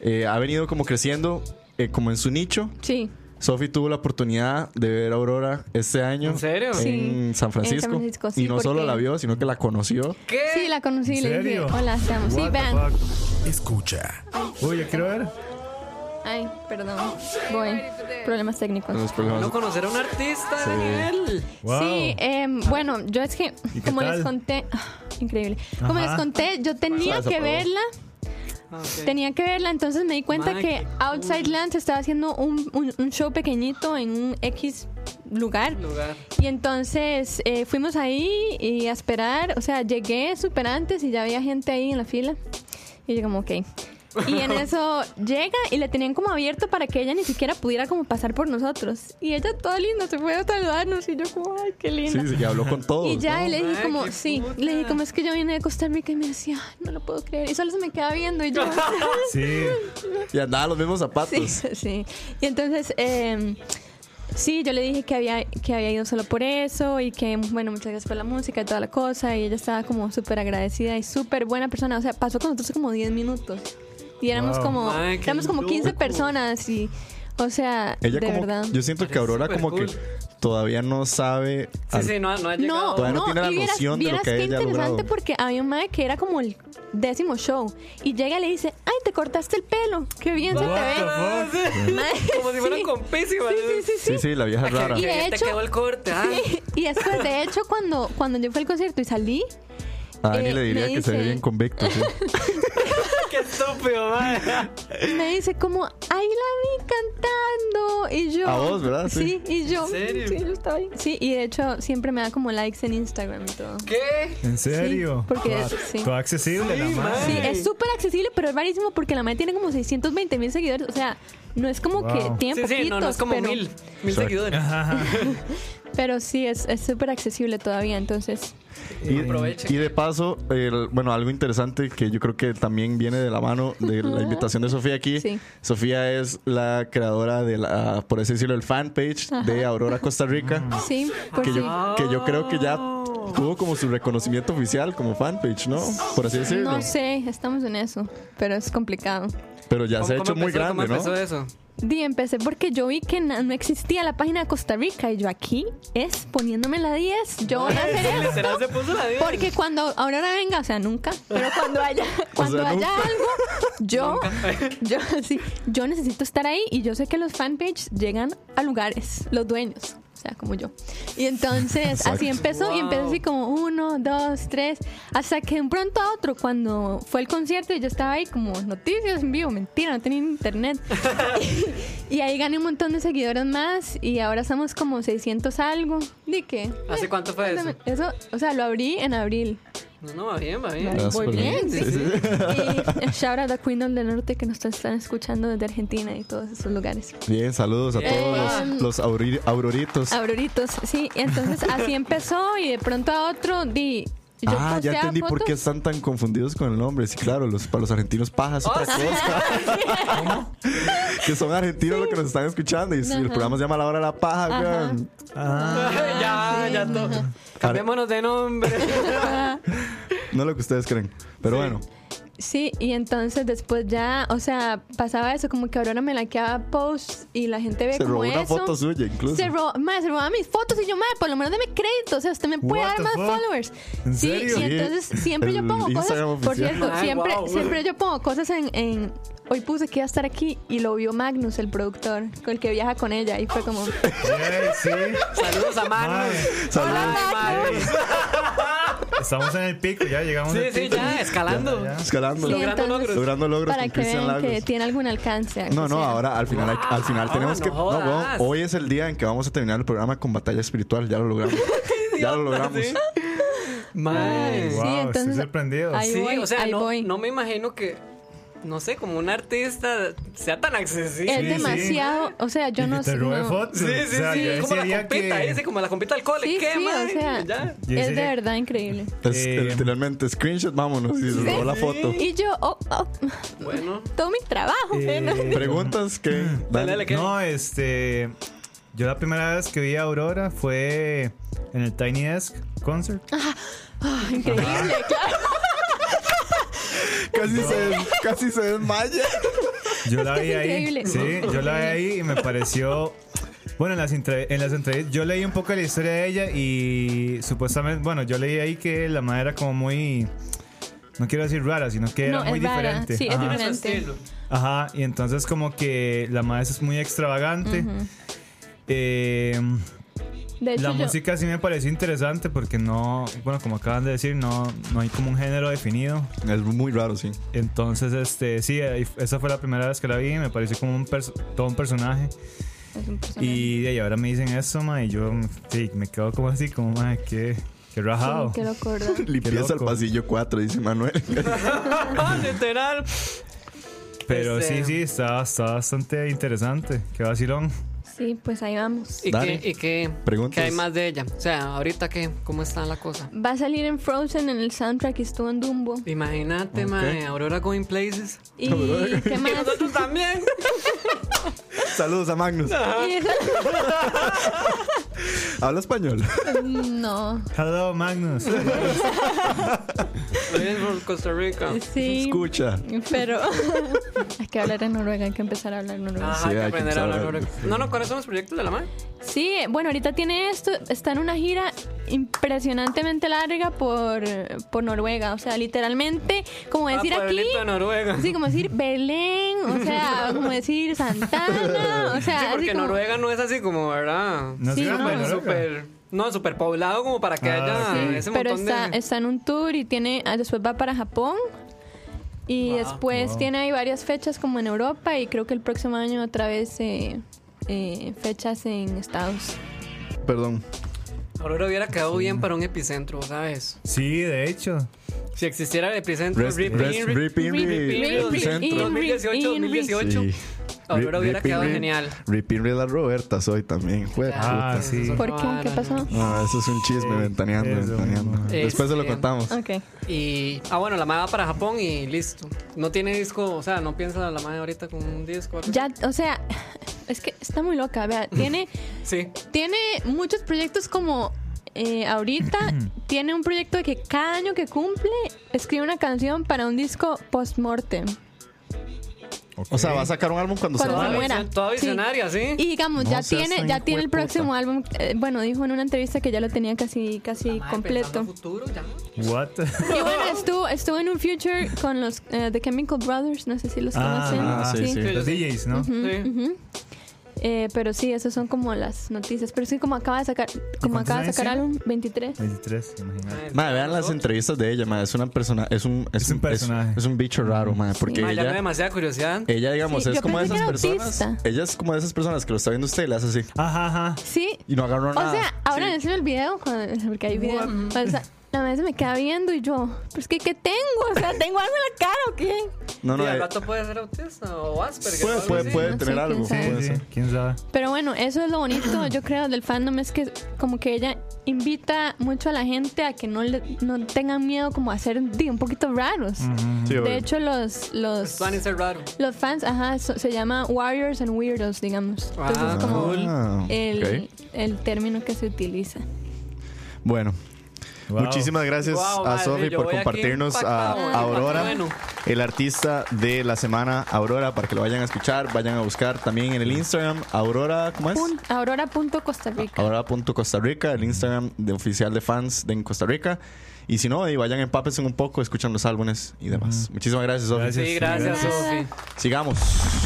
Speaker 3: eh, ha venido como creciendo eh, como en su nicho.
Speaker 6: Sí,
Speaker 3: Sophie tuvo la oportunidad de ver a Aurora este año.
Speaker 4: ¿En serio?
Speaker 3: En
Speaker 6: Sí,
Speaker 3: San Francisco.
Speaker 6: en San Francisco, sí,
Speaker 3: y no solo
Speaker 6: porque-
Speaker 3: la vio, sino que la conoció.
Speaker 4: ¿Qué?
Speaker 6: sí, la conocí,
Speaker 5: ¿En
Speaker 6: le dije,
Speaker 5: serio?
Speaker 6: hola, te amo. Sí,
Speaker 5: What the
Speaker 6: vean,
Speaker 5: fuck?
Speaker 1: Escucha.
Speaker 5: Uy, yo quiero ver.
Speaker 6: ay, perdón, voy, problemas técnicos.
Speaker 3: Los problemas-
Speaker 4: Ah, No conocer a un artista de
Speaker 3: Sí.
Speaker 4: nivel.
Speaker 5: Wow.
Speaker 6: Sí, em, bueno, yo es que,
Speaker 5: ¿Y qué
Speaker 6: como
Speaker 5: tal?
Speaker 6: les conté, ah, increíble, como
Speaker 5: Ajá.
Speaker 6: les conté, yo tenía
Speaker 3: Bueno, se
Speaker 6: que
Speaker 3: aprobó.
Speaker 6: verla,
Speaker 4: Ah, ok.
Speaker 6: tenía que verla, entonces me di cuenta
Speaker 4: Ma, qué
Speaker 6: que Outside Lands estaba haciendo un, un- un show pequeñito en un X lugar.
Speaker 4: lugar.
Speaker 6: Y entonces eh, fuimos ahí y a esperar, o sea, llegué súper antes y ya había gente ahí en la fila. Y yo como, ok. Y en eso llega y le tenían como abierto para que ella ni siquiera pudiera como pasar por nosotros. Y ella toda linda se fue a saludarnos y yo como, ay, qué linda.
Speaker 3: Sí, sí, que habló con todos.
Speaker 6: Y ya
Speaker 4: ¿no?
Speaker 6: y le
Speaker 4: Ay,
Speaker 6: dije como,
Speaker 4: qué
Speaker 6: sí,
Speaker 4: puta.
Speaker 6: le dije como es que yo vine de Costa Rica y me decía, "Ay, no lo puedo creer. Y solo se me queda viendo y yo,
Speaker 5: Sí.
Speaker 3: ¿no? Y andaba los mismos
Speaker 6: sí,
Speaker 3: zapatos.
Speaker 6: sí. Y entonces, eh, sí, yo le dije que había, que había ido solo por eso y que, bueno, muchas gracias por la música y toda la cosa. Y ella estaba como súper agradecida y súper buena persona. O sea, pasó con nosotros como 10 minutos. Y éramos
Speaker 5: Wow.
Speaker 6: como,
Speaker 4: Ay, qué
Speaker 6: éramos como 15
Speaker 4: loco.
Speaker 6: personas y, o sea,
Speaker 3: Ella
Speaker 6: de
Speaker 3: como,
Speaker 6: verdad.
Speaker 3: yo siento que
Speaker 4: Parece
Speaker 3: Aurora
Speaker 4: súper
Speaker 3: como que
Speaker 4: cool.
Speaker 3: todavía no sabe
Speaker 4: Sí,
Speaker 3: al-
Speaker 4: sí, no, no ha
Speaker 6: No,
Speaker 4: llegado.
Speaker 3: Todavía no
Speaker 6: no,
Speaker 3: tiene la
Speaker 6: y vieras,
Speaker 3: noción de lo
Speaker 6: vieras
Speaker 3: que
Speaker 6: qué
Speaker 3: ella ha
Speaker 6: interesante
Speaker 3: logrado.
Speaker 6: porque había un mae que era como el décimo show y llega y le dice, ay, te cortaste el pelo, qué bien se te ve.
Speaker 4: Ah,
Speaker 5: What the fuck?
Speaker 4: sí.
Speaker 6: Mae,
Speaker 4: Como si fueran
Speaker 6: sí.
Speaker 4: compísimas.
Speaker 6: Sí, sí, sí,
Speaker 3: Sí,
Speaker 6: sí.
Speaker 3: sí, la vieja es rara.
Speaker 6: Y de
Speaker 4: te
Speaker 6: hecho-
Speaker 4: quedó el corte. ah.
Speaker 6: Y después, de hecho, cuando, cuando yo fui al concierto y salí,
Speaker 3: A Dani
Speaker 6: eh,
Speaker 3: le diría
Speaker 6: me
Speaker 3: que se ve
Speaker 6: dice-
Speaker 3: bien convicto. sí.
Speaker 4: Qué estúpido, mae.
Speaker 6: me dice como, ay, la vi cantando. Y yo...
Speaker 3: A vos, ¿verdad? Sí.
Speaker 6: Sí, y yo...
Speaker 4: ¿En serio?
Speaker 6: Sí, yo estaba ahí. Sí, y de hecho siempre me da como likes en Instagram y todo.
Speaker 4: ¿Qué?
Speaker 5: ¿En serio?
Speaker 6: porque
Speaker 5: Toda-
Speaker 6: es- sí.
Speaker 5: toda accesible, la
Speaker 4: Sí,
Speaker 5: madre.
Speaker 4: mae.
Speaker 6: Sí, es súper accesible, pero es rarísimo porque la madre tiene como 620 mil seguidores. O sea, no es como
Speaker 5: Wow.
Speaker 6: que tiene
Speaker 4: Sí,
Speaker 6: poquitos,
Speaker 4: sí, no, no es como
Speaker 6: pero,
Speaker 4: mil, mil
Speaker 3: Exacto.
Speaker 4: seguidores.
Speaker 6: pero sí, es es súper accesible todavía. Entonces,
Speaker 3: Y,
Speaker 4: Aprovechen.
Speaker 3: y de paso, el- bueno, algo interesante que yo creo que también viene de la mano de la invitación de Sofía aquí.
Speaker 6: Sí.
Speaker 3: Sofía es la creadora de la, por así decirlo, el fanpage de Aurora Costa Rica.
Speaker 6: Mm. sí, Oh. por
Speaker 3: Que
Speaker 6: si...
Speaker 3: yo, Ah, que yo creo que ya tuvo como su reconocimiento oficial como fanpage, ¿no? Por así decirlo.
Speaker 6: No sé, estamos en eso, pero es complicado.
Speaker 3: Pero ya se ha
Speaker 4: ¿Cómo-
Speaker 3: hecho
Speaker 4: cómo
Speaker 3: muy
Speaker 4: empezó-
Speaker 3: grande,
Speaker 4: ¿Cómo
Speaker 3: ¿no?
Speaker 4: empezó eso?
Speaker 6: Di, empecé porque yo vi que na- no existía la página de Costa Rica y yo aquí es poniéndome la 10. Yo voy a hacer esto.
Speaker 4: Literal se puso la vida.
Speaker 6: Porque cuando Aurora venga, o sea, nunca, pero cuando haya, cuando
Speaker 3: sea,
Speaker 6: haya
Speaker 3: nunca.
Speaker 6: algo, yo, yo, sí, yo necesito estar ahí y yo sé que los fanpages llegan a lugares, los dueños, o sea, como yo. Y entonces así empezó y empezó así como uno, dos, tres, hasta que de un pronto a otro, cuando fue el concierto y yo estaba ahí como noticias en vivo, mentira, no tenía internet. y, ahí gané un montón de seguidores más y ahora somos como 600 algo. ¿De qué?
Speaker 4: ¿Hace cuánto fue eso?
Speaker 6: Eso, o sea, lo abrí en abril.
Speaker 4: No, no, va bien, va bien.
Speaker 3: Ya, Ah, súper
Speaker 6: bien,
Speaker 4: sí, sí.
Speaker 6: Y shout out a Queen del Norte que nos están escuchando desde Argentina y todos esos lugares.
Speaker 3: Bien, saludos a
Speaker 4: Bien.
Speaker 3: todos los, los auri- auroritos.
Speaker 6: Auroritos, sí. Entonces así empezó y de pronto a otro di Si yo
Speaker 3: ah, ya
Speaker 6: posteaba
Speaker 3: entendí por
Speaker 6: fotos-
Speaker 3: qué están tan confundidos con el nombre. Sí, claro, los, para los argentinos pajas otra
Speaker 6: Oh,
Speaker 3: cosa. que son argentinos los que nos están escuchando. Y si el
Speaker 6: Ajá.
Speaker 3: programa se llama La Hora de la Paja,
Speaker 6: Ajá.
Speaker 3: weón.
Speaker 4: ya, ya todo. Cambiémonos de nombre.
Speaker 3: No lo que ustedes creen. Pero bueno,
Speaker 6: Sí, y entonces después ya, o sea, pasaba eso, como que Aurora me laqueaba posts y la gente ve
Speaker 3: se
Speaker 6: como
Speaker 3: robó una
Speaker 6: eso.
Speaker 3: foto suya incluso.
Speaker 6: se, ro ma, se robaba mis fotos y yo, madre, por lo menos dame crédito, o sea, usted me puede
Speaker 5: What
Speaker 6: dar
Speaker 5: the
Speaker 6: más
Speaker 5: fuck?
Speaker 6: followers.
Speaker 5: ¿En
Speaker 6: sí,
Speaker 5: serio?
Speaker 6: y
Speaker 3: Sí.
Speaker 6: entonces siempre yo
Speaker 3: El
Speaker 6: pongo cosas,
Speaker 3: Instagram
Speaker 6: por
Speaker 3: oficial.
Speaker 6: cierto,
Speaker 4: Ay,
Speaker 6: siempre,
Speaker 4: wow, güey.
Speaker 6: siempre yo pongo cosas en, en- hoy puse que iba a estar aquí y lo vio Magnus, el productor, con el que viaja con ella, y fue como,
Speaker 5: Ey, sí.
Speaker 4: Saludos a Magnus.
Speaker 5: Mae.
Speaker 3: Saludos.
Speaker 4: Ay, Magnus.
Speaker 5: Estamos en el pico, ya llegamos
Speaker 4: Sí,
Speaker 5: al
Speaker 4: sí,
Speaker 5: pico.
Speaker 4: ya, escalando.
Speaker 5: Ya, ya.
Speaker 3: Escalando.
Speaker 6: Sí,
Speaker 4: Logrando
Speaker 6: entonces-
Speaker 4: logros.
Speaker 3: Logrando logros
Speaker 6: para
Speaker 3: con
Speaker 6: que
Speaker 3: Cristian
Speaker 6: vean que
Speaker 3: Lagos.
Speaker 6: tiene algún alcance.
Speaker 3: No,
Speaker 6: o
Speaker 3: no,
Speaker 6: sea.
Speaker 3: ahora al final, hay- al final
Speaker 6: Ah,
Speaker 4: Wow,
Speaker 3: tenemos
Speaker 4: no
Speaker 3: que. No,
Speaker 4: jodas.
Speaker 3: weón, hoy es el día en que vamos a terminar el programa con batalla espiritual. Ya lo logramos. ya lo logramos.
Speaker 4: Mae.
Speaker 6: Sí,
Speaker 5: Wow, estoy
Speaker 6: entonces-
Speaker 5: sorprendido.
Speaker 6: Ahí
Speaker 4: Sí,
Speaker 6: voy,
Speaker 4: o sea,
Speaker 6: ahí
Speaker 4: no,
Speaker 6: voy.
Speaker 4: no me imagino que, no sé, como un artista sea tan accesible.
Speaker 6: Es
Speaker 5: Sí,
Speaker 6: demasiado, o sea, yo
Speaker 5: Y
Speaker 6: no
Speaker 5: que te
Speaker 6: sé.
Speaker 5: robé
Speaker 6: no.
Speaker 5: fotos.
Speaker 4: Sí, sí,
Speaker 5: O sea,
Speaker 4: sí,
Speaker 5: yo
Speaker 4: como la
Speaker 5: desearía
Speaker 4: compita,
Speaker 5: que-
Speaker 4: dice, como la compita del cole.
Speaker 6: Sí,
Speaker 4: ¿Qué,
Speaker 6: sí,
Speaker 4: mae?
Speaker 6: o sea,
Speaker 4: Ya.
Speaker 5: Yo
Speaker 6: Es de
Speaker 5: desearía-
Speaker 6: verdad increíble.
Speaker 3: Es
Speaker 5: Eh,
Speaker 3: literalmente screenshot, vámonos. Y se robó la foto.
Speaker 6: Y yo, oh, oh,
Speaker 4: Bueno,
Speaker 6: todo mi trabajo.
Speaker 5: Eh,
Speaker 3: Preguntas que.
Speaker 4: dale, dale, ¿qué?
Speaker 5: No, este. Yo la primera vez que vi a Aurora fue en el Tiny Desk concert.
Speaker 6: Ah, Increíble, claro.
Speaker 3: Casi, se, casi se desmaya.
Speaker 5: Yo la
Speaker 6: que es
Speaker 5: vi ahí.
Speaker 6: increíble.
Speaker 5: Sí, yo la vi ahí y me pareció. Bueno, en las, entre- en las entrevistas, yo leí un poco la historia de ella y supuestamente, bueno, yo leí ahí que la madre era como muy, no quiero decir rara, sino que
Speaker 6: No,
Speaker 5: era muy
Speaker 6: es rara.
Speaker 5: diferente.
Speaker 6: Sí, es
Speaker 5: Ajá.
Speaker 4: tiene su
Speaker 6: Diferente.
Speaker 4: estilo.
Speaker 5: Ajá, y entonces como que la madre es muy extravagante. Eh,
Speaker 6: De hecho,
Speaker 5: La
Speaker 6: yo-
Speaker 5: música sí me pareció interesante porque no, bueno, como acaban de decir, no, no hay como un género definido.
Speaker 3: Es muy raro, sí.
Speaker 5: Entonces, este, sí, ahí- esa fue la primera vez que la vi y me pareció como un perso- todo un personaje.
Speaker 6: es un personaje.
Speaker 5: Y de ahí ahora me dicen eso, ma, y yo mm, sí, me quedo como así, como, ma, qué, qué rajado.
Speaker 6: Sí, que lo acuerdo.
Speaker 3: Limpieza al
Speaker 5: loco.
Speaker 3: pasillo 4, dice Manuel.
Speaker 4: Ah, literal.
Speaker 5: Pero
Speaker 4: Este-
Speaker 5: sí, sí, está, está bastante interesante. Qué vacilón.
Speaker 6: Sí, pues ahí vamos.
Speaker 4: ¿Y
Speaker 3: Dale.
Speaker 4: qué, y qué,
Speaker 3: Preguntas.
Speaker 4: qué hay más de ella? O sea, ahorita qué, ¿cómo está la cosa?
Speaker 6: Va a salir en Frozen en el soundtrack y estuvo en Dumbo.
Speaker 4: Imagínate, mae, Aurora going places.
Speaker 6: ¿Y qué
Speaker 4: Y
Speaker 6: más?
Speaker 4: nosotros también.
Speaker 3: Saludos a Magnus.
Speaker 6: Y eso-
Speaker 3: Habla español.
Speaker 6: No,
Speaker 5: Hello, Magnus.
Speaker 4: Eres por Costa Rica.
Speaker 6: sí.
Speaker 3: Escucha.
Speaker 6: Pero hay que hablar en Noruega, hay que empezar a hablar en
Speaker 5: Ah.
Speaker 6: Noruega.
Speaker 4: Ajá, hay
Speaker 3: hay
Speaker 4: que
Speaker 3: que
Speaker 4: aprender a hablar
Speaker 3: empezar a-
Speaker 4: noruego. No, no, ¿cuáles son los proyectos de la mae?
Speaker 6: Sí, bueno, ahorita tiene esto, está en una gira impresionantemente larga por, por Noruega, o sea, literalmente, como decir
Speaker 4: Ah,
Speaker 6: aquí,
Speaker 4: pueblito de Noruega.
Speaker 6: sí, como decir Belén, o sea, como decir Santana, o sea,
Speaker 4: Sí,
Speaker 6: así
Speaker 4: porque
Speaker 6: como-
Speaker 4: Noruega no es así como, ¿verdad?
Speaker 5: No
Speaker 6: Sí,
Speaker 5: sé,
Speaker 6: no,
Speaker 5: bueno,
Speaker 6: Noruega.
Speaker 4: Super, no, super poblado como para que
Speaker 5: Ah,
Speaker 4: haya
Speaker 5: sí.
Speaker 4: ese
Speaker 6: pero
Speaker 4: montón
Speaker 6: está,
Speaker 4: de...
Speaker 6: está en un tour y tiene, ah, después va para Japón y
Speaker 4: Wow.
Speaker 6: después
Speaker 5: Wow.
Speaker 6: tiene ahí varias fechas como en Europa y creo que el próximo año otra vez eh, eh, fechas en Estados.
Speaker 3: Perdón.
Speaker 4: Aurora hubiera quedado bien para un epicentro, ¿sabes?
Speaker 5: Sí, de hecho.
Speaker 4: Si existiera el epicentro,
Speaker 3: Rest,
Speaker 4: Rip
Speaker 3: rest,
Speaker 4: in-
Speaker 3: rip in-
Speaker 4: Rip in-
Speaker 3: rip
Speaker 4: Rip in-
Speaker 3: epicentro.
Speaker 4: 2018,
Speaker 6: In-
Speaker 4: 2018.
Speaker 3: Sí.
Speaker 6: Oh,
Speaker 4: Aurora hubiera
Speaker 3: Rip in-
Speaker 4: quedado
Speaker 3: rip-
Speaker 4: genial.
Speaker 3: Rip in real a Roberta soy también. Jue-
Speaker 5: Ah,
Speaker 3: puta.
Speaker 5: sí.
Speaker 6: ¿Por qué? ¿Qué pasó?
Speaker 3: No, eso es un chisme,
Speaker 5: Sí,
Speaker 3: ventaneando,
Speaker 5: eso,
Speaker 3: ventaneando.
Speaker 5: mamá.
Speaker 3: Después se lo
Speaker 4: Este-
Speaker 3: contamos.
Speaker 6: Ok.
Speaker 4: Y, ah, bueno, la madre va para Japón y listo. No tiene disco, o sea, no piensa la madre ahorita con un disco. algo
Speaker 6: Ya, o sea, es que está muy loca. Vea, tiene,
Speaker 4: así. Sí.
Speaker 6: tiene muchos proyectos como eh, ahorita. tiene un proyecto de que cada año que cumple escribe una canción para un disco post-mortem.
Speaker 3: O sea, va a sacar un álbum cuando se
Speaker 6: Cuando
Speaker 3: va.
Speaker 6: se muera.
Speaker 4: Toda, toda
Speaker 6: Sí.
Speaker 4: visionaria, ¿sí?
Speaker 6: Y digamos,
Speaker 3: No
Speaker 6: ya
Speaker 3: seas
Speaker 6: tiene,
Speaker 3: tan
Speaker 6: ya tiene el
Speaker 3: hijueputa.
Speaker 6: próximo álbum. eh, bueno, dijo en una entrevista que ya lo tenía casi, casi
Speaker 4: Mae, pensando
Speaker 6: completo.
Speaker 4: a futuro, ya.
Speaker 5: What?
Speaker 6: Y bueno, estuvo, estuvo en un future con los eh, The Chemical Brothers, no sé si los conocen.
Speaker 5: Ah,
Speaker 3: sí, sí.
Speaker 5: Los DJs, ¿no?
Speaker 4: Sí.
Speaker 6: Ujú. Eh, pero sí, esas son como las noticias. Pero sí, como acaba de sacar, como
Speaker 5: cuántos
Speaker 6: acaba de
Speaker 5: años
Speaker 6: sacar
Speaker 5: tiene?
Speaker 6: álbum 23.
Speaker 5: 23, imagínate.
Speaker 3: Madre, vean las
Speaker 4: Nosotros.
Speaker 3: entrevistas de ella, madre. Es una persona, es un, es,
Speaker 5: Es un personaje.
Speaker 3: Es, es un bicho raro, madre. Porque
Speaker 4: Mae, Ah, ya me da
Speaker 3: ella,
Speaker 4: demasiada curiosidad.
Speaker 3: ella, digamos,
Speaker 6: Sí,
Speaker 3: es
Speaker 6: yo
Speaker 3: como de
Speaker 6: pensé
Speaker 3: esas
Speaker 6: que era
Speaker 3: personas.
Speaker 6: autista.
Speaker 3: Ella es como de esas personas que lo está viendo usted y le hace así.
Speaker 5: Ajá, ajá.
Speaker 6: Sí.
Speaker 3: Y no agarró nada.
Speaker 6: O sea, ahora en el video, cuando- porque hay video, o sea, la vez me queda viendo y yo, pero es que, ¿qué tengo? O sea, ¿tengo algo en la cara o qué?
Speaker 3: No, no,
Speaker 4: y al
Speaker 3: eh,
Speaker 4: rato puede ser autista o Asperger. o
Speaker 3: puede,
Speaker 4: algo
Speaker 3: puede,
Speaker 4: así.
Speaker 3: puede
Speaker 6: No
Speaker 3: tener
Speaker 6: sé,
Speaker 3: algo.
Speaker 6: quién sabe.
Speaker 3: puede
Speaker 5: Sí,
Speaker 3: ser.
Speaker 5: sí, quién sabe.
Speaker 6: Pero bueno, eso es lo bonito, yo creo, del fandom, es que como que ella invita mucho a la gente a que no, le, no tengan miedo como a ser di, un poquito raros.
Speaker 3: Sí, obvio.
Speaker 6: De hecho, los,
Speaker 4: Los
Speaker 6: los,
Speaker 4: planes es raro.
Speaker 6: los fans, ajá, so- se llama Warriors and Weirdos, digamos.
Speaker 4: Ah,
Speaker 6: Entonces es como
Speaker 4: cool.
Speaker 3: Ah,
Speaker 6: el,
Speaker 3: ok.
Speaker 6: el término que se utiliza.
Speaker 3: Bueno,
Speaker 5: Wow.
Speaker 3: Muchísimas gracias a
Speaker 4: Wow, madre,
Speaker 3: Sofi
Speaker 4: yo
Speaker 3: por
Speaker 4: voy aquí
Speaker 3: compartirnos a,
Speaker 4: impactado,
Speaker 3: a
Speaker 4: eh.
Speaker 3: Aurora,
Speaker 4: Bueno.
Speaker 3: el artista de la semana Aurora, para que lo vayan a escuchar, vayan a buscar también en el Instagram Aurora, ¿cómo es?
Speaker 6: Pun- Aurora.costa
Speaker 4: Ah,
Speaker 6: Rica.
Speaker 3: Aurora.costa Rica, el Instagram de oficial de fans de en Costa Rica. Y si no, ahí vayan empápense un poco, escuchan los álbumes y demás. Muchísimas gracias, Sofi.
Speaker 5: Gracias.
Speaker 4: Sí, gracias, Sofi.
Speaker 3: Sigamos.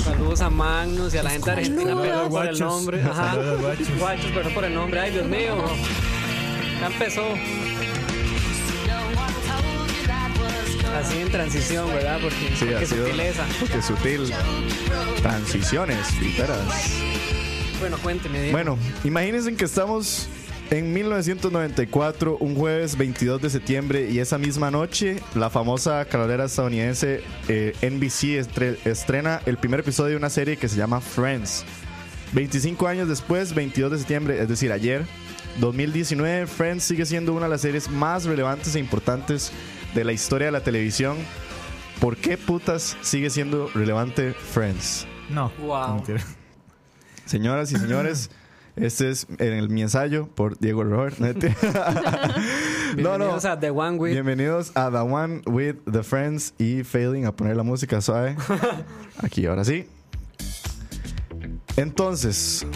Speaker 4: Saludos a Magnus y a la gente de argentina,
Speaker 6: Saludos.
Speaker 4: perdón por el
Speaker 5: Guachos.
Speaker 4: nombre. Ajá.
Speaker 5: Saludos, guachos.
Speaker 4: Guachos, perdón por el nombre. Ay, Dios mío. Ya empezó. Así en transición, ¿verdad? Porque
Speaker 3: Sí,
Speaker 4: qué
Speaker 3: ha sido.
Speaker 4: sutileza.
Speaker 3: Qué sutil. Transiciones, literas.
Speaker 4: Bueno, cuénteme. Diego.
Speaker 3: Bueno, imagínense que estamos en 1994, un jueves 22 de septiembre, y esa misma noche, la famosa carrera estadounidense eh, NBC estre- estrena el primer episodio de una serie que se llama Friends. 25 años después, 22 de septiembre, es decir, ayer, 2019, Friends sigue siendo una de las series más relevantes e importantes de la historia de la televisión. ¿Por qué putas sigue siendo relevante Friends?
Speaker 5: No.
Speaker 4: Wow.
Speaker 5: mentira.
Speaker 3: Señoras y señores, este es en el, mi ensayo por Diego Robert. No, no, no.
Speaker 4: Bienvenidos a The One Week.
Speaker 3: Bienvenidos a The One with the Friends y Failing a poner la música suave. Aquí, ahora sí. Entonces,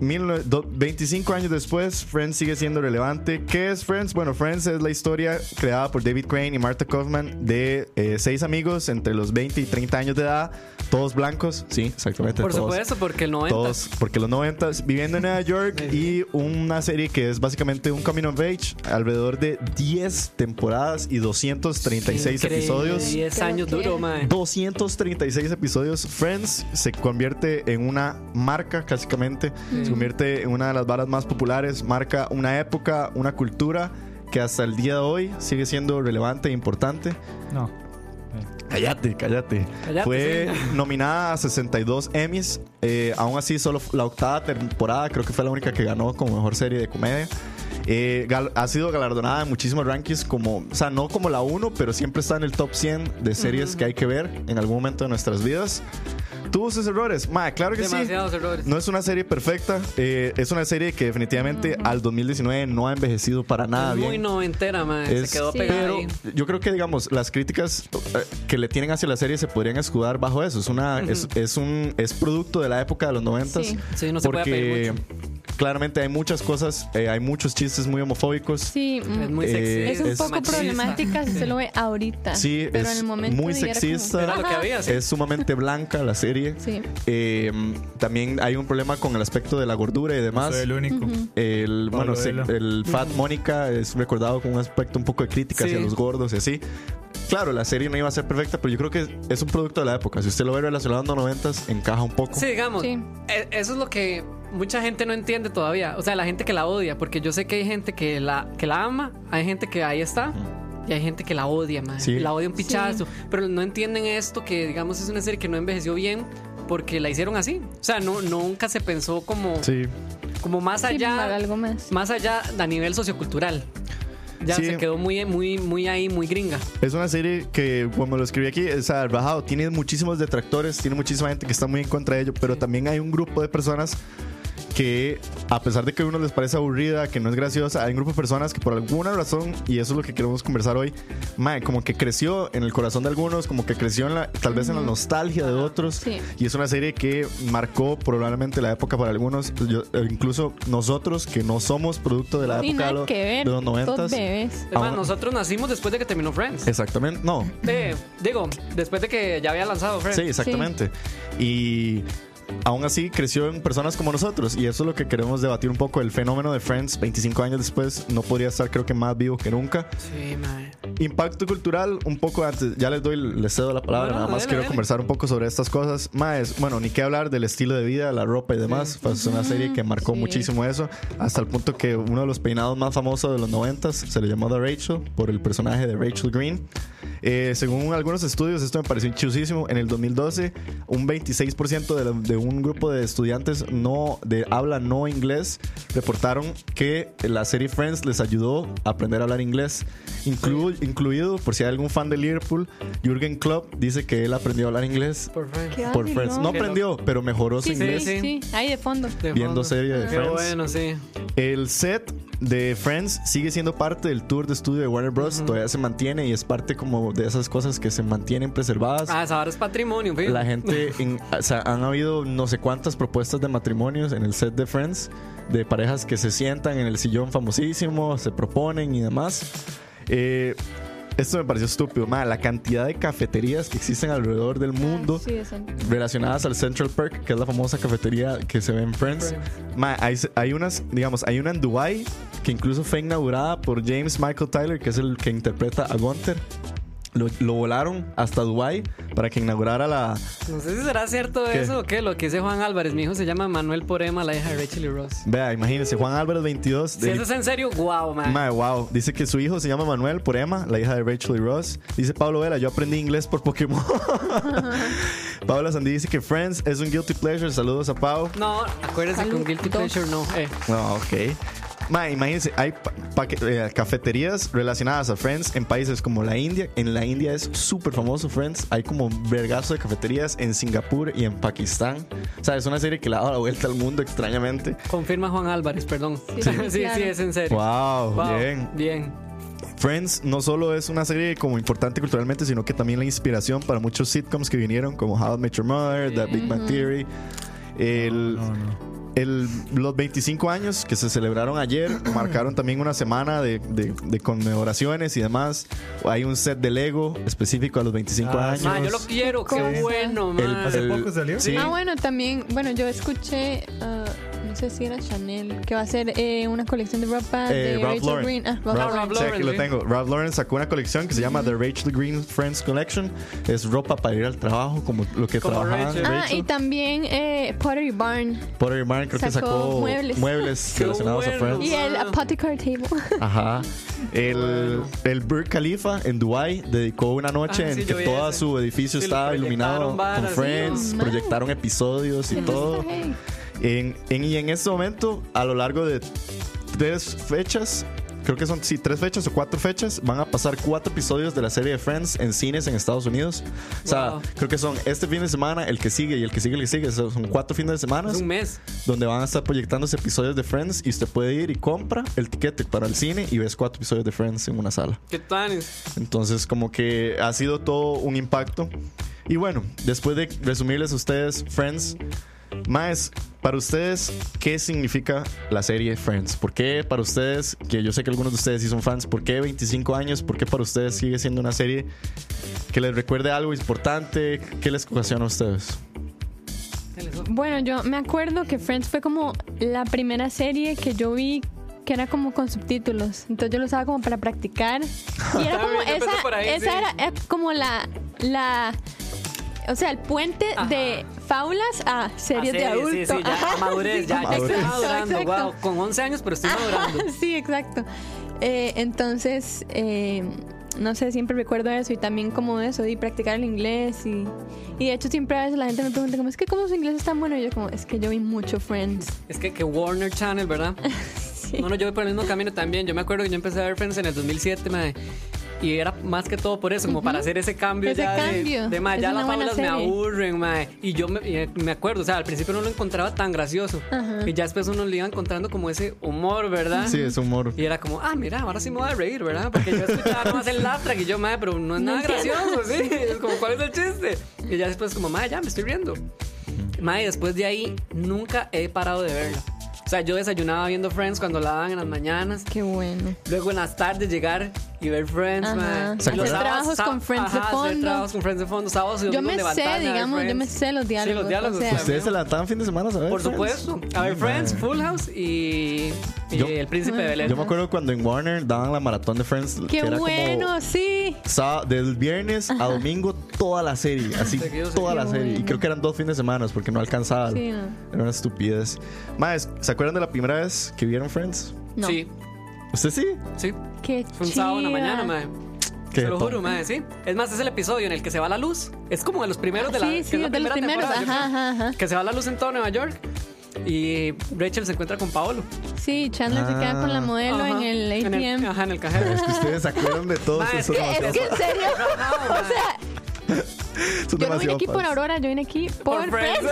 Speaker 3: mil nue- do- 25 años después, Friends sigue siendo relevante. ¿Qué es Friends? Bueno, Friends es la historia creada por David Crane y Martha Kaufman de eh, seis amigos entre los 20 y 30 años de edad, todos blancos. Sí, exactamente.
Speaker 4: Por
Speaker 3: todos
Speaker 4: supuesto, porque el 90.
Speaker 3: todos, porque los 90 viviendo en Nueva York y una serie que es básicamente un coming of age, alrededor de 10 temporadas y 236
Speaker 4: Increíble,
Speaker 3: episodios.
Speaker 4: 10
Speaker 6: Creo
Speaker 4: años
Speaker 6: que-
Speaker 4: duro, mae.
Speaker 3: 236 episodios, Friends se convierte en una marca, básicamente. Se convierte en una de las balas más populares, marca una época, una cultura que hasta el día de hoy sigue siendo relevante e importante.
Speaker 5: No.
Speaker 3: Cállate, cállate.
Speaker 4: Cállate,
Speaker 3: fue nominada a 62 Emmys. eh, aún así, solo la octava temporada creo que fue la única que ganó como mejor serie de comedia. Eh, gal- ha sido galardonada en muchísimos rankings, como, o sea, no como la 1, pero siempre está en el top 100 de series que hay que ver en algún momento de nuestras vidas. ¿Tuvo sus errores? Ma, claro que
Speaker 4: Demasiados
Speaker 3: sí.
Speaker 4: errores.
Speaker 3: No es una serie perfecta, eh, es una serie que definitivamente al 2019 no ha envejecido para nada
Speaker 4: es
Speaker 3: bien.
Speaker 4: muy noventera, mae.
Speaker 3: Es-
Speaker 4: Se quedó
Speaker 6: Sí.
Speaker 4: pegada
Speaker 3: Pero
Speaker 4: ahí.
Speaker 3: yo creo que, digamos, las críticas eh, que le tienen hacia la serie se podrían escudar bajo eso. Es una es, es un es producto de la época de los noventas.
Speaker 6: Sí.
Speaker 4: Sí, no se puede pedir
Speaker 3: claramente hay muchas cosas, eh, hay muchos chistes muy homofóbicos. Sí.
Speaker 6: Sí, mm,
Speaker 4: Es muy
Speaker 3: Eh,
Speaker 4: sexy.
Speaker 6: es un
Speaker 3: es
Speaker 6: poco
Speaker 4: machista.
Speaker 6: problemática si se lo ve ahorita. pero
Speaker 3: es
Speaker 6: en el momento
Speaker 3: muy
Speaker 6: y era como-
Speaker 3: sexista.
Speaker 4: Era lo que había, sí.
Speaker 3: Es sumamente blanca la serie.
Speaker 6: Sí.
Speaker 3: Eh, también hay un problema con el aspecto de la gordura y demás.
Speaker 5: Soy el único.
Speaker 3: El,
Speaker 5: Pablo
Speaker 3: bueno, sí,
Speaker 5: Velo.
Speaker 3: el Fat Mónica es recordado con un aspecto un poco de crítica hacia
Speaker 4: Sí.
Speaker 3: los gordos y así. Claro, la serie no iba a ser perfecta, pero yo creo que es un producto de la época. Si usted lo ve relacionado a los noventas, encaja un poco.
Speaker 4: Sí, digamos.
Speaker 6: Sí.
Speaker 4: e- Eso es lo que mucha gente no entiende todavía. O sea, la gente que la odia, porque yo sé que hay gente que la, que la ama, hay gente que ahí está. Y hay gente que la odia, man.
Speaker 3: Sí.
Speaker 4: La odia un pichazo. Pero no entienden esto, que digamos es una serie que no envejeció bien porque la hicieron así. O sea, no, nunca se pensó como,
Speaker 3: Sí.
Speaker 4: como más
Speaker 6: Sí,
Speaker 4: allá.
Speaker 6: para algo más.
Speaker 4: Más allá a nivel sociocultural. Ya
Speaker 3: Sí.
Speaker 4: se quedó muy, muy, muy ahí, muy gringa.
Speaker 3: Es una serie que, como lo escribí aquí, es bajado. Tiene muchísimos detractores, tiene muchísima gente que está muy en contra de ello, pero también hay un grupo de personas que, a pesar de que a unos les parece aburrida, que no es graciosa, hay un grupo de personas que por alguna razón, y eso es lo que queremos conversar hoy, mae, como que creció en el corazón de algunos, como que creció en la, tal vez en la nostalgia de otros,
Speaker 6: Sí.
Speaker 3: y es una serie que marcó probablemente la época para algunos, Yo- eh, incluso nosotros que no somos producto de la
Speaker 6: Y
Speaker 3: época de,
Speaker 6: nada
Speaker 3: lo-
Speaker 6: que ver.
Speaker 3: de los
Speaker 6: Todos
Speaker 3: noventas.
Speaker 6: bebés.
Speaker 4: Es más,
Speaker 3: Ahora-
Speaker 4: nosotros nacimos después de que terminó Friends.
Speaker 3: Exactamente, no,
Speaker 4: Eh, digo, después de que ya había lanzado Friends.
Speaker 3: Sí, exactamente. Y aún así creció en personas como nosotros. Y eso es lo que queremos debatir un poco. El fenómeno de Friends, 25 años después, no podría estar creo que más vivo que nunca.
Speaker 4: Sí, mae.
Speaker 3: Impacto cultural, un poco antes. Ya les doy, les cedo la palabra.
Speaker 4: No, no,
Speaker 3: Nada más
Speaker 4: dale,
Speaker 3: quiero
Speaker 4: dale.
Speaker 3: conversar un poco sobre estas cosas. Más, bueno, ni qué hablar del estilo de vida, la ropa y demás. Fue una serie que marcó
Speaker 6: sí.
Speaker 3: muchísimo eso. Hasta el punto que uno de los peinados más famosos de los noventas se le llamó The Rachel por el personaje de Rachel Green. Eh, según algunos estudios, esto me pareció chusísimo. En el 2012, un 26% de, la- de un grupo de estudiantes no de habla no inglés reportaron que la serie Friends les ayudó a aprender a hablar inglés. Inclu- incluido, por si hay algún fan de Liverpool, Jürgen Klopp dice que él aprendió a hablar inglés
Speaker 4: Por Friends.
Speaker 6: Qué
Speaker 3: por
Speaker 6: vacilón.
Speaker 3: Friends. No aprendió, pero mejoró su
Speaker 6: Sí, sí,
Speaker 3: inglés.
Speaker 6: sí,
Speaker 4: Sí.
Speaker 6: Ahí de fondo.
Speaker 4: De
Speaker 3: Viendo
Speaker 4: fondo.
Speaker 3: serie de
Speaker 4: Qué
Speaker 3: Friends.
Speaker 4: bueno, sí.
Speaker 3: El set de Friends sigue siendo parte del tour de estudio de Warner Bros. Todavía se mantiene y es parte como de esas cosas que se mantienen preservadas.
Speaker 4: Ah, esa vara es patrimonio, fijo.
Speaker 3: La gente, en- o sea, han habido no sé cuántas propuestas de matrimonios en el set de Friends, de parejas que se sientan en el sillón famosísimo, se proponen y demás. Eh, esto me pareció estúpido, ma, la cantidad de cafeterías que existen alrededor del mundo
Speaker 6: Sí, es el-
Speaker 3: relacionadas al Central Perk, que es la famosa cafetería que se ve en Friends. Ma, hay, hay unas, digamos, hay una en Dubai que incluso fue inaugurada por James Michael Tyler, que es el que interpreta a Gunther. Lo, lo volaron hasta Dubai para que inaugurara la...
Speaker 4: No sé si será cierto
Speaker 3: ¿Qué?
Speaker 4: eso o qué, lo que dice Juan Álvarez. Mi hijo se llama Manuel Porema, la hija de Rachel y Ross.
Speaker 3: Vea, imagínense, Juan Álvarez 22.
Speaker 4: Si
Speaker 3: del-
Speaker 4: eso es en serio, guau, man.
Speaker 3: Ma, wow. Dice que su hijo se llama Manuel por Emma, la hija de Rachel y Ross. Dice Pablo Vela, yo aprendí inglés por Pokémon. Pablo Sandí dice que Friends es un guilty pleasure. Saludos a Pau.
Speaker 4: No, acuérdese que un Guilty
Speaker 6: Saludos.
Speaker 4: Pleasure no. Eh,
Speaker 3: No, ok. Ma, imagínense, hay pa- pa- eh, cafeterías relacionadas a Friends en países como la India. En la India es súper famoso Friends. Hay como un vergazo de cafeterías en Singapur y en Pakistán. O sea, es una serie que le ha dado la vuelta al mundo extrañamente.
Speaker 4: confirma Juan Álvarez, perdón. Sí, sí, sí,
Speaker 6: claro.
Speaker 4: es en serio.
Speaker 3: Wow,
Speaker 4: Guau,
Speaker 3: bien.
Speaker 4: Bien.
Speaker 3: Friends no solo es una serie como importante culturalmente, sino que también la inspiración para muchos sitcoms que vinieron, como How I Met Your Mother, The Big Bang Theory. El, el- los 25 años que se celebraron ayer marcaron también una semana de, de- de conmemoraciones y demás. Hay un set de Lego específico a los 25
Speaker 5: Ah,
Speaker 3: años.
Speaker 5: sí.
Speaker 4: Ma, yo lo quiero, qué
Speaker 6: Cosa.
Speaker 4: bueno,
Speaker 3: El-
Speaker 4: man.
Speaker 5: ¿Hace poco salió?
Speaker 3: Sí.
Speaker 6: Ah, bueno, también, bueno, yo escuché, ah, no sé si era Chanel, que va a ser eh, una colección de ropa
Speaker 3: Eh,
Speaker 6: de
Speaker 3: Ralph
Speaker 6: Rachel
Speaker 3: Lauren.
Speaker 6: Green. Ah, Ralph
Speaker 3: Ralph-
Speaker 6: Lauren.
Speaker 4: Lauren.
Speaker 3: sí, aquí lo
Speaker 4: sí.
Speaker 3: tengo. Ralph Lauren sacó una colección que se llama The Rachel Green Friends Collection. Es ropa para ir al trabajo, como lo que
Speaker 4: Como
Speaker 3: trabajaban
Speaker 4: Rachel.
Speaker 6: Ah,
Speaker 3: Rachel.
Speaker 6: y también eh, Pottery Barn
Speaker 3: Pottery Barn creo que
Speaker 6: Sacó
Speaker 3: sacó muebles,
Speaker 6: muebles.
Speaker 4: Qué
Speaker 3: relacionados a
Speaker 4: bueno.
Speaker 3: Friends.
Speaker 6: y el
Speaker 4: Ah.
Speaker 6: Apothecary Table.
Speaker 3: Ajá. El, el Burj Khalifa en Dubai dedicó una noche
Speaker 4: Ah, sí,
Speaker 3: en
Speaker 4: yo
Speaker 3: que
Speaker 4: vi
Speaker 3: todo
Speaker 4: ese.
Speaker 3: su edificio
Speaker 4: Sí, lo
Speaker 3: estaba iluminado con
Speaker 4: proyectaron varas, sí,
Speaker 3: Friends,
Speaker 6: man.
Speaker 3: proyectaron episodios y todo.
Speaker 6: Hey.
Speaker 3: En, en- y en este momento, a lo largo de tres fechas, creo que son sí, tres fechas o cuatro fechas, van a pasar cuatro episodios de la serie de Friends en cines en Estados Unidos. O sea,
Speaker 4: Wow.
Speaker 3: creo que son este fin de semana, el que sigue y el que sigue, el que sigue. Son son cuatro fines de semana
Speaker 4: Es un mes.
Speaker 3: donde van a estar proyectándose episodios de Friends y usted puede ir y compra el tiquete para el cine y ves cuatro episodios de Friends en una sala.
Speaker 4: ¿Qué tal?
Speaker 3: Entonces como que ha sido todo un impacto. Y bueno, después de resumirles a ustedes Friends, más para ustedes, ¿qué significa la serie Friends? ¿Por qué para ustedes, que yo sé que algunos de ustedes sí son fans, ¿por qué 25 años? ¿Por qué para ustedes sigue siendo una serie que les recuerde algo importante? ¿Qué les ocasiona a ustedes?
Speaker 6: Bueno, yo me acuerdo que Friends fue como la primera serie que yo vi que era como con subtítulos. Entonces yo lo usaba como para practicar. Y era
Speaker 4: Está
Speaker 6: como
Speaker 4: bien, yo empecé por
Speaker 6: esa,
Speaker 4: ahí,
Speaker 6: esa
Speaker 4: sí.
Speaker 6: era eh, como la, la o sea, el puente
Speaker 4: Ajá.
Speaker 6: de faulas a series de
Speaker 4: Ah,
Speaker 6: adultos.
Speaker 4: sí, Sí, sí, ya
Speaker 6: Ajá,
Speaker 4: madurez,
Speaker 6: sí.
Speaker 4: ya, ya estoy
Speaker 6: Exacto,
Speaker 4: madurando,
Speaker 6: exacto.
Speaker 4: wow. Con 11 años, pero estoy
Speaker 6: Ajá,
Speaker 4: madurando.
Speaker 6: sí, exacto. Eh, entonces, eh, no sé, siempre recuerdo eso y también como eso, y practicar el inglés y, y de hecho siempre a veces la gente me pregunta como, es que cómo su inglés es tan bueno y yo como, es que yo vi mucho Friends.
Speaker 4: Es que, que Warner Channel, ¿verdad?
Speaker 6: Sí.
Speaker 4: No, no, yo voy por el mismo camino también. Yo me acuerdo que yo empecé a ver Friends en el 2007, mae, Y era más que todo por eso, como para hacer ese cambio
Speaker 6: Ese
Speaker 4: ya de-
Speaker 6: cambio.
Speaker 4: de, mae,
Speaker 6: Es
Speaker 4: ya
Speaker 6: una
Speaker 4: las
Speaker 6: buena
Speaker 4: fábulas me
Speaker 6: serie.
Speaker 4: aburren, mae. Y yo me, y eh, me acuerdo, o sea, al principio no lo encontraba tan gracioso.
Speaker 6: Ajá.
Speaker 4: Y ya después uno le iba encontrando como ese humor, ¿verdad?
Speaker 3: Sí, es humor.
Speaker 4: Y era como, ah, mira, ahora sí me voy a reír, ¿verdad? Porque yo escuchaba nomás el laugh que yo, madre, pero no es nada gracioso, ¿sí? Es como, ¿cuál es el chiste? Y ya después, como, madre, ya me estoy riendo. Madre, después de ahí, nunca he parado de verla. O sea, yo desayunaba viendo Friends cuando la daban en las mañanas.
Speaker 6: Qué bueno.
Speaker 4: Luego en las tardes llegar y ver Friends,
Speaker 6: Ajá.
Speaker 4: madre.
Speaker 6: ¿Se
Speaker 4: Y los
Speaker 6: acuerdan?
Speaker 4: sábados,
Speaker 6: Trabajos con Friends de
Speaker 4: ajá, hacer
Speaker 6: fondo.
Speaker 4: trabajos con Friends de fondo. Sábados y
Speaker 6: Yo
Speaker 4: domingos
Speaker 6: me sé,
Speaker 4: levantarme a ver
Speaker 6: digamos, yo
Speaker 4: Friends.
Speaker 6: me sé los
Speaker 4: Sí,
Speaker 6: diálogos,
Speaker 4: los diálogos.
Speaker 6: o sea.
Speaker 3: ¿Ustedes se la dan fin de semana a ver
Speaker 4: Por
Speaker 3: Friends?
Speaker 4: supuesto. A ver,
Speaker 3: Sí,
Speaker 4: Friends,
Speaker 3: man.
Speaker 4: Full House y, y
Speaker 3: Yo-
Speaker 4: El Príncipe de Belén.
Speaker 3: Yo me acuerdo cuando en Warner daban la maratón de Friends.
Speaker 6: Qué
Speaker 3: que era
Speaker 6: bueno,
Speaker 3: Como
Speaker 6: sí.
Speaker 3: sá- del viernes a domingo toda la serie, así
Speaker 4: Seguido,
Speaker 3: toda la
Speaker 6: seguido.
Speaker 3: serie. Y creo que eran dos fines de semana porque no alcanzaban.
Speaker 6: Sí, no.
Speaker 3: Era una estupidez. Más, ¿se acuerdan de la primera vez que vieron Friends?
Speaker 6: No.
Speaker 4: Sí,
Speaker 3: ¿Usted sí?
Speaker 4: sí.
Speaker 6: Qué
Speaker 4: Fue un sábado en la
Speaker 6: chiva.
Speaker 4: mañana, mae. Se lo juro, madre, sí. Es más, es el episodio en el que se va la luz. Es como de los primeros de la que
Speaker 6: Sí,
Speaker 4: es
Speaker 6: sí,
Speaker 4: la
Speaker 6: de los
Speaker 4: primera
Speaker 6: primeros.
Speaker 4: temporada, yo
Speaker 6: Ajá,
Speaker 4: creo.
Speaker 6: ajá, ajá.
Speaker 4: Que se va la luz en todo Nueva York y Rachel se encuentra con Paolo.
Speaker 6: Sí, Chandler se queda con la modelo
Speaker 4: Ah, Ajá.
Speaker 6: en el
Speaker 4: En el-
Speaker 6: ATM.
Speaker 4: ajá, en el cajero.
Speaker 3: Es que ustedes se acuerdan de todos
Speaker 4: Mae,
Speaker 3: eso es
Speaker 4: es que-
Speaker 3: demasiado
Speaker 6: Es que en serio, o sea,
Speaker 3: fácil. Eso es
Speaker 6: yo no vine
Speaker 3: demasiado
Speaker 6: aquí por
Speaker 3: fácil.
Speaker 6: Aurora, yo vine aquí por, Friends.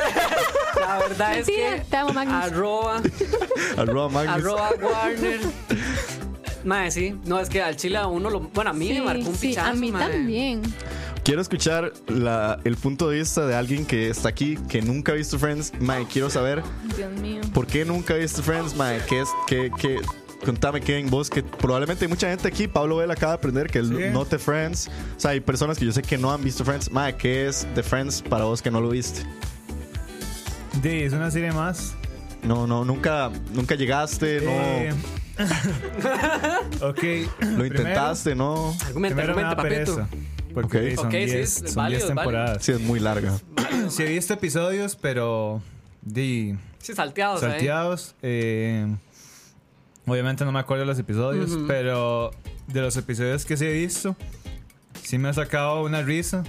Speaker 4: La verdad es
Speaker 6: Mentira,
Speaker 4: que
Speaker 6: te amo, Magnus.
Speaker 4: arroba,
Speaker 3: Arroba Magnus.
Speaker 4: arroba Warner. Mae, sí. No, es que al chile a uno lo... Bueno, a mí me marcó un
Speaker 6: sí,
Speaker 4: pichazo,
Speaker 6: a mí
Speaker 4: mae.
Speaker 6: también.
Speaker 3: Quiero escuchar la- el punto de vista de alguien que está aquí, que nunca ha visto Friends. Mae, quiero saber
Speaker 6: Dios mío.
Speaker 4: Pues,
Speaker 3: por qué nunca ha visto Friends, mae. ¿Qué es? ¿Qué? qué- Contame, Kevin, vos, que probablemente hay mucha gente aquí. Pablo Vela acaba de aprender que
Speaker 5: Sí.
Speaker 3: no te Friends. O sea, hay personas que yo sé que no han visto Friends. Mae, ¿qué es The Friends para vos que no lo viste?
Speaker 5: Di, es una serie más.
Speaker 3: No, no, nunca, nunca llegaste, no.
Speaker 5: Eh, ok.
Speaker 3: Lo intentaste, ¿no?
Speaker 4: Argumenta,
Speaker 5: Primero me da
Speaker 4: argumenta, papito.
Speaker 5: pereza. Porque
Speaker 3: Ok.
Speaker 5: di, son
Speaker 4: Ok, sí,
Speaker 5: 10
Speaker 4: es
Speaker 5: son
Speaker 4: válido, es
Speaker 5: 10
Speaker 4: válido.
Speaker 5: temporadas.
Speaker 3: Sí, es muy larga.
Speaker 5: Sí, he visto episodios, pero. Di,
Speaker 4: Sí, salteados, ¿eh?
Speaker 5: salteados. eh, obviamente no me acuerdo de los episodios, pero de los episodios que sí he visto, sí me ha sacado una risa.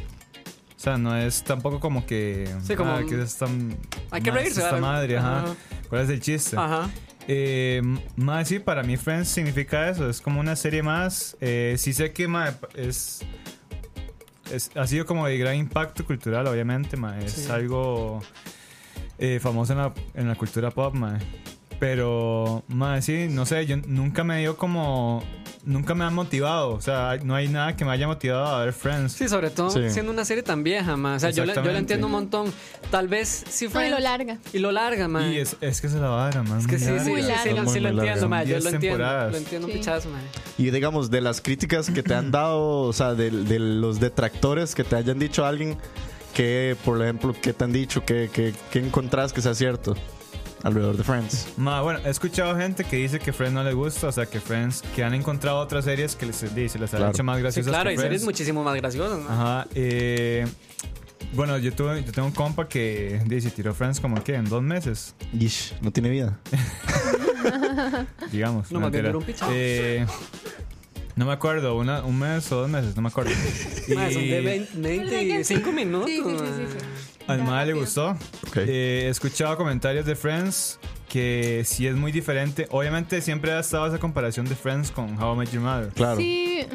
Speaker 5: O sea, no es tampoco como que.
Speaker 4: Sí, como-
Speaker 5: ah, que es tan-
Speaker 4: Hay que
Speaker 5: ma,
Speaker 4: reírse,
Speaker 5: Esta
Speaker 4: ¿verdad?
Speaker 5: madre, ajá.
Speaker 4: Ajá.
Speaker 5: ¿Cuál es el chiste?
Speaker 4: Ajá.
Speaker 5: Eh, más sí, para mí Friends significa eso, es como una serie más. Eh, sí sé que ma, es, es- ha sido como de gran impacto cultural, obviamente, ma, es
Speaker 4: Sí.
Speaker 5: algo eh, famoso en la, en la cultura pop, ma. pero más sí, no sé, yo nunca me dio como... Nunca me ha motivado, o sea, no hay nada que me haya motivado a ver Friends.
Speaker 4: Sí, sobre todo
Speaker 3: Sí.
Speaker 4: siendo una serie tan vieja, mae. O sea, yo le, yo le
Speaker 5: Exactamente.
Speaker 4: entiendo un montón. Tal vez sí
Speaker 6: No,
Speaker 4: fue...
Speaker 6: y lo larga.
Speaker 4: Y lo larga, mae.
Speaker 5: Y es, es que se la vara, man.
Speaker 4: Es que sí, sí,
Speaker 5: muy
Speaker 4: sí,
Speaker 5: larga.
Speaker 4: sí,
Speaker 6: larga.
Speaker 3: Son
Speaker 4: lo- sí lo
Speaker 3: muy largas.
Speaker 4: entiendo, mae. Yo
Speaker 5: Son
Speaker 4: lo
Speaker 5: 10
Speaker 4: entiendo. Lo
Speaker 5: temporadas.
Speaker 4: entiendo un
Speaker 6: Sí.
Speaker 4: pichazo, mae.
Speaker 3: Y digamos, de las críticas que te han dado, o sea, de, de los detractores que te hayan dicho a alguien, que, por ejemplo, que te han dicho, que, que, que encontrás que sea cierto alrededor de Friends.
Speaker 5: Ma, bueno, he escuchado gente que dice que Friends no le gusta, o sea, que Friends, que han encontrado otras series que les, di, se les han
Speaker 3: Claro.
Speaker 5: hecho más
Speaker 4: Sí,
Speaker 5: graciosas.
Speaker 4: claro,
Speaker 5: que
Speaker 4: y series
Speaker 5: Friends.
Speaker 4: muchísimo más graciosas, ¿no?
Speaker 5: Ajá, eh, bueno, yo, tuve, yo tengo un compa que dice, tiró Friends como que en dos meses,
Speaker 3: Yish, no tiene vida.
Speaker 5: digamos.
Speaker 4: No, más bien
Speaker 5: mentira.
Speaker 4: duró un pichazo.
Speaker 5: Eh, no me acuerdo, una- un mes o dos meses, no me acuerdo.
Speaker 4: Mae, son de 20, 25 minutos.
Speaker 6: Sí, sí, sí, sí, sí.
Speaker 4: mae.
Speaker 5: Al madre le gustó.
Speaker 3: Ok.
Speaker 5: Eh, he escuchado comentarios de Friends que sí es muy diferente. Obviamente siempre ha estado esa comparación de Friends con How I Met Your Mother.
Speaker 3: Claro.
Speaker 6: Sí,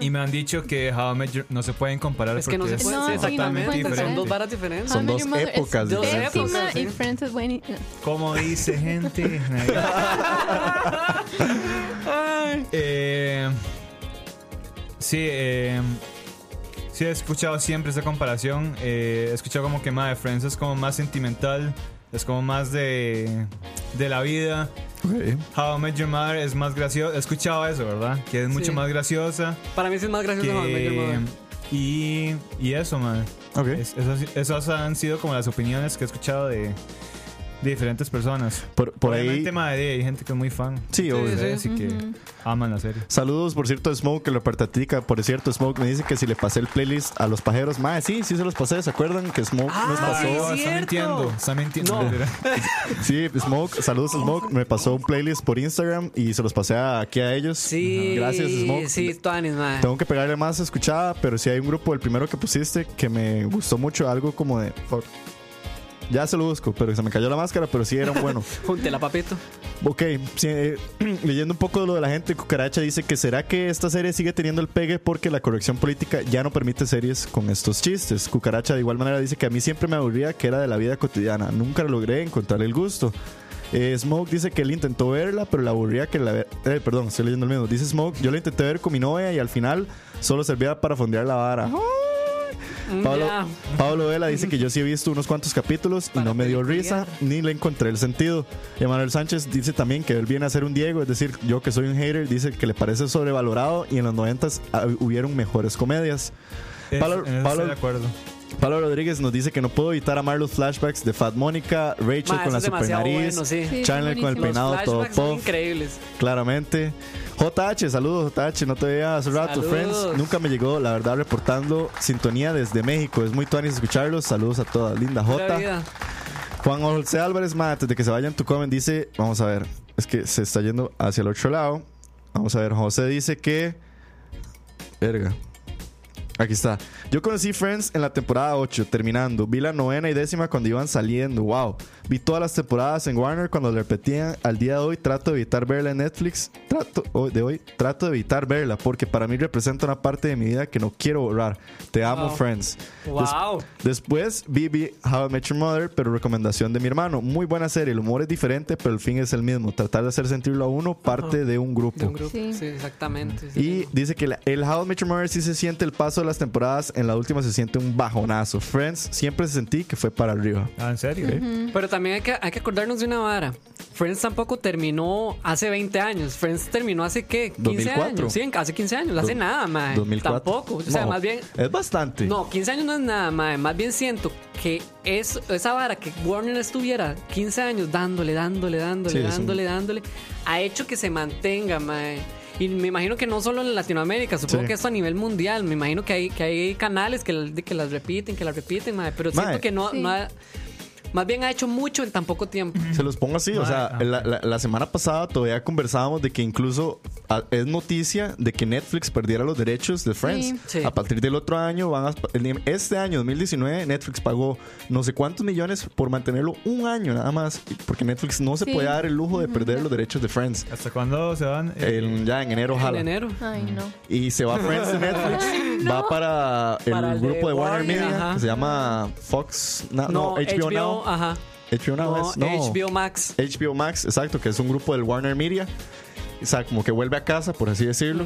Speaker 5: Y me han dicho que How I Met Your- no se pueden comparar
Speaker 4: Es que no se
Speaker 5: porque
Speaker 4: puede,
Speaker 6: No,
Speaker 4: sí,
Speaker 6: sí, no se
Speaker 4: exactamente.
Speaker 6: pueden
Speaker 5: diferente.
Speaker 4: son dos varas diferentes.
Speaker 3: Son
Speaker 6: How I Met
Speaker 3: dos
Speaker 6: Your Mother es
Speaker 3: épocas
Speaker 4: dos
Speaker 3: diferentes.
Speaker 6: pésima
Speaker 4: épocas, ¿eh? sí.
Speaker 6: y Friends es buenísima.
Speaker 5: Como dice gente. Eh, sí, eh, sí, he escuchado siempre esa comparación. Eh, he escuchado como que más de Friends es como más sentimental, es como más de, de la vida.
Speaker 3: Ok.
Speaker 5: How I Met Your Mother es más graciosa. He escuchado eso, ¿verdad? Que es mucho
Speaker 4: Sí.
Speaker 5: más graciosa.
Speaker 4: Para mí sí es más gracioso How I Met Your
Speaker 5: Que,
Speaker 4: Mother.
Speaker 5: y, y eso, man.
Speaker 3: Ok.
Speaker 5: Es- esas, esas han sido como las opiniones que he escuchado de, de diferentes personas.
Speaker 3: Por, por ahí.
Speaker 5: Obviamente, madre, hay gente que es muy fan.
Speaker 3: Sí, obvio.
Speaker 4: sí.
Speaker 5: Así que aman la serie.
Speaker 3: Saludos, por cierto, Smoke, que lo pertatica. Por cierto, Smoke me dice que si le pasé el playlist a los pajeros. Mae, sí, sí se los pasé. ¿Se acuerdan que Smoke nos
Speaker 4: Ah,
Speaker 3: pasó?
Speaker 4: sí, cierto.
Speaker 5: Oh, está mintiendo. Está mintiendo.
Speaker 4: No.
Speaker 3: Sí, Smoke, saludos Smoke, me pasó un playlist por Instagram y se los pasé a- aquí a ellos.
Speaker 4: Sí.
Speaker 3: Gracias Smoke.
Speaker 4: Sí, Tuanis, mae.
Speaker 3: Tengo que pegarle más escuchada, pero sí hay un grupo, el primero que pusiste, que me gustó mucho, algo como de... fuck. Ya se lo busco, pero se me cayó la máscara, pero sí era un bueno.
Speaker 4: Júntela, papito.
Speaker 3: ok, sí, eh, leyendo un poco de lo de la gente, Cucaracha dice que será que esta serie sigue teniendo el pegue porque la corrección política ya no permite series con estos chistes. Cucaracha de igual manera dice que a mí siempre me aburría que era de la vida cotidiana, nunca logré encontrar el gusto. Eh, Smoke dice que él intentó verla, pero la aburría que la ve- eh, perdón, estoy leyendo el mismo. Dice Smoke, yo la intenté ver con mi novia y al final solo servía para fondear la vara.
Speaker 4: Mm,
Speaker 3: Pablo,
Speaker 4: ya.
Speaker 3: Pablo Vela dice que yo sí he visto unos cuantos capítulos y
Speaker 4: Para
Speaker 3: no me dio
Speaker 4: peliculear.
Speaker 3: risa ni le encontré el sentido. Emanuel Sánchez dice también que él viene a ser un Diego, es decir, yo que soy un hater, dice que le parece sobrevalorado y en los 90 hubieron mejores comedias. Pablo-
Speaker 5: Pablo,
Speaker 3: Pablo-
Speaker 5: estoy de acuerdo.
Speaker 3: Pablo Rodríguez nos dice que no puedo evitar amar los flashbacks de Fat Mónica, Rachel
Speaker 4: Mae,
Speaker 3: con
Speaker 4: eso
Speaker 3: la
Speaker 4: es demasiado
Speaker 3: supernariz,
Speaker 4: bueno, sí.
Speaker 6: Sí,
Speaker 3: Chandler con el
Speaker 6: buenísimo.
Speaker 3: peinado
Speaker 4: Los
Speaker 3: todo
Speaker 4: flashbacks son
Speaker 3: pop,
Speaker 4: increíbles.
Speaker 3: claramente. JH, saludos JH, no te veía hace rato,
Speaker 4: Saludos.
Speaker 3: friends. Nunca me llegó, la verdad, reportando sintonía desde México. Es muy tuanis escucharlos. Saludos a todas. Linda
Speaker 4: Pura
Speaker 3: J.
Speaker 4: vida.
Speaker 3: Juan José Álvarez, ma, antes de que se vayan, tu comment dice, vamos a ver, es que se está yendo hacia el otro lado. Vamos a ver, José dice que... Verga. Aquí está. Yo conocí Friends en la temporada 8, terminando. Vi la novena y décima cuando iban saliendo. ¡Wow! Vi todas las temporadas en Warner cuando la repetían. Al día de hoy trato de evitar verla en Netflix. Trato hoy- de hoy trato de evitar verla porque para mí representa una parte de mi vida que no quiero borrar. Te amo,
Speaker 4: Wow.
Speaker 3: Friends. Des-
Speaker 4: Wow.
Speaker 3: después vi, vi How I Met Your Mother, pero recomendación de mi hermano. Muy buena serie. El humor es diferente, pero el fin es el mismo. Tratar de hacer sentirlo a uno parte de un grupo.
Speaker 4: De un grupo. Sí,
Speaker 6: Sí.
Speaker 4: exactamente. sí,
Speaker 3: Y
Speaker 4: no.
Speaker 3: dice que la- el How I Met Your Mother sí se siente el paso de las temporadas. En la última se siente un bajonazo. Friends siempre sentí que fue para arriba.
Speaker 5: Ah, ¿en serio?
Speaker 4: Pero también hay que, hay que acordarnos de una vara. Friends tampoco terminó hace 20 años. Friends terminó hace qué? 15
Speaker 3: 2004.
Speaker 4: años. Sí, hace 15 años. Hace
Speaker 3: Do-
Speaker 4: nada, mae.
Speaker 3: 2004.
Speaker 4: Tampoco. O sea,
Speaker 3: No,
Speaker 4: más bien.
Speaker 3: Es bastante.
Speaker 4: No, 15 años no es nada, mae. Más bien siento que es, esa vara que Warner estuviera 15 años dándole, dándole, dándole,
Speaker 3: Sí, es un-
Speaker 4: dándole, dándole, ha hecho que se mantenga, mae. Y me imagino que no solo en Latinoamérica, supongo
Speaker 3: Sí.
Speaker 4: que esto a nivel mundial. Me imagino que hay, que hay canales que, la- que las repiten, que las repiten, mae. Pero
Speaker 3: Mae.
Speaker 4: siento que no,
Speaker 6: Sí.
Speaker 4: no ha- Más bien ha hecho mucho en tan poco tiempo.
Speaker 3: Se los pongo así, o sea, la, la- la semana pasada todavía conversábamos de que incluso ah, es noticia de que Netflix perdiera los derechos de Friends.
Speaker 4: Sí.
Speaker 3: A partir del otro año, van a, el- este año 2019, Netflix pagó no sé cuántos millones por mantenerlo un año nada más, porque Netflix no se
Speaker 6: Sí.
Speaker 3: puede dar el lujo de perder los derechos de Friends.
Speaker 5: ¿Hasta cuándo se van? Eh,
Speaker 3: El- ya en enero,
Speaker 4: En
Speaker 3: ojalá.
Speaker 4: enero.
Speaker 6: Ay, no.
Speaker 3: Y se va Friends de Netflix. Va para el
Speaker 4: Para el de
Speaker 3: grupo de Warner
Speaker 4: Warner,
Speaker 3: Media
Speaker 4: ajá.
Speaker 3: que se llama Fox. na- no,
Speaker 4: No,
Speaker 3: HBO, Now.
Speaker 4: Ajá.
Speaker 3: HBO Now
Speaker 4: ah, No,
Speaker 3: es. No.
Speaker 4: HBO Max.
Speaker 3: HBO Max, exacto, que es un grupo del Warner Media. O sea, como que vuelve a casa, por así decirlo.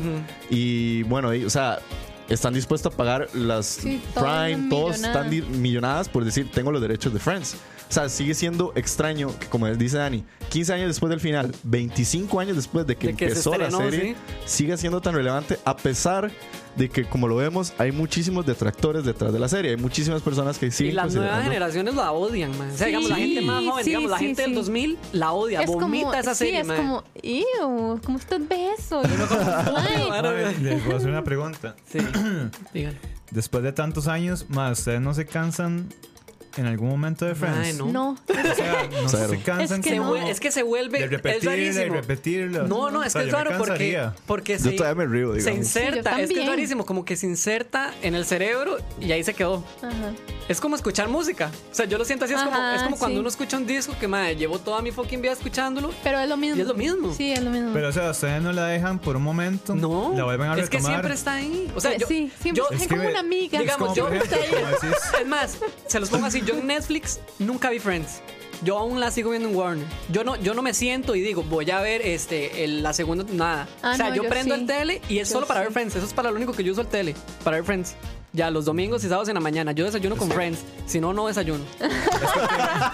Speaker 3: Y bueno, y, o sea, están dispuestos a pagar las
Speaker 6: Sí, todo
Speaker 3: Prime,
Speaker 6: una
Speaker 3: todos
Speaker 6: millonada.
Speaker 3: están di- millonadas por decir, tengo los derechos de Friends. O sea, sigue siendo extraño que, como dice Dani, 15 años después del final, 25 años después de que
Speaker 4: De que se
Speaker 3: empezó la
Speaker 4: estrenó,
Speaker 3: serie, sigue siendo tan relevante a pesar de que, como lo vemos, hay muchísimos detractores detrás de la serie. Hay muchísimas personas que siguen
Speaker 4: y las nuevas
Speaker 3: considerando-
Speaker 4: generaciones la odian, man. O sea, digamos, la
Speaker 6: Sí,
Speaker 4: gente más joven,
Speaker 6: sí,
Speaker 4: digamos, la
Speaker 6: sí,
Speaker 4: gente del
Speaker 6: sí.
Speaker 4: 2000 la odia,
Speaker 6: es
Speaker 4: vomita
Speaker 6: como,
Speaker 4: esa
Speaker 6: sí,
Speaker 4: serie,
Speaker 6: es
Speaker 4: man.
Speaker 6: como, ew, ¿cómo usted ve eso? Yo no
Speaker 4: Claro.
Speaker 5: madre, les voy a hacer una pregunta.
Speaker 4: Sí, dígalo.
Speaker 5: Después de tantos años, más ustedes no se cansan en algún momento de Friends.
Speaker 4: Mae, no.
Speaker 6: No,
Speaker 5: O sea, no
Speaker 3: Cero.
Speaker 5: se cansan
Speaker 6: Es que
Speaker 4: Se
Speaker 6: no.
Speaker 5: como
Speaker 4: vuel- es que se vuelve.
Speaker 5: de
Speaker 4: es
Speaker 5: repetirla y
Speaker 4: rarísimo.
Speaker 5: repetirla.
Speaker 4: No, no, es que
Speaker 5: O sea,
Speaker 4: es
Speaker 5: yo me
Speaker 4: raro porque,
Speaker 5: cansaría.
Speaker 4: porque
Speaker 3: Yo
Speaker 4: se,
Speaker 3: todavía me río,
Speaker 4: se
Speaker 3: digamos.
Speaker 4: inserta,
Speaker 6: Sí, yo
Speaker 4: es que es
Speaker 6: también.
Speaker 4: rarísimo, como que se inserta en el cerebro y ahí se quedó.
Speaker 6: ajá.
Speaker 4: Es como escuchar música. O sea, yo lo siento así, es como,
Speaker 6: Ajá,
Speaker 4: es como cuando
Speaker 6: sí.
Speaker 4: uno escucha un disco que, madre, llevo toda mi fucking vida escuchándolo.
Speaker 6: Pero es lo mismo.
Speaker 4: Y es lo mismo.
Speaker 6: Sí, es lo mismo.
Speaker 5: Pero, o sea, ustedes no la dejan por un momento.
Speaker 4: No,
Speaker 5: La vuelven a retomar.
Speaker 4: es que siempre está ahí. O sea,
Speaker 6: Pues
Speaker 4: yo,
Speaker 6: sí, siempre
Speaker 4: yo-
Speaker 6: es
Speaker 5: que
Speaker 6: como
Speaker 5: me-
Speaker 6: una amiga.
Speaker 5: Es
Speaker 4: Digamos,
Speaker 5: como, por
Speaker 4: yo-
Speaker 5: ejemplo, como decís,
Speaker 4: Es más, se los pongo así, yo en Netflix nunca vi Friends. Yo aún la sigo viendo en Warner. Yo no, yo no me siento y digo, voy a ver este el- la segunda nada.
Speaker 6: Ah,
Speaker 4: o sea,
Speaker 6: no,
Speaker 4: yo,
Speaker 6: yo
Speaker 4: prendo
Speaker 6: sí.
Speaker 4: el tele y es
Speaker 6: Yo
Speaker 4: solo para ver
Speaker 6: sí.
Speaker 4: Friends. Eso es para lo único que yo uso el tele, para ver Friends. Ya los domingos y sábados en la mañana. Yo desayuno con Friends. Si no, no desayuno.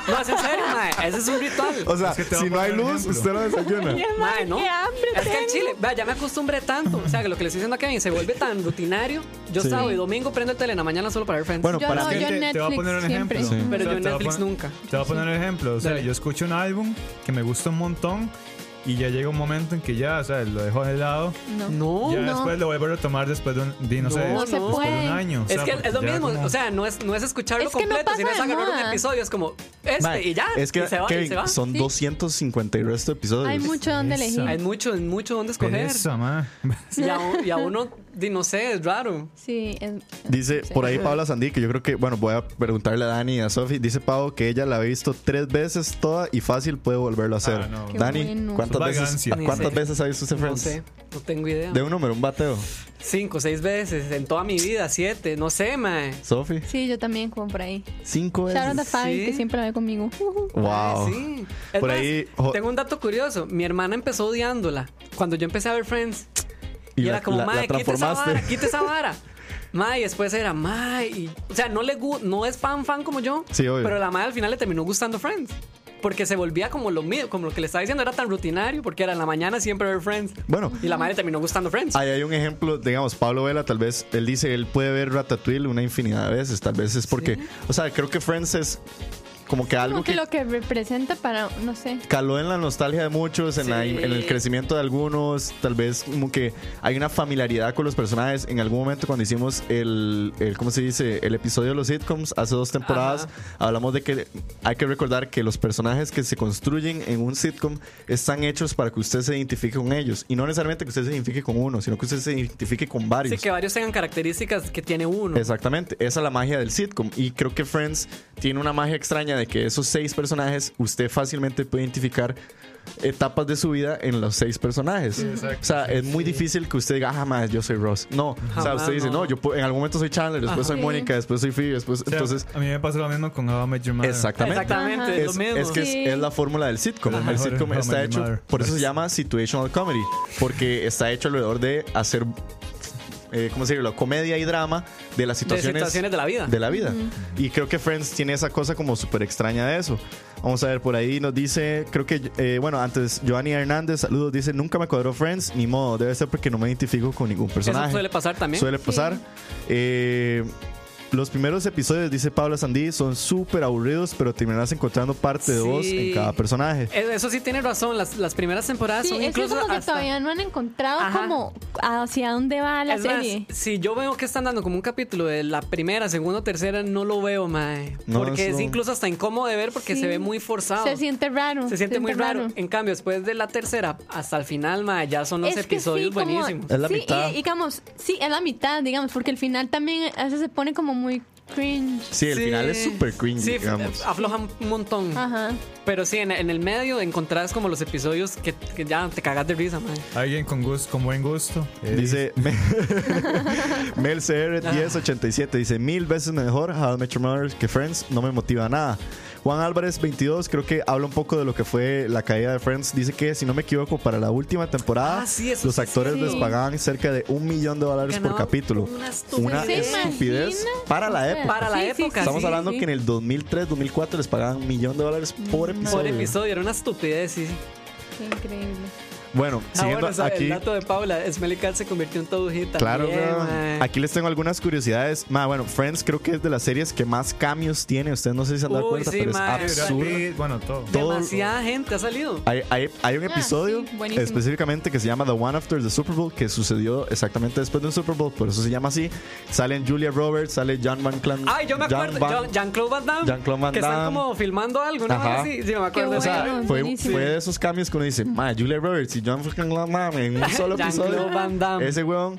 Speaker 4: no, es en serio, mae. Ese es un ritual.
Speaker 3: O sea,
Speaker 5: Es que te voy
Speaker 3: si
Speaker 5: a
Speaker 3: no hay
Speaker 5: poner un
Speaker 3: luz,
Speaker 5: ejemplo.
Speaker 3: usted no desayuna.
Speaker 4: Mae, ¿no?
Speaker 6: qué hambre
Speaker 4: es que el chile, vea, ya me acostumbré tanto. O sea, que lo que le estoy diciendo a Kevin se vuelve tan rutinario. Yo
Speaker 3: Sí.
Speaker 4: sábado y domingo prendo el tele en la mañana solo para ver Friends.
Speaker 3: Bueno,
Speaker 6: yo
Speaker 3: para
Speaker 6: no,
Speaker 3: mí-
Speaker 5: Es
Speaker 6: yo
Speaker 5: que
Speaker 6: en
Speaker 5: te, te voy a poner un
Speaker 6: Netflix siempre.
Speaker 5: ejemplo.
Speaker 3: Sí.
Speaker 4: Pero yo en
Speaker 5: te voy a
Speaker 4: Netflix
Speaker 5: pon-
Speaker 4: nunca.
Speaker 5: Te voy a poner un ejemplo. O sea,
Speaker 4: Dale.
Speaker 5: yo escucho un álbum que me gusta un montón y ya llega un momento en que ya, o sea, lo dejo de lado.
Speaker 6: No.
Speaker 4: no.
Speaker 5: ya
Speaker 6: no.
Speaker 5: después lo vuelvo a retomar después de, un, de, no, sé,
Speaker 4: No,
Speaker 6: No se
Speaker 4: no.
Speaker 5: después de
Speaker 6: puede.
Speaker 5: un año. o
Speaker 4: Es
Speaker 5: sea,
Speaker 4: que
Speaker 5: porque
Speaker 4: es lo
Speaker 5: ya
Speaker 4: mismo,
Speaker 5: como-
Speaker 4: o sea, no es, no es escucharlo
Speaker 6: Es que no
Speaker 4: completo,
Speaker 6: pasa
Speaker 4: sino es
Speaker 6: de
Speaker 4: agarrar un
Speaker 6: moda.
Speaker 4: episodio, es como este
Speaker 3: Mae,
Speaker 4: y ya.
Speaker 3: Es que,
Speaker 4: y se va,
Speaker 3: Kevin,
Speaker 4: y se va.
Speaker 3: son
Speaker 6: Sí.
Speaker 3: 250 y resto de episodios.
Speaker 6: Hay mucho donde
Speaker 5: Esa.
Speaker 6: elegir.
Speaker 4: Hay mucho, mucho donde escoger.
Speaker 5: Pereza, ma.
Speaker 4: Y a, un- y a uno, di, no sé, es raro.
Speaker 6: Sí, es-
Speaker 3: Dice
Speaker 6: sí.
Speaker 3: por ahí Paula Sandí, que yo creo que, bueno, voy a preguntarle a Dani y a Sofi. Dice Pau que ella la ha visto tres veces toda y fácil puede volverlo a hacer.
Speaker 5: Ah, no. Qué
Speaker 3: Dani,
Speaker 6: bueno.
Speaker 3: ¿cuántas,
Speaker 5: Su
Speaker 3: veces,
Speaker 5: vagancia.
Speaker 3: ¿cuántas
Speaker 4: Sí.
Speaker 3: veces ha visto usted
Speaker 4: No
Speaker 3: Friends?
Speaker 4: sé, no tengo idea.
Speaker 3: De un número, un bateo.
Speaker 4: Cinco, seis veces en toda mi vida, siete, no sé, mae.
Speaker 3: Sofi,
Speaker 6: Sí, yo también como por ahí.
Speaker 3: cinco veces.
Speaker 6: Shout out a Fabi,
Speaker 4: Pues Sí.
Speaker 6: que siempre la ve conmigo.
Speaker 3: Wow.
Speaker 4: Mae, Ah, sí. Es
Speaker 3: Por
Speaker 4: más,
Speaker 3: ahí, jo-
Speaker 4: tengo un dato curioso. Mi hermana empezó odiándola cuando yo empecé a ver Friends.
Speaker 3: Y
Speaker 4: Y,
Speaker 3: la-
Speaker 4: era como,
Speaker 3: la- la
Speaker 4: mae, quita esa
Speaker 3: transformaste".
Speaker 4: vara, quita esa vara. Mae, y después era, mae. y- o sea, no, le gu- no es fan, fan como yo.
Speaker 3: Sí, obvio.
Speaker 4: Pero la mae al final le terminó gustando Friends. Porque se volvía como lo mío, como lo que le estaba diciendo, era tan rutinario. Porque era en la mañana siempre ver Friends.
Speaker 3: Bueno.
Speaker 4: Y la mae le terminó gustando Friends.
Speaker 3: Ahí hay un ejemplo, digamos, Pablo Vela, tal vez él dice él puede ver Ratatouille una infinidad de veces, tal vez es porque, o sea, creo que Friends es como que algo
Speaker 6: Como que
Speaker 3: que
Speaker 6: lo que representa para, no sé.
Speaker 3: caló en la nostalgia de muchos, en, la-
Speaker 4: Sí.
Speaker 3: en el crecimiento de algunos, tal vez como que hay una familiaridad con los personajes. En algún momento cuando hicimos el, el ¿cómo se dice? El episodio de los sitcoms hace dos temporadas, hablamos de que hay que recordar que los personajes que se construyen en un sitcom están hechos para que usted se identifique con ellos. Y no necesariamente que usted se identifique con uno, sino que usted se identifique con varios.
Speaker 4: Sí, que varios tengan características que tiene uno.
Speaker 3: Exactamente, esa es la magia del sitcom. Y creo que Friends tiene una magia extraña de que esos seis personajes, usted fácilmente puede identificar etapas de su vida en los seis personajes. O sea, es muy difícil que usted diga, ah, más, yo soy Ross. No, o sea,
Speaker 4: Jamás,
Speaker 3: usted dice,
Speaker 4: no.
Speaker 3: no, yo pu- en algún momento soy Chandler, después soy
Speaker 6: Sí.
Speaker 3: Mónica, después soy Phoebe, después.
Speaker 5: O sea,
Speaker 3: entonces,
Speaker 5: a mí me pasó lo mismo con How I Met Your Mother.
Speaker 3: exactamente.
Speaker 4: Exactamente,
Speaker 6: Ajá.
Speaker 4: es,
Speaker 3: Es,
Speaker 4: lo mismo.
Speaker 3: es que es-
Speaker 6: Sí.
Speaker 3: es, la fórmula del sitcom.
Speaker 5: Ajá.
Speaker 3: El sitcom
Speaker 5: Mejor
Speaker 3: está
Speaker 5: How I Met
Speaker 3: hecho,
Speaker 5: Your Mother.
Speaker 3: por eso se llama situational comedy, porque está hecho alrededor de hacer, eh, ¿cómo se decirlo? Comedia y drama de las
Speaker 4: de
Speaker 3: situaciones
Speaker 4: situaciones de la vida.
Speaker 3: de la vida. Y creo que Friends tiene esa cosa como súper extraña de eso. Vamos a ver, por ahí nos dice, creo que, eh, bueno, antes Giovanni Hernández, saludos, dice, nunca me cuadró Friends, ni modo, debe ser porque no me identifico con ningún personaje.
Speaker 4: Eso suele pasar también.
Speaker 3: Suele pasar. Eh, los primeros episodios, dice Pablo Sandí, son súper aburridos, pero terminarás encontrando parte de vos
Speaker 4: Sí.
Speaker 3: en cada personaje.
Speaker 4: Eh, Eso sí tiene razón. Las, las primeras temporadas
Speaker 6: Sí,
Speaker 4: son
Speaker 6: es que
Speaker 4: incluso
Speaker 6: como que
Speaker 4: hasta-
Speaker 6: todavía no han encontrado
Speaker 4: Ajá.
Speaker 6: como hacia dónde va la
Speaker 4: Es más,
Speaker 6: serie.
Speaker 4: si yo veo que están dando como un capítulo de la primera, segunda, tercera, no lo veo, mae.
Speaker 3: No,
Speaker 4: porque
Speaker 3: eso-
Speaker 4: es incluso hasta incómodo de ver porque
Speaker 6: Sí.
Speaker 4: se ve muy forzado.
Speaker 6: Se siente raro.
Speaker 4: Se siente muy raro. En cambio, después de la tercera hasta el final, mae, ya son los
Speaker 6: Es que sí,
Speaker 4: episodios
Speaker 6: como-
Speaker 4: buenísimos.
Speaker 3: Es la
Speaker 6: sí,
Speaker 3: mitad.
Speaker 6: Y, y digamos, sí, es la mitad, digamos, porque el final también a veces se pone como muy cringe.
Speaker 3: Sí, el
Speaker 4: Sí.
Speaker 3: final es súper cringe,
Speaker 4: Sí, eh,
Speaker 3: digamos.
Speaker 4: afloja un montón.
Speaker 6: Ajá.
Speaker 4: Pero sí, en, en el medio encontrás como los episodios que, que ya te cagas de risa, mae.
Speaker 5: Alguien con, gusto, con buen gusto. eh,
Speaker 3: Dice MelCR1087 dice mil veces mejor How I Met Your Mother que Friends no me motiva a nada. Juan Álvarez 22 creo que habla un poco de lo que fue la caída de Friends. Dice que si no me equivoco para la última temporada
Speaker 4: Ah, sí, eso
Speaker 3: los
Speaker 4: sí es
Speaker 3: actores
Speaker 6: cierto.
Speaker 3: les pagaban cerca de un millón de dólares por
Speaker 4: Ganaban
Speaker 3: capítulo.
Speaker 4: una estupidez.
Speaker 3: Una
Speaker 6: ¿Se imagina?
Speaker 3: estupidez para
Speaker 6: O
Speaker 3: la
Speaker 6: sea,
Speaker 3: época.
Speaker 4: Para la época,
Speaker 3: Estamos
Speaker 4: sí,
Speaker 3: hablando
Speaker 6: sí.
Speaker 3: que en el 2003, 2004 les pagaban un millón de dólares por episodio.
Speaker 4: Por episodio, era una estupidez, sí. sí.
Speaker 6: Qué increíble.
Speaker 3: Bueno,
Speaker 4: Ah,
Speaker 3: siguiendo
Speaker 4: bueno, esa-
Speaker 3: aquí
Speaker 4: el dato de Paula, Smelly Cat se convirtió en todo hit
Speaker 3: Claro,
Speaker 4: también,
Speaker 3: weón.
Speaker 4: mae.
Speaker 3: aquí les tengo algunas curiosidades. Ma, bueno, Friends creo que es de las series que más cambios tiene. Ustedes no sé si se han dado
Speaker 4: Uy,
Speaker 3: cuenta,
Speaker 4: sí,
Speaker 3: pero
Speaker 4: ma,
Speaker 3: es
Speaker 5: Brad
Speaker 3: absurdo.
Speaker 5: Pitt, bueno, todo.
Speaker 3: todo-
Speaker 4: Demasiada gente ha salido.
Speaker 3: Hay, hay- hay un
Speaker 6: Ah,
Speaker 3: episodio
Speaker 6: sí, buenísimo.
Speaker 3: específicamente que se llama The One After the Super Bowl, que sucedió exactamente después de un Super Bowl, por eso se llama así. Salen Julia Roberts, sale John Van Clan.
Speaker 4: Ay, yo me acuerdo, Jean- Jean-Claude Van Damme.
Speaker 3: Jean-Claude Van
Speaker 4: Que están
Speaker 3: Damme.
Speaker 4: como filmando algo, ¿no?
Speaker 3: Ajá.
Speaker 4: Sí, sí, me acuerdo.
Speaker 6: Qué
Speaker 4: de
Speaker 3: o
Speaker 4: esa.
Speaker 3: sea,
Speaker 6: Bueno,
Speaker 3: fue,
Speaker 6: buenísimo.
Speaker 3: fue de esos cambios que uno dice, ma, Julia Roberts y John Van Damme en un solo
Speaker 4: Jean-Claude
Speaker 3: episodio.
Speaker 4: Van Damme.
Speaker 3: Ese weón,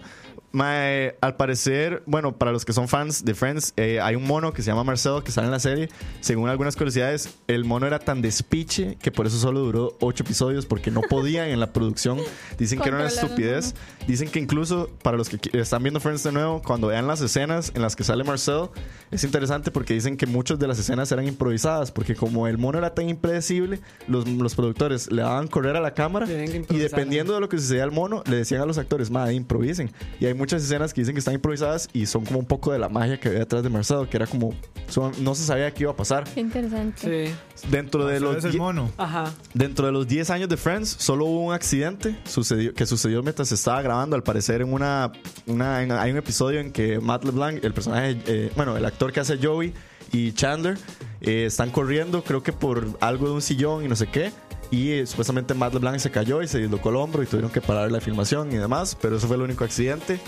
Speaker 3: ma, eh, al parecer, bueno, para los que son fans de Friends, eh, hay un mono que se llama Marcelo que sale en la serie. Según algunas curiosidades, el mono era tan despiche que por eso solo duró ocho episodios porque no podían en la producción. Dicen que era una
Speaker 6: Controlar al
Speaker 3: estupidez. Dicen que incluso para los que qui- están viendo Friends de nuevo, cuando vean las escenas en las que sale Marcel, es interesante porque dicen que muchas de las escenas eran improvisadas, porque como el mono era tan impredecible, los, los productores le daban correr a la cámara
Speaker 4: Tenían que
Speaker 3: y
Speaker 4: improvisar.
Speaker 3: dependiendo de lo que sucedía al mono, le decían a los actores, madre, improvisen. Y hay muchas escenas que dicen que están improvisadas y son como un poco de la magia que había detrás de Marcel, que era como, son- no se sabía qué iba a pasar.
Speaker 6: Qué interesante.
Speaker 4: Sí.
Speaker 3: Dentro de
Speaker 5: Solo
Speaker 3: los...
Speaker 5: es el
Speaker 3: die-
Speaker 5: mono.
Speaker 4: Ajá.
Speaker 3: Dentro de los 10 años de Friends, solo hubo un accidente sucedió, que sucedió mientras se estaba grabando. Al parecer, en una, una- en- hay un episodio en que Matt LeBlanc, el personaje, eh, bueno, el actor que hace Joey y Chandler, eh, están corriendo, creo que por algo de un sillón y no sé qué. Y eh, supuestamente Matt LeBlanc se cayó y se dislocó el hombro y tuvieron que parar la filmación y demás. Pero eso fue el único accidente.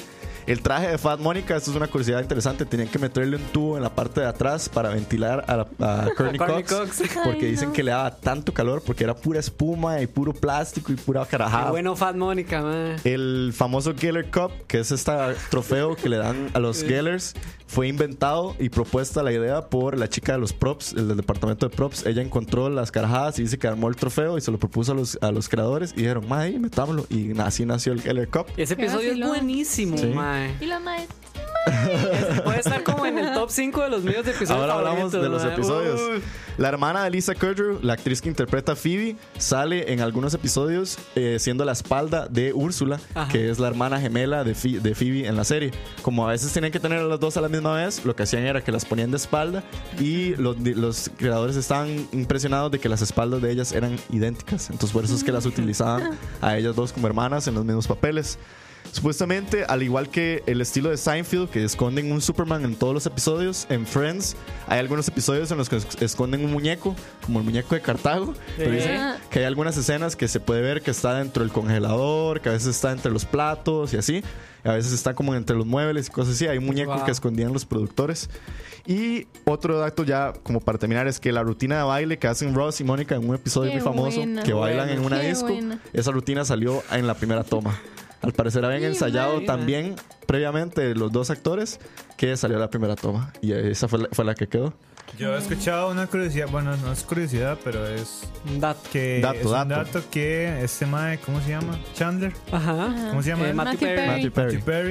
Speaker 3: El traje de Fat Mónica, esto es una curiosidad interesante, tenían que meterle un tubo en la parte de atrás para ventilar a, la- a Courtney
Speaker 4: Courtney
Speaker 3: Cox,
Speaker 4: Cox.
Speaker 3: porque
Speaker 6: Ay,
Speaker 3: dicen
Speaker 6: no.
Speaker 3: Este que le daba tanto calor porque era pura espuma y puro plástico y pura carajada.
Speaker 4: Qué bueno, Fat Mónica, mae.
Speaker 3: El famoso Geller Cup, que es este trofeo que le dan a los Gellers, fue inventado y propuesta la idea por la chica de los props, el del departamento de props. Ella encontró las carajadas y dice que armó el trofeo y se lo propuso a los, a los creadores y dijeron, madre, metámoslo. Y así nació el Geller Cup.
Speaker 4: Ese
Speaker 6: Qué
Speaker 4: episodio es
Speaker 6: vacilón.
Speaker 4: buenísimo,
Speaker 3: Sí.
Speaker 4: mae.
Speaker 6: Y la maestra.
Speaker 4: Puede estar como en el top 5 de los míos de episodios.
Speaker 3: Ahora hablamos
Speaker 4: favoritos,
Speaker 3: de los
Speaker 4: mae.
Speaker 3: episodios.
Speaker 4: Uy.
Speaker 3: La hermana de Lisa Kudrow, la actriz que interpreta a Phoebe, sale en algunos episodios eh, siendo la espalda de Úrsula,
Speaker 4: Ajá.
Speaker 3: que es la hermana gemela de, Phi- de Phoebe en la serie. Como a veces tenían que tener a las dos a la misma vez, lo que hacían era que las ponían de espalda y los, di- los creadores estaban impresionados de que las espaldas de ellas eran idénticas. Entonces por eso es que las utilizaban a ellas dos como hermanas en los mismos papeles. Supuestamente, al igual que el estilo de Seinfeld, que esconden un Superman en todos los episodios, en Friends hay algunos episodios en los que es- esconden un muñeco, como el muñeco de Cartago. Pero dicen
Speaker 6: Ah.
Speaker 3: que hay algunas escenas que se puede ver que está dentro del congelador, que a veces está entre los platos y así. y a veces está como entre los muebles y cosas así. Hay un muñeco
Speaker 4: Wow.
Speaker 3: que escondían los productores. Y otro dato ya, como para terminar, es que la rutina de baile que hacen Ross y Mónica en un episodio
Speaker 6: Qué
Speaker 3: muy famoso,
Speaker 6: buena.
Speaker 3: que bailan en una
Speaker 6: Qué
Speaker 3: disco,
Speaker 6: buena.
Speaker 3: esa rutina salió en la primera toma. Al parecer habían
Speaker 6: Sí,
Speaker 3: ensayado
Speaker 4: madre.
Speaker 3: también previamente los dos actores que salió la primera toma. Y esa fue la, fue la que quedó.
Speaker 5: Yo he escuchado una curiosidad, bueno, no es curiosidad, pero es
Speaker 4: Un dato.
Speaker 5: que
Speaker 3: Dato,
Speaker 5: es un
Speaker 3: dato.
Speaker 5: dato que este mae, ¿cómo se llama? Chandler,
Speaker 4: Ajá.
Speaker 5: ¿cómo se llama?
Speaker 4: Eh,
Speaker 5: él?
Speaker 4: Matthew
Speaker 6: Matthew
Speaker 4: Perry.
Speaker 6: Perry.
Speaker 3: Matthew Perry.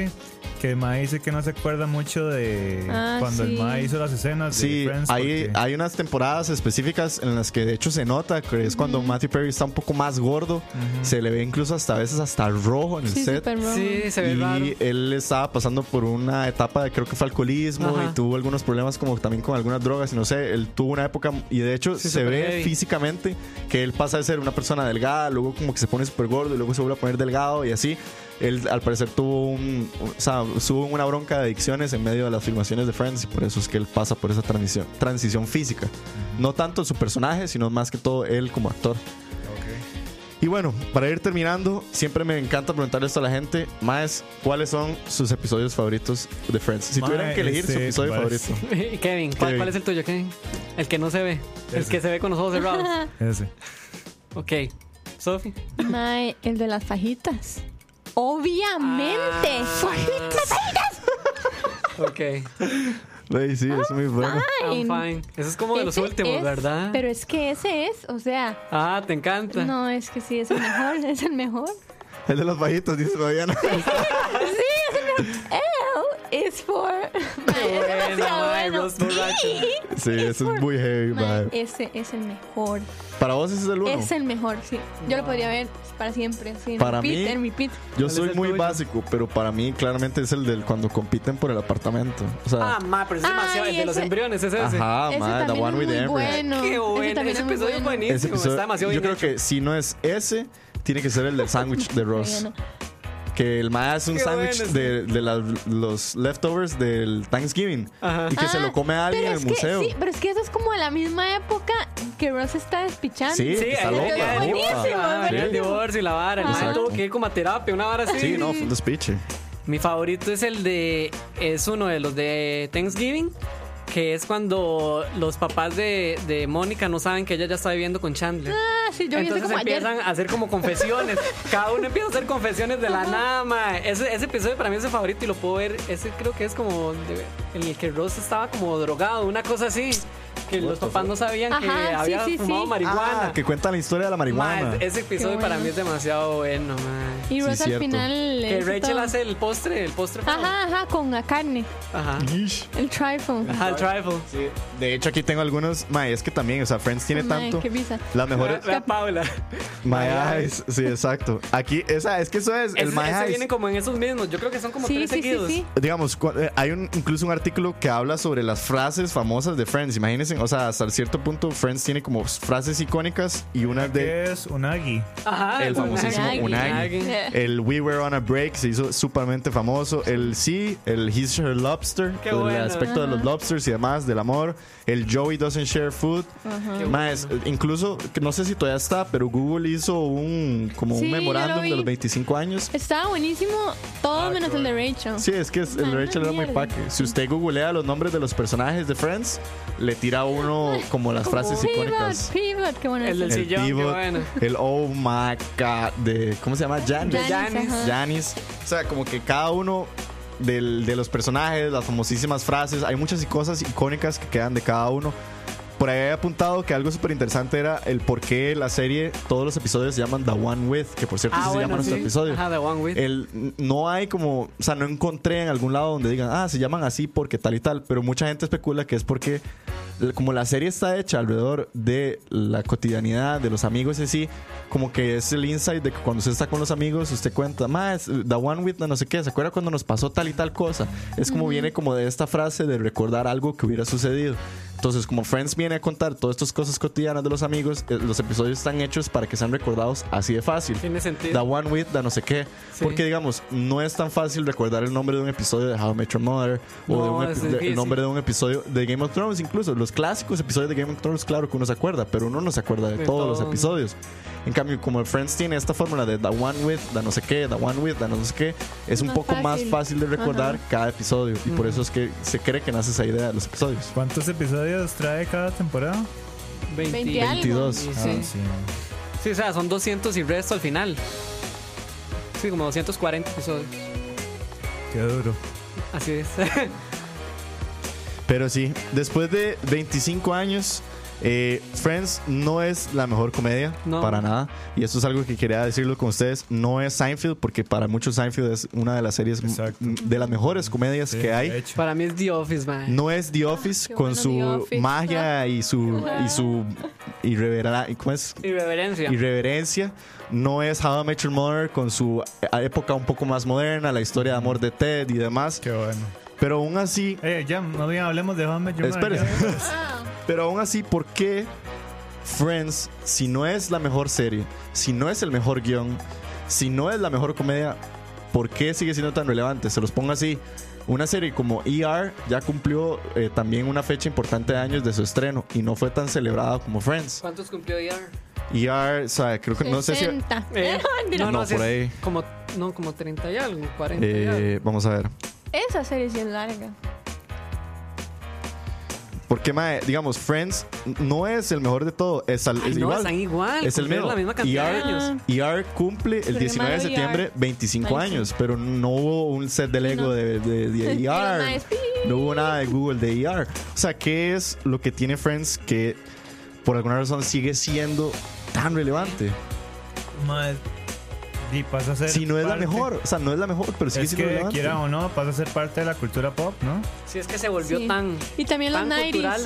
Speaker 5: Matthew Perry, que el mae dice que no se acuerda mucho de
Speaker 6: Ah,
Speaker 5: cuando el
Speaker 6: sí.
Speaker 5: mae hizo las escenas de
Speaker 3: Sí,
Speaker 5: Friends.
Speaker 3: hay,
Speaker 5: porque-
Speaker 3: hay unas temporadas específicas en las que de hecho se nota que es cuando Matthew Perry está un poco más gordo. Se le ve incluso hasta a veces hasta rojo en el
Speaker 6: Sí,
Speaker 3: set.
Speaker 6: super Roman.
Speaker 4: Sí, se ve
Speaker 3: y
Speaker 4: raro.
Speaker 3: él estaba pasando por una etapa de creo que fue alcoholismo
Speaker 4: Ajá.
Speaker 3: y tuvo algunos problemas como también con algunas drogas y no sé, él tuvo una época y de hecho
Speaker 4: Sí,
Speaker 3: se
Speaker 4: súper
Speaker 3: ve
Speaker 4: heavy.
Speaker 3: físicamente que él pasa de ser una persona delgada, luego como que se pone súper gordo y luego se vuelve a poner delgado y así. Él al parecer tuvo un, o sea, tuvo una bronca de adicciones en medio de las filmaciones de Friends y por eso es que él pasa por esa transición, transición física. No tanto su personaje, sino más que todo él como actor. Y bueno, para ir terminando, siempre me encanta preguntarle esto a la gente, más cuáles son sus episodios favoritos de Friends. Si
Speaker 5: Mae,
Speaker 3: tuvieran que elegir su
Speaker 5: este,
Speaker 3: episodio
Speaker 5: parece-
Speaker 3: favorito.
Speaker 4: Y Kevin, ¿cuál,
Speaker 3: Kevin.
Speaker 4: cuál es el tuyo, Kevin? El que no se ve. El
Speaker 5: Ese.
Speaker 4: que se ve con los ojos cerrados.
Speaker 5: Ese.
Speaker 4: ok. Sophie.
Speaker 6: Mae, el de las fajitas. Obviamente.
Speaker 4: Ah.
Speaker 6: Fajitas, fajitas.
Speaker 4: Ok.
Speaker 3: Ay, sí, es muy bueno.
Speaker 6: Ah.
Speaker 4: I'm fine. Eso es como de los
Speaker 6: Ese
Speaker 4: últimos,
Speaker 6: es-
Speaker 4: ¿verdad?
Speaker 6: Pero es que ese es, o sea,
Speaker 4: Ah, te encanta.
Speaker 6: no, es que sí, es el mejor, es el mejor.
Speaker 3: El de los bajitos, dice Fabiana.
Speaker 6: Sí, es el mejor. L is for. Mae, es
Speaker 4: Bueno,
Speaker 6: demasiado
Speaker 4: ay,
Speaker 6: bueno.
Speaker 4: Ross borracho.
Speaker 3: Sí, eso es muy heavy,
Speaker 6: Mae,
Speaker 3: mae.
Speaker 6: ese es el mejor.
Speaker 3: Para vos ese es el uno.
Speaker 6: Es el mejor, sí. Yo lo podría ver para siempre, sí.
Speaker 3: Para
Speaker 6: repeat,
Speaker 3: mí-
Speaker 6: en repeat.
Speaker 3: Yo
Speaker 4: es
Speaker 3: soy
Speaker 4: el
Speaker 3: muy
Speaker 4: tuyo?
Speaker 3: básico, pero para mí claramente es el del cuando compiten por el apartamento. O sea,
Speaker 4: Ah, ma, pero es demasiado.
Speaker 6: Ay,
Speaker 4: el de los
Speaker 6: ese-
Speaker 4: embriones es ese.
Speaker 3: ajá,
Speaker 6: Ah, ese
Speaker 3: mae, the
Speaker 6: también
Speaker 3: one
Speaker 6: es
Speaker 3: with
Speaker 6: muy
Speaker 3: the embryo.
Speaker 6: bueno.
Speaker 4: Qué bueno.
Speaker 6: también
Speaker 4: Ese,
Speaker 6: es muy
Speaker 4: episodio es
Speaker 6: bueno.
Speaker 4: buenísimo.
Speaker 3: Ese
Speaker 4: está
Speaker 3: episodio,
Speaker 4: demasiado
Speaker 3: yo
Speaker 4: bien
Speaker 3: creo
Speaker 4: hecho.
Speaker 3: que si no es ese, tiene que ser el del sándwich de Ross. Que el mae hace un
Speaker 4: Qué
Speaker 3: sándwich
Speaker 4: bueno,
Speaker 3: de, de la- los leftovers del Thanksgiving
Speaker 4: Ajá.
Speaker 3: y que se
Speaker 6: Ah,
Speaker 3: lo come a alguien en
Speaker 6: pero
Speaker 3: el
Speaker 6: es que,
Speaker 3: museo.
Speaker 6: Sí, pero es que eso es como a la misma época que Ross está despichando.
Speaker 3: Sí,
Speaker 4: Sí,
Speaker 3: está
Speaker 4: ahí
Speaker 3: loca,
Speaker 4: venía el
Speaker 3: loca.
Speaker 4: divorcio, ah, venía el
Speaker 3: Sí.
Speaker 4: divorcio y la vara. El
Speaker 6: Ah.
Speaker 4: man tuvo
Speaker 3: Exacto.
Speaker 4: que ir como a terapia, una vara así.
Speaker 3: Sí, no, fue un despiche.
Speaker 4: Mi favorito es el de. Es uno de los de Thanksgiving. Que es cuando los papás de, de Mónica no saben que ella ya está viviendo con Chandler.
Speaker 6: Ah, sí, yo vi eso
Speaker 4: Entonces
Speaker 6: como ayer.
Speaker 4: empiezan a hacer como confesiones. Cada uno empieza a hacer confesiones de la nada, mae. Ese, ese episodio para mí es el favorito y lo puedo ver. Ese creo que es como de- en el que Ross estaba como drogado, una cosa así. Que los papás no sabían que
Speaker 6: Ajá, sí,
Speaker 4: había
Speaker 6: sí, sí.
Speaker 4: fumado marihuana.
Speaker 3: Ah, que cuenta la historia de la
Speaker 4: Mae,
Speaker 3: marihuana.
Speaker 4: ese episodio
Speaker 6: Qué
Speaker 4: para
Speaker 6: bueno.
Speaker 4: mí es demasiado bueno, mae.
Speaker 6: Y Ross
Speaker 3: Sí,
Speaker 6: al
Speaker 3: cierto.
Speaker 6: final. le
Speaker 4: Que
Speaker 6: hizo
Speaker 4: Rachel
Speaker 6: todo.
Speaker 4: hace el postre, el postre. feo.
Speaker 6: Ajá, ajá, con la carne.
Speaker 4: Ajá.
Speaker 3: Ish.
Speaker 6: El trifle.
Speaker 4: Ajá, el trifle.
Speaker 3: Sí, De hecho, aquí tengo algunos. Mae, es que también, o sea, Friends tiene
Speaker 6: Mae,
Speaker 3: tanto.
Speaker 6: qué risa.
Speaker 3: Las mejores.
Speaker 4: Vea- vea Paula.
Speaker 3: My
Speaker 4: Mae
Speaker 3: eyes. Sí, exacto. Aquí, esa, es que eso es.
Speaker 4: Ese,
Speaker 3: el My
Speaker 4: ese
Speaker 3: eyes.
Speaker 4: viene como en esos mismos. Yo creo que son como
Speaker 6: Sí,
Speaker 4: tres
Speaker 6: sí, sí,
Speaker 4: seguidos.
Speaker 6: sí.
Speaker 3: digamos, cu- eh, hay un, incluso un artículo que habla sobre las frases famosas de Friends. Imagínense, o sea, hasta cierto punto Friends tiene como frases icónicas y una de
Speaker 5: ¿Qué es Unagi?
Speaker 4: Ajá.
Speaker 3: el famosísimo
Speaker 6: Unagi.
Speaker 3: Unagi.
Speaker 6: Eh,
Speaker 3: El We Were on a Break se hizo supermente famoso. El Sí, el He's Her Lobster,
Speaker 4: Qué
Speaker 3: el
Speaker 4: bueno.
Speaker 3: aspecto de los lobsters y demás, del amor. El Joey Doesn't Share Food.
Speaker 4: Qué
Speaker 3: Más, eh, incluso, que no sé si todavía está, pero Google hizo un como
Speaker 6: Sí,
Speaker 3: un
Speaker 6: yo lo
Speaker 3: memorándum de
Speaker 6: vi.
Speaker 3: los 25 años.
Speaker 6: Estaba buenísimo todo
Speaker 5: Ah,
Speaker 6: menos
Speaker 5: qué
Speaker 6: el de Rachel.
Speaker 3: Sí, es que es- el
Speaker 6: Mala
Speaker 3: Rachel era muy
Speaker 6: mierda.
Speaker 3: paque. Si usted googlea los nombres de los personajes de Friends, le tira a uno como las frases
Speaker 6: Pivot,
Speaker 3: icónicas.
Speaker 6: pivot, qué bueno.
Speaker 4: El del
Speaker 6: eso.
Speaker 4: sillón, qué bueno.
Speaker 3: el oh my god de ¿cómo se llama? Janice.
Speaker 6: Janice, ajá.
Speaker 3: Janice. O sea, como que cada uno del- de los personajes, las famosísimas frases, hay muchas y cosas icónicas que quedan de cada uno. Por ahí he apuntado que algo súper interesante era el por qué la serie, todos los episodios se llaman The One With, que por cierto
Speaker 4: Ah,
Speaker 3: sí se
Speaker 4: bueno,
Speaker 3: llama nuestro
Speaker 4: sí.
Speaker 3: episodio.
Speaker 4: Ajá, The One With.
Speaker 3: El, no hay como, o sea, no encontré en algún lado donde digan, ah, se llaman así porque tal y tal, pero mucha gente especula que es porque l- como la serie está hecha alrededor de la cotidianidad, de los amigos y así, como que es el insight de que cuando usted está con los amigos, usted cuenta, más, the one with, no sé qué, ¿se acuerda cuando nos pasó tal y tal cosa? Es como viene como de esta frase de recordar algo que hubiera sucedido. Entonces, como Friends viene a contar todas estas cosas cotidianas de los amigos, eh, los episodios están hechos para que sean recordados así de fácil.
Speaker 4: Tiene sentido.
Speaker 3: Da one with, da no sé qué.
Speaker 4: Sí.
Speaker 3: Porque, digamos, no es tan fácil recordar el nombre de un episodio de How I Met Your Mother o de
Speaker 4: No,
Speaker 3: un
Speaker 4: es
Speaker 3: epi- de-
Speaker 4: difícil.
Speaker 3: el nombre de un episodio de Game of Thrones, incluso. Los clásicos episodios de Game of Thrones, claro que uno se acuerda, pero uno no se acuerda de,
Speaker 4: De
Speaker 3: todos los
Speaker 4: todo.
Speaker 3: episodios. En cambio, como Friends tiene esta fórmula de da one with, da no sé qué, da one with, da no sé qué, es un
Speaker 6: Más
Speaker 3: poco más
Speaker 6: fácil.
Speaker 3: fácil de recordar cada episodio. Y por eso es que se cree que nace esa idea de los episodios.
Speaker 5: ¿Cuántos episodios trae cada temporada?
Speaker 6: 20 algo.
Speaker 3: 22.
Speaker 4: Sí,
Speaker 5: Ah, sí.
Speaker 4: Sí, o sea, son 200 y resto al final. Sí, como 240 episodios.
Speaker 5: Qué duro.
Speaker 4: Así es.
Speaker 3: Pero sí, después de 25 años, eh, Friends no es la mejor comedia,
Speaker 4: No.
Speaker 3: para nada. Y esto es algo que quería decirlo con ustedes. No es Seinfeld, porque para muchos Seinfeld es una de las series m-
Speaker 5: Exacto.
Speaker 3: m- de las mejores comedias
Speaker 5: Sí,
Speaker 3: que
Speaker 5: de
Speaker 3: hay.
Speaker 5: hecho.
Speaker 4: Para mí es The Office, man.
Speaker 3: No es The Office
Speaker 6: Ah, qué
Speaker 3: con
Speaker 6: bueno
Speaker 3: su
Speaker 6: The Office.
Speaker 3: magia y su y su irrevera- ¿cómo es?
Speaker 4: Irreverencia.
Speaker 3: irreverencia. No es How I Met Your Mother con su eh, época un poco más moderna, la historia de amor de Ted y demás.
Speaker 5: Qué bueno.
Speaker 3: Pero aún así,
Speaker 5: Eh, ya, no bien hablemos de Home
Speaker 3: Espérese. Pero aún así, ¿por qué Friends, si no es la mejor serie, si no es el mejor guión, si no es la mejor comedia, ¿por qué sigue siendo tan relevante? Se los pongo así. Una serie como ER ya cumplió eh, también una fecha importante de años de su estreno y no fue tan celebrada como Friends.
Speaker 4: ¿Cuántos cumplió ER?
Speaker 3: ER, o sea, creo que no sé si...
Speaker 6: 60.
Speaker 4: Eh,
Speaker 3: No,
Speaker 4: sí
Speaker 3: por
Speaker 4: es
Speaker 3: ahí.
Speaker 4: Como, no, como 30 y algo, 40 y algo.
Speaker 3: Eh, vamos a ver.
Speaker 6: Esa serie sí es larga.
Speaker 3: Porque, mae, digamos, Friends no es el mejor de todo. Es, al-
Speaker 4: Ay,
Speaker 3: es
Speaker 4: no,
Speaker 3: igual.
Speaker 4: están igual.
Speaker 3: Es el
Speaker 4: cumplieron
Speaker 3: mismo.
Speaker 4: la misma cantidad de
Speaker 3: ER,
Speaker 6: Ah.
Speaker 4: años.
Speaker 3: ER cumple el
Speaker 6: Su
Speaker 3: 19 de
Speaker 6: hermano
Speaker 3: septiembre
Speaker 6: ER.
Speaker 3: 25
Speaker 6: Ay, sí.
Speaker 3: años, pero no hubo un set de Lego
Speaker 6: No.
Speaker 3: de, de- de
Speaker 6: Pero nada,
Speaker 3: ER.
Speaker 6: es pi.
Speaker 3: No hubo nada de Google de ER. O sea, ¿qué es lo que tiene Friends que por alguna razón sigue siendo tan relevante?
Speaker 5: Madre. Y pasa a ser.
Speaker 3: Si no es la
Speaker 5: parte-
Speaker 3: mejor, o sea, no es la mejor, pero sigue
Speaker 5: es que
Speaker 3: siendo relevante.
Speaker 5: quiera o no, pasa a ser parte de la cultura pop, ¿no?
Speaker 4: Sí, es que se volvió
Speaker 6: Sí.
Speaker 4: tan.
Speaker 6: Y también los
Speaker 4: tan
Speaker 6: 90s.
Speaker 4: cultural.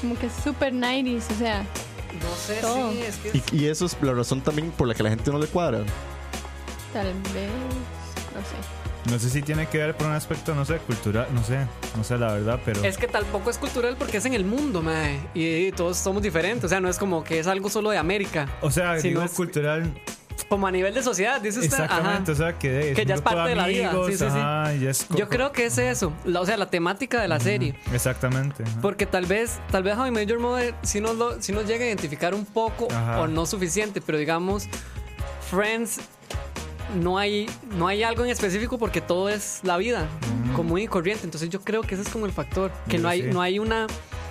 Speaker 6: Como que super 90s, o sea.
Speaker 4: No sé,
Speaker 6: Todo.
Speaker 4: sí, es que.
Speaker 3: Y, y eso es la razón también por la que la gente no le cuadra.
Speaker 6: Tal vez. No sé.
Speaker 5: No sé si tiene que ver por un aspecto, no sé, cultural, no sé, no sé la verdad, pero.
Speaker 4: Es que tampoco es cultural porque es en el mundo, mae. Y, y todos somos diferentes. O sea, no es como que es algo solo de América.
Speaker 5: o sea,
Speaker 4: si
Speaker 5: digo
Speaker 4: no es-
Speaker 5: cultural,
Speaker 4: Como a nivel de sociedad, dice usted. ajá.
Speaker 5: exactamente, o sea, que,
Speaker 4: Que ya es
Speaker 5: un grupo
Speaker 4: parte de la vida,
Speaker 5: amigos,
Speaker 4: sí, sí, sí.
Speaker 5: ajá, ya es co-
Speaker 4: Yo creo que es eso. La- o sea, la temática de la serie.
Speaker 5: Exactamente. ajá.
Speaker 4: Porque tal vez, tal vez How I Met Your Mother sí nos, lo- sí nos llega a identificar un poco
Speaker 5: Ajá.
Speaker 4: o no suficiente, pero digamos, Friends no hay, no hay algo en específico porque todo es la vida común y corriente. Entonces yo creo que ese es como el factor, que
Speaker 5: Yo
Speaker 4: no hay,
Speaker 5: sí.
Speaker 4: no hay una...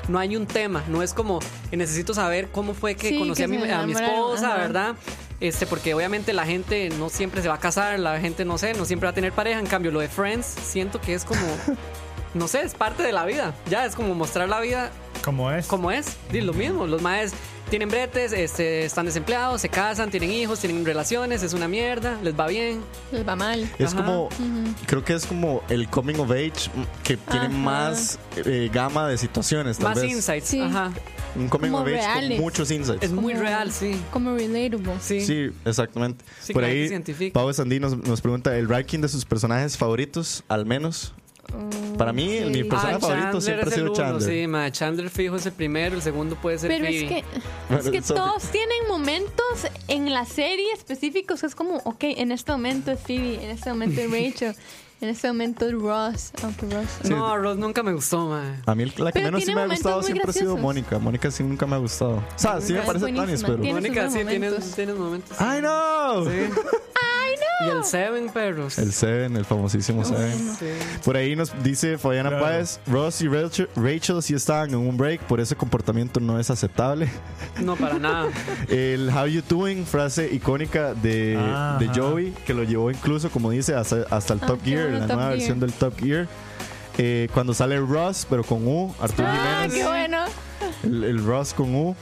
Speaker 4: No hay un tema, no es como eh, necesito saber cómo fue que
Speaker 6: Sí,
Speaker 4: conocí
Speaker 6: que
Speaker 4: a, mi,
Speaker 6: se
Speaker 4: a mi
Speaker 6: enamoraron,
Speaker 4: esposa,
Speaker 6: ajá.
Speaker 4: ¿verdad? Este, porque obviamente la gente no siempre se va a casar, la gente no sé, no siempre va a tener pareja. En cambio, lo de Friends siento que es como no sé, es parte de la vida. Ya es como mostrar la vida
Speaker 5: Como es.
Speaker 4: como es. Di, lo mismo, los maes tienen bretes, este, están desempleados, se casan, tienen hijos, tienen relaciones, es una mierda, les va bien.
Speaker 6: Les va mal.
Speaker 3: Es
Speaker 4: Ajá.
Speaker 3: como, creo que es como el coming of age mm, que tiene
Speaker 6: Ajá.
Speaker 3: más eh, gama de situaciones, tal
Speaker 4: Más
Speaker 3: vez.
Speaker 4: insights,
Speaker 6: Sí.
Speaker 4: ajá.
Speaker 3: Un coming
Speaker 6: Como
Speaker 3: of age
Speaker 6: reales.
Speaker 3: con muchos insights.
Speaker 4: Es muy
Speaker 6: Como-
Speaker 4: real, sí.
Speaker 6: Como relatable.
Speaker 4: Sí.
Speaker 3: Sí, exactamente.
Speaker 4: Sí,
Speaker 3: Por
Speaker 4: que la gente
Speaker 3: ahí,
Speaker 4: se identifica.
Speaker 3: Pablo Sandí nos, nos pregunta el ranking de sus personajes favoritos, al menos. Para mí, el- mi
Speaker 6: Mm, ok.
Speaker 3: personaje
Speaker 4: Ah,
Speaker 3: favorito pues siempre ha
Speaker 4: es el
Speaker 3: sido
Speaker 4: uno,
Speaker 3: Chandler.
Speaker 4: Sí, ma, Chandler fijo es el primero, el segundo puede ser
Speaker 6: Pero es
Speaker 4: Phoebe.
Speaker 6: que,
Speaker 3: Bueno,
Speaker 6: es que
Speaker 3: sorry.
Speaker 6: todos tienen momentos en la serie específicos. Es como, ok, en este momento es Phoebe, en este momento es Rachel, en este momento es Ross. Aunque Ross.
Speaker 4: No, Ross nunca me gustó, ma.
Speaker 3: A mí la que
Speaker 6: Pero
Speaker 3: menos sí
Speaker 6: tiene
Speaker 3: me ha
Speaker 6: momentos
Speaker 3: gustado
Speaker 6: muy
Speaker 3: siempre ha sido
Speaker 6: graciosos.
Speaker 3: Mónica. Mónica sí nunca me ha gustado. O sea, sí me
Speaker 6: Es
Speaker 3: parece
Speaker 6: buenísima,
Speaker 3: tanis, pero...
Speaker 6: tiene- sus
Speaker 4: Mónica
Speaker 6: buenos
Speaker 4: sí tiene,
Speaker 6: momentos.
Speaker 4: tiene momentos.
Speaker 5: Ah.
Speaker 3: ¡Ay, no!
Speaker 4: Sí. Y el Seven, perros.
Speaker 3: El Seven, el famosísimo Seven.
Speaker 4: Sí.
Speaker 3: Por ahí nos dice Fabiana
Speaker 5: Claro.
Speaker 3: Páez, Ross y Rachel, Rachel sí estaban en un break, por ese comportamiento no es aceptable.
Speaker 4: No, para nada.
Speaker 3: El How You Doing, frase icónica de,
Speaker 5: Ah, Ajá.
Speaker 3: de Joey, que lo llevó incluso, como dice, hasta, hasta el
Speaker 6: Ah,
Speaker 3: Top
Speaker 6: qué
Speaker 3: Gear,
Speaker 6: bueno,
Speaker 3: la
Speaker 6: Top
Speaker 3: nueva
Speaker 6: Gear.
Speaker 3: versión del Top Gear. Eh, cuando sale Ross, pero con U, Arturo
Speaker 6: Ah,
Speaker 3: Jiménez,
Speaker 6: qué bueno.
Speaker 3: el, el Ross con U.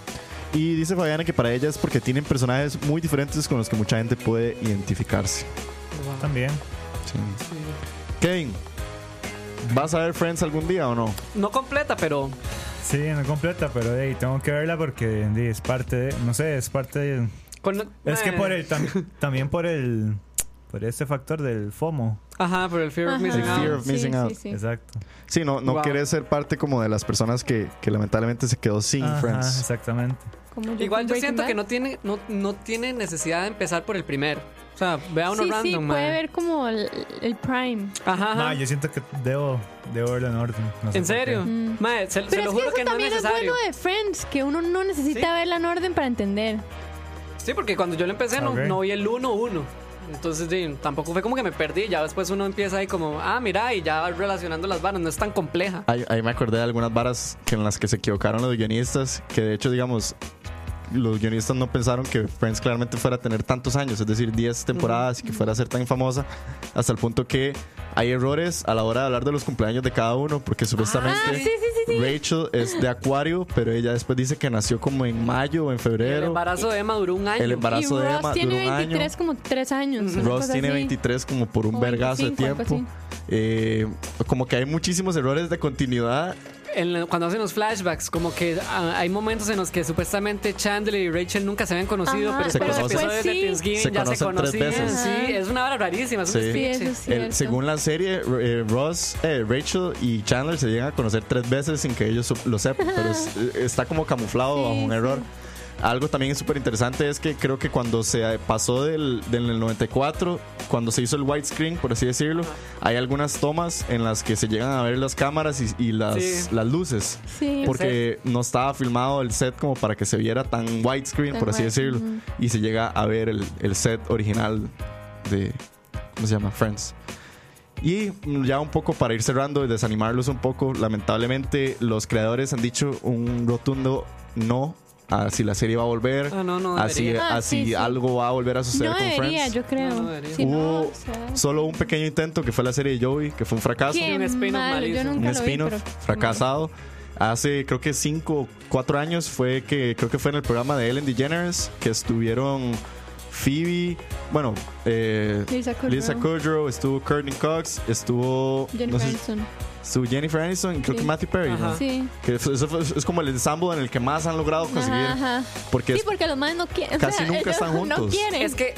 Speaker 3: Y dice Fabiana que para ella es porque tienen personajes muy diferentes con los que mucha gente puede identificarse.
Speaker 4: Wow.
Speaker 5: También.
Speaker 3: Sí. Kevin, ¿vas a ver Friends algún día o no?
Speaker 4: No completa, pero
Speaker 5: Sí, no completa, pero hey, tengo que verla porque di, es parte de. No sé, es parte de.
Speaker 4: con- eh,
Speaker 5: Es que
Speaker 4: ma,
Speaker 5: por el. tam- también por el. por este factor del FOMO.
Speaker 4: Ajá, por el fear of
Speaker 6: Ajá.
Speaker 4: missing
Speaker 3: The fear
Speaker 4: out.
Speaker 3: of missing
Speaker 6: sí,
Speaker 3: out.
Speaker 6: Sí, sí.
Speaker 5: Exacto.
Speaker 3: Sí, no, no
Speaker 4: Wow.
Speaker 3: quieres ser parte como de las personas que, que lamentablemente se quedó sin
Speaker 5: Ajá,
Speaker 3: Friends.
Speaker 5: exactamente.
Speaker 6: Como yo
Speaker 4: Igual
Speaker 6: con
Speaker 4: yo
Speaker 6: Breaking
Speaker 4: siento
Speaker 6: Bad.
Speaker 4: que no tiene, no, no tiene necesidad de empezar por el primero. O sea, vea uno
Speaker 6: sí,
Speaker 4: random,
Speaker 6: sí,
Speaker 4: mae.
Speaker 6: puede ver como el, el prime.
Speaker 4: Ajá, ajá.
Speaker 5: No, Ah, yo siento que debo, debo verlo en orden. no sé
Speaker 4: ¿En
Speaker 5: por qué.
Speaker 4: serio?
Speaker 6: Mm.
Speaker 4: Mae, se, se
Speaker 6: Pero
Speaker 4: lo
Speaker 6: es que
Speaker 4: juro
Speaker 6: eso
Speaker 4: que, no es
Speaker 6: también es,
Speaker 4: necesario.
Speaker 6: bueno de Friends, que uno no necesita
Speaker 4: Sí.
Speaker 6: verla en orden para entender.
Speaker 4: Sí, porque cuando yo lo empecé no,
Speaker 5: Ok.
Speaker 4: no vi el 1-1. Entonces sí, tampoco fue como que me perdí. Ya después uno empieza ahí como, ah, mira, y ya va relacionando las varas. No es tan compleja.
Speaker 3: Ahí, ahí me acordé de algunas varas que en las que se equivocaron los guionistas, que de hecho, digamos, los guionistas no pensaron que Friends claramente fuera a tener tantos años, es decir, 10 temporadas y que fuera a ser tan famosa, hasta el punto que hay errores a la hora de hablar de los cumpleaños de cada uno, porque supuestamente
Speaker 6: Ah, sí, sí, sí, sí.
Speaker 3: Rachel es de Acuario, pero ella después dice que nació como en mayo o en
Speaker 4: El
Speaker 3: febrero.
Speaker 4: embarazo de Emma duró un año.
Speaker 3: El embarazo-
Speaker 6: Y
Speaker 3: Brazo de
Speaker 6: Ross
Speaker 3: Emma
Speaker 6: tiene
Speaker 3: duró un año.
Speaker 6: 23 como 3 años. una
Speaker 3: Ross
Speaker 6: cosa
Speaker 3: tiene
Speaker 6: así.
Speaker 3: 23 como por un
Speaker 6: O
Speaker 3: vergazo de
Speaker 6: 25, algo
Speaker 3: tiempo. Eh, como que hay muchísimos errores de continuidad
Speaker 4: en la- cuando hacen los flashbacks, como que ah, hay momentos en los que supuestamente Chandler y Rachel nunca se habían conocido,
Speaker 6: Ajá,
Speaker 4: pero
Speaker 3: Se
Speaker 4: después de los
Speaker 3: conocen.
Speaker 4: episodios
Speaker 6: Pues
Speaker 4: de
Speaker 6: sí.
Speaker 4: Thanksgiving
Speaker 3: Se
Speaker 4: ya se
Speaker 3: conocen tres
Speaker 4: conocían.
Speaker 3: veces.
Speaker 4: Sí, es una hora rarísima, es un
Speaker 3: Sí.
Speaker 6: Sí,
Speaker 4: despiche.
Speaker 6: eso es
Speaker 3: El-
Speaker 6: cierto.
Speaker 3: según la serie, eh, Ross, eh, Rachel y Chandler se llegan a conocer tres veces sin que ellos sup- lo sepan, pero es- eh, está como camuflado
Speaker 6: Sí,
Speaker 3: bajo un
Speaker 6: sí.
Speaker 3: error. Algo también súper interesante es que creo que cuando se eh, pasó del, del 94, cuando se hizo el widescreen, por así decirlo, hay algunas tomas en las que se llegan a ver las cámaras y, y las,
Speaker 4: Sí.
Speaker 3: las luces.
Speaker 6: Sí.
Speaker 3: Porque no estaba filmado el set como para que se viera tan widescreen,
Speaker 6: Tan
Speaker 3: por así
Speaker 6: wide,
Speaker 3: decirlo.
Speaker 6: ujú.
Speaker 3: Y se llega a ver el, el set original de. ¿Cómo se llama? Friends. Y mm, ya un poco para ir cerrando y desanimarlos un poco, lamentablemente los creadores han dicho un rotundo no a si la serie va a volver,
Speaker 4: Ah, no, no
Speaker 3: a si,
Speaker 4: debería.
Speaker 3: a
Speaker 6: Ah, sí,
Speaker 3: si
Speaker 6: sí.
Speaker 3: algo va a volver a suceder
Speaker 6: No
Speaker 3: con
Speaker 6: debería,
Speaker 3: Friends.
Speaker 6: yo creo.
Speaker 4: No, no debería.
Speaker 6: Si no,
Speaker 3: Hubo
Speaker 6: o sea,
Speaker 3: Solo un pequeño intento que fue la serie de Joey, que fue un fracaso
Speaker 6: qué
Speaker 4: un spin-off
Speaker 6: malo,
Speaker 4: malísimo.
Speaker 6: Yo
Speaker 3: un
Speaker 6: nunca lo vi,
Speaker 3: spin-off
Speaker 6: pero
Speaker 3: fracasado. Hace creo que 5 o 4 años fue que creo que fue en el programa de Ellen DeGeneres que estuvieron Phoebe, bueno, eh,
Speaker 6: Lisa Kudrow.
Speaker 3: Lisa Kudrow, estuvo Courtney Cox, estuvo no
Speaker 6: Jennifer
Speaker 3: sé,
Speaker 6: Aniston.
Speaker 3: estuvo Jennifer Aniston y creo
Speaker 6: Sí.
Speaker 3: que Matthew Perry, ¿no?
Speaker 4: Ajá.
Speaker 6: Sí.
Speaker 3: Que eso fue- es como el ensamble en el que más han logrado conseguir
Speaker 6: Ajá, ajá.
Speaker 3: porque
Speaker 6: Sí, porque los más no quieren.
Speaker 3: casi nunca están
Speaker 6: No
Speaker 3: juntos.
Speaker 6: quieren.
Speaker 4: Es que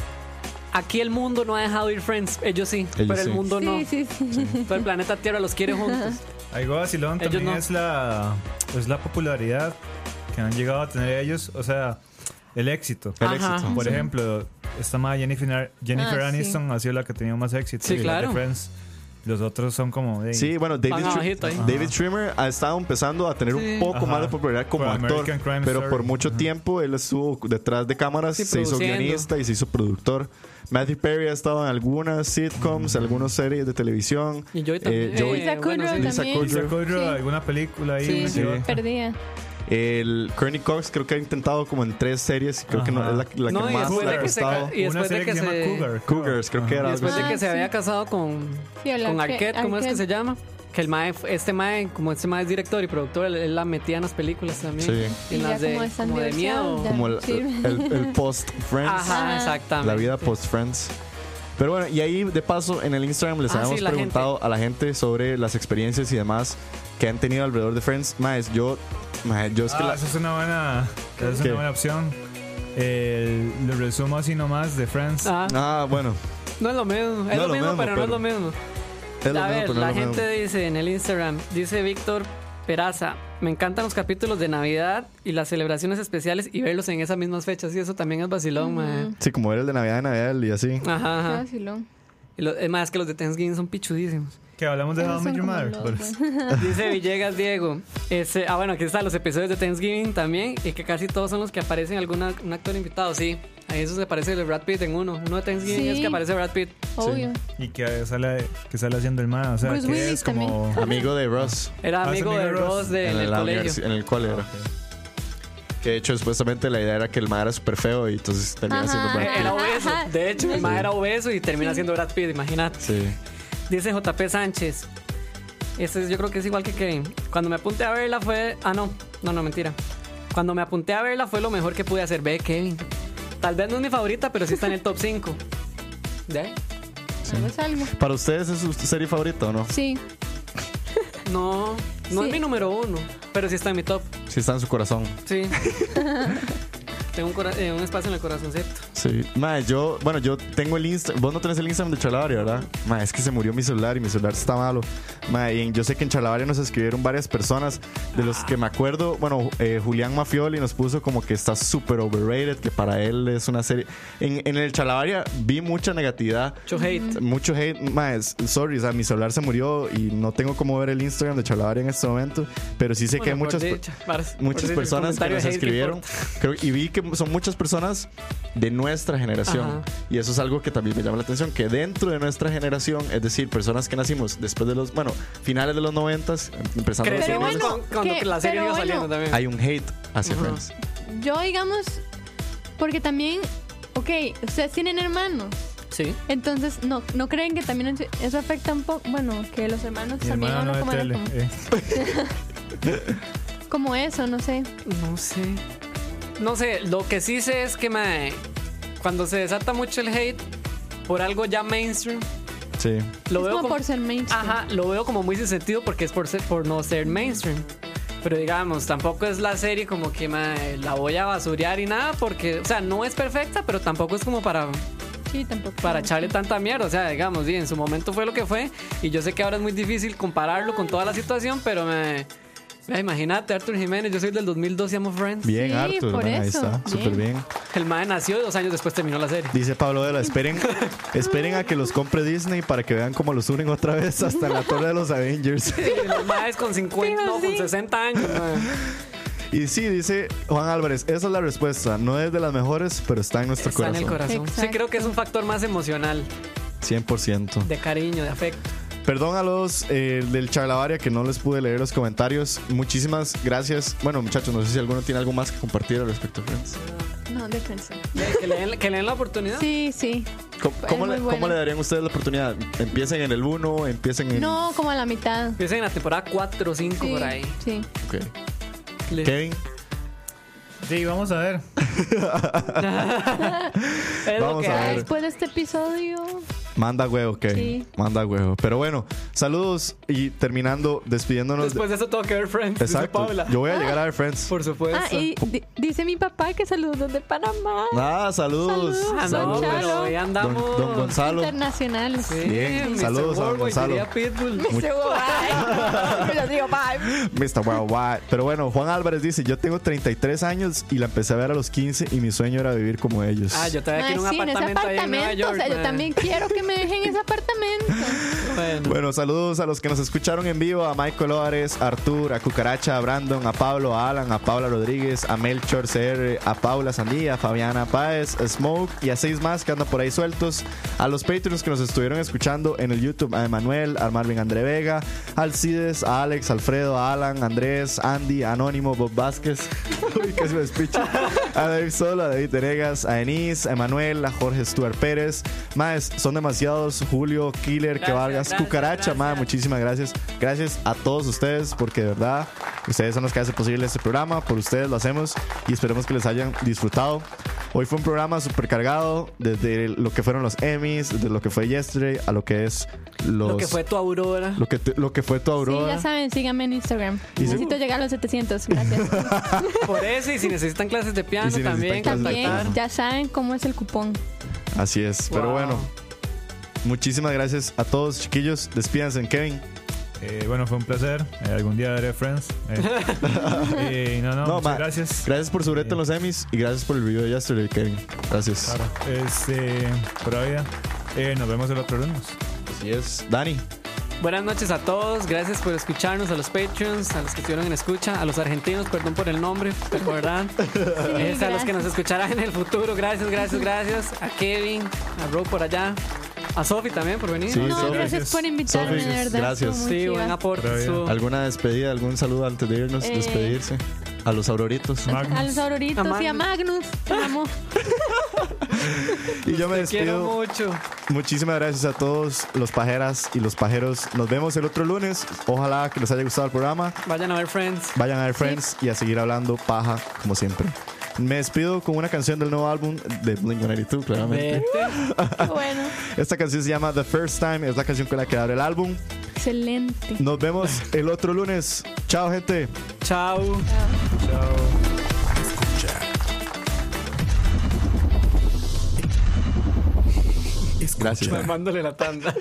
Speaker 4: aquí el mundo no ha dejado ir Friends, ellos sí, pero el
Speaker 3: sí.
Speaker 4: mundo no.
Speaker 6: Sí, sí, sí.
Speaker 4: Todo el planeta Tierra los quiere juntos.
Speaker 5: Algo vacilón
Speaker 4: Ellos
Speaker 5: también
Speaker 4: no.
Speaker 5: es, la, es la popularidad que han llegado a tener ellos, o sea, el éxito.
Speaker 3: el
Speaker 4: Ajá.
Speaker 3: éxito.
Speaker 5: Por ejemplo, esta madre Jennifer, Jennifer
Speaker 6: Ah, sí.
Speaker 5: Aniston ha sido la que ha tenido más éxito.
Speaker 4: Sí,
Speaker 5: y la
Speaker 4: claro.
Speaker 5: de Friends. Los otros son como. de-
Speaker 3: Sí, bueno, David,
Speaker 4: Van
Speaker 3: Tr-
Speaker 4: abajito ahí.
Speaker 3: David Trimmer ha estado empezando a tener un poco
Speaker 5: Ajá.
Speaker 3: más de popularidad como
Speaker 5: Por
Speaker 3: actor,
Speaker 5: American Crime
Speaker 3: pero
Speaker 5: Story.
Speaker 3: por mucho tiempo él estuvo detrás de cámaras,
Speaker 4: Sí,
Speaker 3: se hizo
Speaker 4: produciendo.
Speaker 3: guionista y se hizo productor. Matthew Perry ha estado en algunas sitcoms, algunas series de televisión.
Speaker 4: Y Joey
Speaker 3: Eh,
Speaker 4: también.
Speaker 3: Joey-
Speaker 4: Eh,
Speaker 6: Lisa
Speaker 4: bueno,
Speaker 6: Kudrow
Speaker 4: sí.
Speaker 3: Lisa
Speaker 6: también.
Speaker 5: Lisa Kudrow,
Speaker 6: Sí.
Speaker 5: alguna película ahí.
Speaker 6: Sí,
Speaker 5: una que otra.
Speaker 6: Perdida.
Speaker 3: El Kearney Cox creo que ha intentado como en tres series, creo que no
Speaker 5: Ajá.
Speaker 3: es la, la
Speaker 4: No,
Speaker 3: que
Speaker 4: y
Speaker 3: más
Speaker 4: después
Speaker 3: le ha
Speaker 4: de que se ca-
Speaker 3: gustado.
Speaker 4: y después
Speaker 5: una
Speaker 4: de
Speaker 5: serie
Speaker 4: que
Speaker 5: que,
Speaker 4: se-
Speaker 5: se llama Cougar.
Speaker 3: Cougars, creo que
Speaker 5: Ajá.
Speaker 3: era
Speaker 4: Y
Speaker 3: algo
Speaker 4: después de
Speaker 3: así.
Speaker 6: Ah,
Speaker 4: que se
Speaker 6: sí.
Speaker 4: había casado con,
Speaker 6: Sí, el
Speaker 4: con
Speaker 6: Arque-
Speaker 4: Arquette, ¿cómo es que se
Speaker 6: Arquette.
Speaker 4: llama? Que el mae, este mae, como este mae es director y productor, él, él la metía en las películas también.
Speaker 3: Sí.
Speaker 4: Y en
Speaker 6: Y ya
Speaker 4: las de,
Speaker 6: como están
Speaker 4: como de
Speaker 6: divorciados,
Speaker 4: miedo.
Speaker 6: ya.
Speaker 3: Como el,
Speaker 6: Sí.
Speaker 3: el- el post Friends.
Speaker 4: Ajá,
Speaker 6: Ah.
Speaker 4: exactamente.
Speaker 3: La vida post Friends. Pero bueno, y ahí de paso en el Instagram les
Speaker 4: Ah,
Speaker 3: habíamos
Speaker 4: sí, la
Speaker 3: preguntado a la gente sobre las experiencias y demás que han tenido alrededor de Friends. Más, yo, mae, yo es que
Speaker 5: Ah,
Speaker 3: la-
Speaker 5: esa es una buena, esa es
Speaker 3: ¿Qué?
Speaker 5: una buena opción. El, lo resumo así nomás de Friends.
Speaker 4: Ah,
Speaker 3: Ah, bueno.
Speaker 4: no es lo mismo. Es
Speaker 3: No
Speaker 4: lo mismo, pero, no es lo mismo.
Speaker 3: es lo
Speaker 4: a
Speaker 3: mismo,
Speaker 4: ver,
Speaker 3: pero no
Speaker 4: la
Speaker 3: es lo
Speaker 4: gente
Speaker 3: mismo.
Speaker 4: dice en el Instagram, dice Víctor Peraza, me encantan los capítulos de Navidad y las celebraciones especiales y verlos en esas mismas fechas. Y eso también es vacilón, mae.
Speaker 3: Sí, como era el de Navidad de Navidad y así.
Speaker 4: Ajá,
Speaker 6: Qué
Speaker 4: ajá.
Speaker 6: vacilón.
Speaker 4: Y lo- es más que los de Thanksgiving son pichudísimos.
Speaker 5: Que hablamos de How I Met Your Mother. pues,
Speaker 6: Son como
Speaker 5: pero-
Speaker 6: los-
Speaker 4: Dice Villegas Diego. Este, ah, bueno, aquí están los episodios de Thanksgiving también. Y que casi todos son los que aparecen algún ac- un actor invitado. Sí, a eso se parece el de Brad Pitt en uno. Uno de Thanksgiving
Speaker 6: Sí.
Speaker 4: es que aparece Brad Pitt.
Speaker 6: Obvio.
Speaker 5: Y que sale, que sale haciendo el man. O sea,
Speaker 6: Bruce
Speaker 5: que
Speaker 6: Willis
Speaker 5: es como.
Speaker 3: Amigo de Ross.
Speaker 4: Era
Speaker 5: Ah, es
Speaker 4: amigo,
Speaker 5: amigo
Speaker 4: de
Speaker 5: de Ross.
Speaker 4: Ross de- Ah. en, el,
Speaker 3: la universi-
Speaker 4: colegio.
Speaker 3: en el cual era. Que de hecho, supuestamente la idea era que el man era súper feo y entonces termina
Speaker 6: Ajá.
Speaker 3: siendo Brad Pitt.
Speaker 4: Era
Speaker 6: Ajá.
Speaker 4: obeso. De hecho, el
Speaker 6: Sí.
Speaker 4: mae era obeso y termina siendo Brad Pitt, imagínate.
Speaker 3: Sí.
Speaker 4: Dice JP Sánchez. Este es- yo creo que es igual que Kevin. Cuando me apunté a verla fue. Ah, no. No, no, mentira. Cuando me apunté a verla fue lo mejor que pude hacer. Ve, Kevin. Tal vez no es mi favorita, pero sí está en el top 5. ¿De?
Speaker 6: Algo es algo.
Speaker 3: ¿Para ustedes es su serie favorita o no?
Speaker 6: Sí.
Speaker 4: No, no
Speaker 6: Sí.
Speaker 4: es mi número uno, pero sí está en mi top.
Speaker 3: Si está en su corazón.
Speaker 4: Sí. Tengo un, cora- eh, un espacio en el corazoncito.
Speaker 3: Sí. Mae, yo, bueno, yo tengo el Instagram. Vos no tenés el Instagram de Charlavaria, ¿verdad? Mae, es que se murió mi celular y mi celular está malo. Mae, y en- yo sé que en Charlavaria nos escribieron varias personas, de los que me acuerdo, bueno, eh, Julián Mafioli nos puso como que está súper overrated, que para él es una serie. En, en el Charlavaria vi mucha negatividad.
Speaker 4: Mucho
Speaker 6: Mm.
Speaker 4: hate.
Speaker 3: Mucho hate, mae, s- sorry, o sea, mi celular se murió y no tengo cómo ver el Instagram de Charlavaria en este momento, pero sí sé que hay
Speaker 4: Bueno, por
Speaker 3: muchas, per-
Speaker 4: dicha, varas- por
Speaker 3: muchas
Speaker 4: dicha,
Speaker 3: personas que
Speaker 4: comentario
Speaker 3: nos
Speaker 4: hate que
Speaker 3: escribieron creo- y vi que son muchas personas de nuestra generación.
Speaker 4: Ajá.
Speaker 3: Y eso es algo que también me llama la atención, que dentro de nuestra generación, es decir, personas que nacimos después de los, bueno, finales de los noventas, empezando los
Speaker 4: Crecimos
Speaker 3: 2000,
Speaker 6: bueno,
Speaker 4: con- cuando
Speaker 6: que-
Speaker 4: la serie
Speaker 6: pero
Speaker 4: iba
Speaker 6: bueno.
Speaker 4: saliendo también.
Speaker 3: hay un hate hacia
Speaker 4: Ajá.
Speaker 3: Friends.
Speaker 6: Yo, digamos, porque también, ok, ustedes tienen hermanos.
Speaker 4: Sí.
Speaker 6: Entonces, ¿no, no creen que también eso afecta un poco? Bueno, que los hermanos
Speaker 5: Mi
Speaker 6: también
Speaker 5: hermana no
Speaker 6: hablan
Speaker 5: ve
Speaker 6: como,
Speaker 5: tele.
Speaker 6: como-
Speaker 5: eh.
Speaker 3: Eh.
Speaker 6: como eso, no sé.
Speaker 4: No sé. No sé, lo que sí sé es que mae, cuando se desata mucho el hate por algo ya mainstream,
Speaker 3: Sí.
Speaker 4: lo
Speaker 6: es
Speaker 4: veo
Speaker 6: como,
Speaker 4: como,
Speaker 6: por ser mainstream.
Speaker 4: ajá, lo veo como muy sin sentido porque es por ser por no ser mainstream. Pero digamos, tampoco es la serie como que mae, la voy a basurear y nada porque, o sea, no es perfecta, pero tampoco es como para
Speaker 6: Sí, tampoco.
Speaker 4: para echarle tanta mierda, o sea, digamos, sí, en su momento fue lo que fue y yo sé que ahora es muy difícil compararlo con toda la situación, pero me, me- imagínate, Arthur Jiménez, yo soy del 2002 y amo Friends.
Speaker 3: Bien,
Speaker 6: Sí,
Speaker 3: Arthur,
Speaker 6: por
Speaker 3: mae, ahí
Speaker 6: eso.
Speaker 3: está,
Speaker 6: Bien.
Speaker 3: súper bien.
Speaker 4: El mae nació y dos años después terminó la serie.
Speaker 3: Dice Pablo Vela, esperen, esperen a que los compre Disney para que vean cómo los unen otra vez hasta la torre de los Avengers.
Speaker 4: Y los maes con 50,
Speaker 6: Sí,
Speaker 4: no,
Speaker 6: sí.
Speaker 4: con 60 años. mae.
Speaker 3: Y sí, dice Juan Álvarez, esa es la respuesta. No es de las mejores, pero está en nuestro
Speaker 4: Está en el
Speaker 3: corazón.
Speaker 4: corazón. Sí,
Speaker 6: Exacto.
Speaker 4: creo que es un factor más emocional,
Speaker 3: 100%.
Speaker 4: de cariño, de afecto.
Speaker 3: Perdón a los eh, del Charlavaria que no les pude leer los comentarios. Muchísimas gracias. Bueno, muchachos, no sé si alguno tiene algo más que compartir al respecto a Friends.
Speaker 6: No, de Friends.
Speaker 4: Eh, Que le den, que le den la oportunidad.
Speaker 6: Sí, sí.
Speaker 3: ¿Cómo,
Speaker 6: Fue
Speaker 3: cómo
Speaker 6: muy
Speaker 3: le,
Speaker 6: buena.
Speaker 3: cómo le darían ustedes la oportunidad? ¿Empiecen en el 1? ¿Empiecen en.?
Speaker 6: No, como a la mitad.
Speaker 4: Empiecen en la temporada 4 o 5
Speaker 6: Sí,
Speaker 4: por ahí.
Speaker 6: sí.
Speaker 3: Ok.
Speaker 4: Le-
Speaker 3: Kevin,
Speaker 5: Sí, vamos a ver.
Speaker 4: es lo
Speaker 3: Vamos
Speaker 4: que
Speaker 3: a
Speaker 4: hay.
Speaker 3: ver.
Speaker 6: Después de este episodio,
Speaker 3: manda huevo, Kevin.
Speaker 6: Sí.
Speaker 3: Manda huevo. Pero bueno, saludos y terminando, despidiéndonos.
Speaker 4: Después de eso tengo que ver Friends.
Speaker 3: de,
Speaker 4: dice
Speaker 3: exacto.
Speaker 4: Paula.
Speaker 3: Yo voy a llegar a ver Friends.
Speaker 4: Por supuesto.
Speaker 6: Ah, y di- dice mi papá que saludos de Panamá.
Speaker 3: Nada, saludos.
Speaker 6: Saludos.
Speaker 4: Ah, no,
Speaker 6: Don
Speaker 4: pero
Speaker 6: Chalo.
Speaker 4: ahí
Speaker 3: Don,
Speaker 4: andamos.
Speaker 3: don Gonzalo.
Speaker 6: Internacionales.
Speaker 4: Sí,
Speaker 3: Bien,
Speaker 4: Mr.
Speaker 3: saludos a don
Speaker 4: Worldwide,
Speaker 3: Gonzalo.
Speaker 4: diría Pitbull.
Speaker 6: Me dice, "Bye". Y yo digo, bye.
Speaker 3: Mr. Worldwide. Pero bueno, Juan Álvarez dice: Yo tengo 33 años y la empecé a ver a los 15 y mi sueño era vivir como ellos.
Speaker 4: Ah, yo todavía
Speaker 6: Ay,
Speaker 4: quiero un
Speaker 6: sí, en ese
Speaker 4: apartamento ahí en Nueva
Speaker 6: apartamento.
Speaker 4: York. pues.
Speaker 6: o sea, yo
Speaker 4: man.
Speaker 6: también quiero que me dejen ese apartamento.
Speaker 4: Bueno,
Speaker 3: Bueno, saludos a los que nos escucharon en vivo, a Michael López, a Artur, a Cucaracha, a Brandon, a Pablo, a Alan, a Paula Rodríguez, a Melchor CR, a Paula Sandía, a Fabiana Páez, a Smoke y a seis más que andan por ahí sueltos, a los Patreons que nos estuvieron escuchando en el YouTube, a Emanuel, a Marvin André Vega, a Alcides, a Alex, Alfredo, a Alan, Andrés, Andy, Anónimo, Bob Vázquez, uy, casi me despicho, a David Sola, a David Venegas, a Denise, a Emanuel, a Jorge Stuart Pérez, más, son demasiados, Julio, Killer, que
Speaker 4: Gracias,
Speaker 3: valgas,
Speaker 4: gracias,
Speaker 3: cucaracha, madre,
Speaker 4: gracias.
Speaker 3: muchísimas gracias. Gracias a todos ustedes, porque de verdad, ustedes son los que hacen posible este programa. Por ustedes lo hacemos y esperemos que les hayan disfrutado. Hoy fue un programa súper cargado, desde lo que fueron los Emmys, desde lo que fue Yesterday, a lo que es los.
Speaker 4: lo que fue tu aurora.
Speaker 3: Lo que, te- lo que fue tu
Speaker 6: Sí,
Speaker 3: aurora.
Speaker 6: ya saben, síganme en Instagram.
Speaker 3: Y si-
Speaker 6: Necesito llegar a los 700. Gracias.
Speaker 4: Por eso, y si necesitan clases de piano,
Speaker 3: Y si necesitan
Speaker 4: también
Speaker 3: clases de
Speaker 4: contactar.
Speaker 6: También ya saben cómo es el cupón.
Speaker 3: Así es. Pero
Speaker 4: Wow.
Speaker 3: bueno, muchísimas gracias a todos, chiquillos. Despídanse, Kevin.
Speaker 5: Eh, bueno, fue un placer. Eh, algún día veré Friends. Eh, y no, no,
Speaker 3: No,
Speaker 5: muchas
Speaker 3: ma-
Speaker 5: gracias.
Speaker 3: Gracias por su reto en los Emmys y gracias por el video de Yesterday, Kevin. Gracias.
Speaker 5: Claro. Este, por la vida. Eh, nos vemos el otro lunes.
Speaker 3: Así es. Dani.
Speaker 4: Buenas noches a todos. Gracias por escucharnos, a los Patreons, a los que estuvieron en escucha, a los argentinos, perdón por el nombre, pero verdad. Es a los que nos escucharán en el futuro. Gracias, gracias, gracias. A Kevin, a Rob por allá, a Sofi también por venir.
Speaker 3: Sí,
Speaker 6: No,
Speaker 3: Sofi.
Speaker 6: gracias por invitarme,
Speaker 3: Sofi,
Speaker 6: de verdad.
Speaker 3: gracias.
Speaker 6: estuvo muy
Speaker 4: Sí,
Speaker 6: chiva.
Speaker 4: buen aporte.
Speaker 5: Pero bien.
Speaker 4: estuvo.
Speaker 3: ¿Alguna despedida, algún saludo antes de irnos?
Speaker 6: Eh.
Speaker 3: Despedirse. A los auroritos.
Speaker 5: Magnus.
Speaker 6: A los auroritos
Speaker 4: A
Speaker 6: y a Magnus. Te amo.
Speaker 3: Y yo me
Speaker 4: Te quiero
Speaker 3: despido.
Speaker 4: mucho.
Speaker 3: Muchísimas gracias a todos los pajeras y los pajeros. Nos vemos el otro lunes. Ojalá que les haya gustado el programa.
Speaker 4: Vayan a ver Friends.
Speaker 3: Vayan a ver Friends y a seguir hablando paja como siempre. Me despido con una canción del nuevo álbum de Blink-182, claramente.
Speaker 4: Vete.
Speaker 6: Qué bueno.
Speaker 3: Esta canción se llama The First Time, es la canción con la que abre el álbum.
Speaker 6: Excelente.
Speaker 3: Nos vemos el otro lunes. Chao, gente.
Speaker 4: Chao.
Speaker 1: Escucha.
Speaker 3: Gracias.
Speaker 4: Mándole la tanda.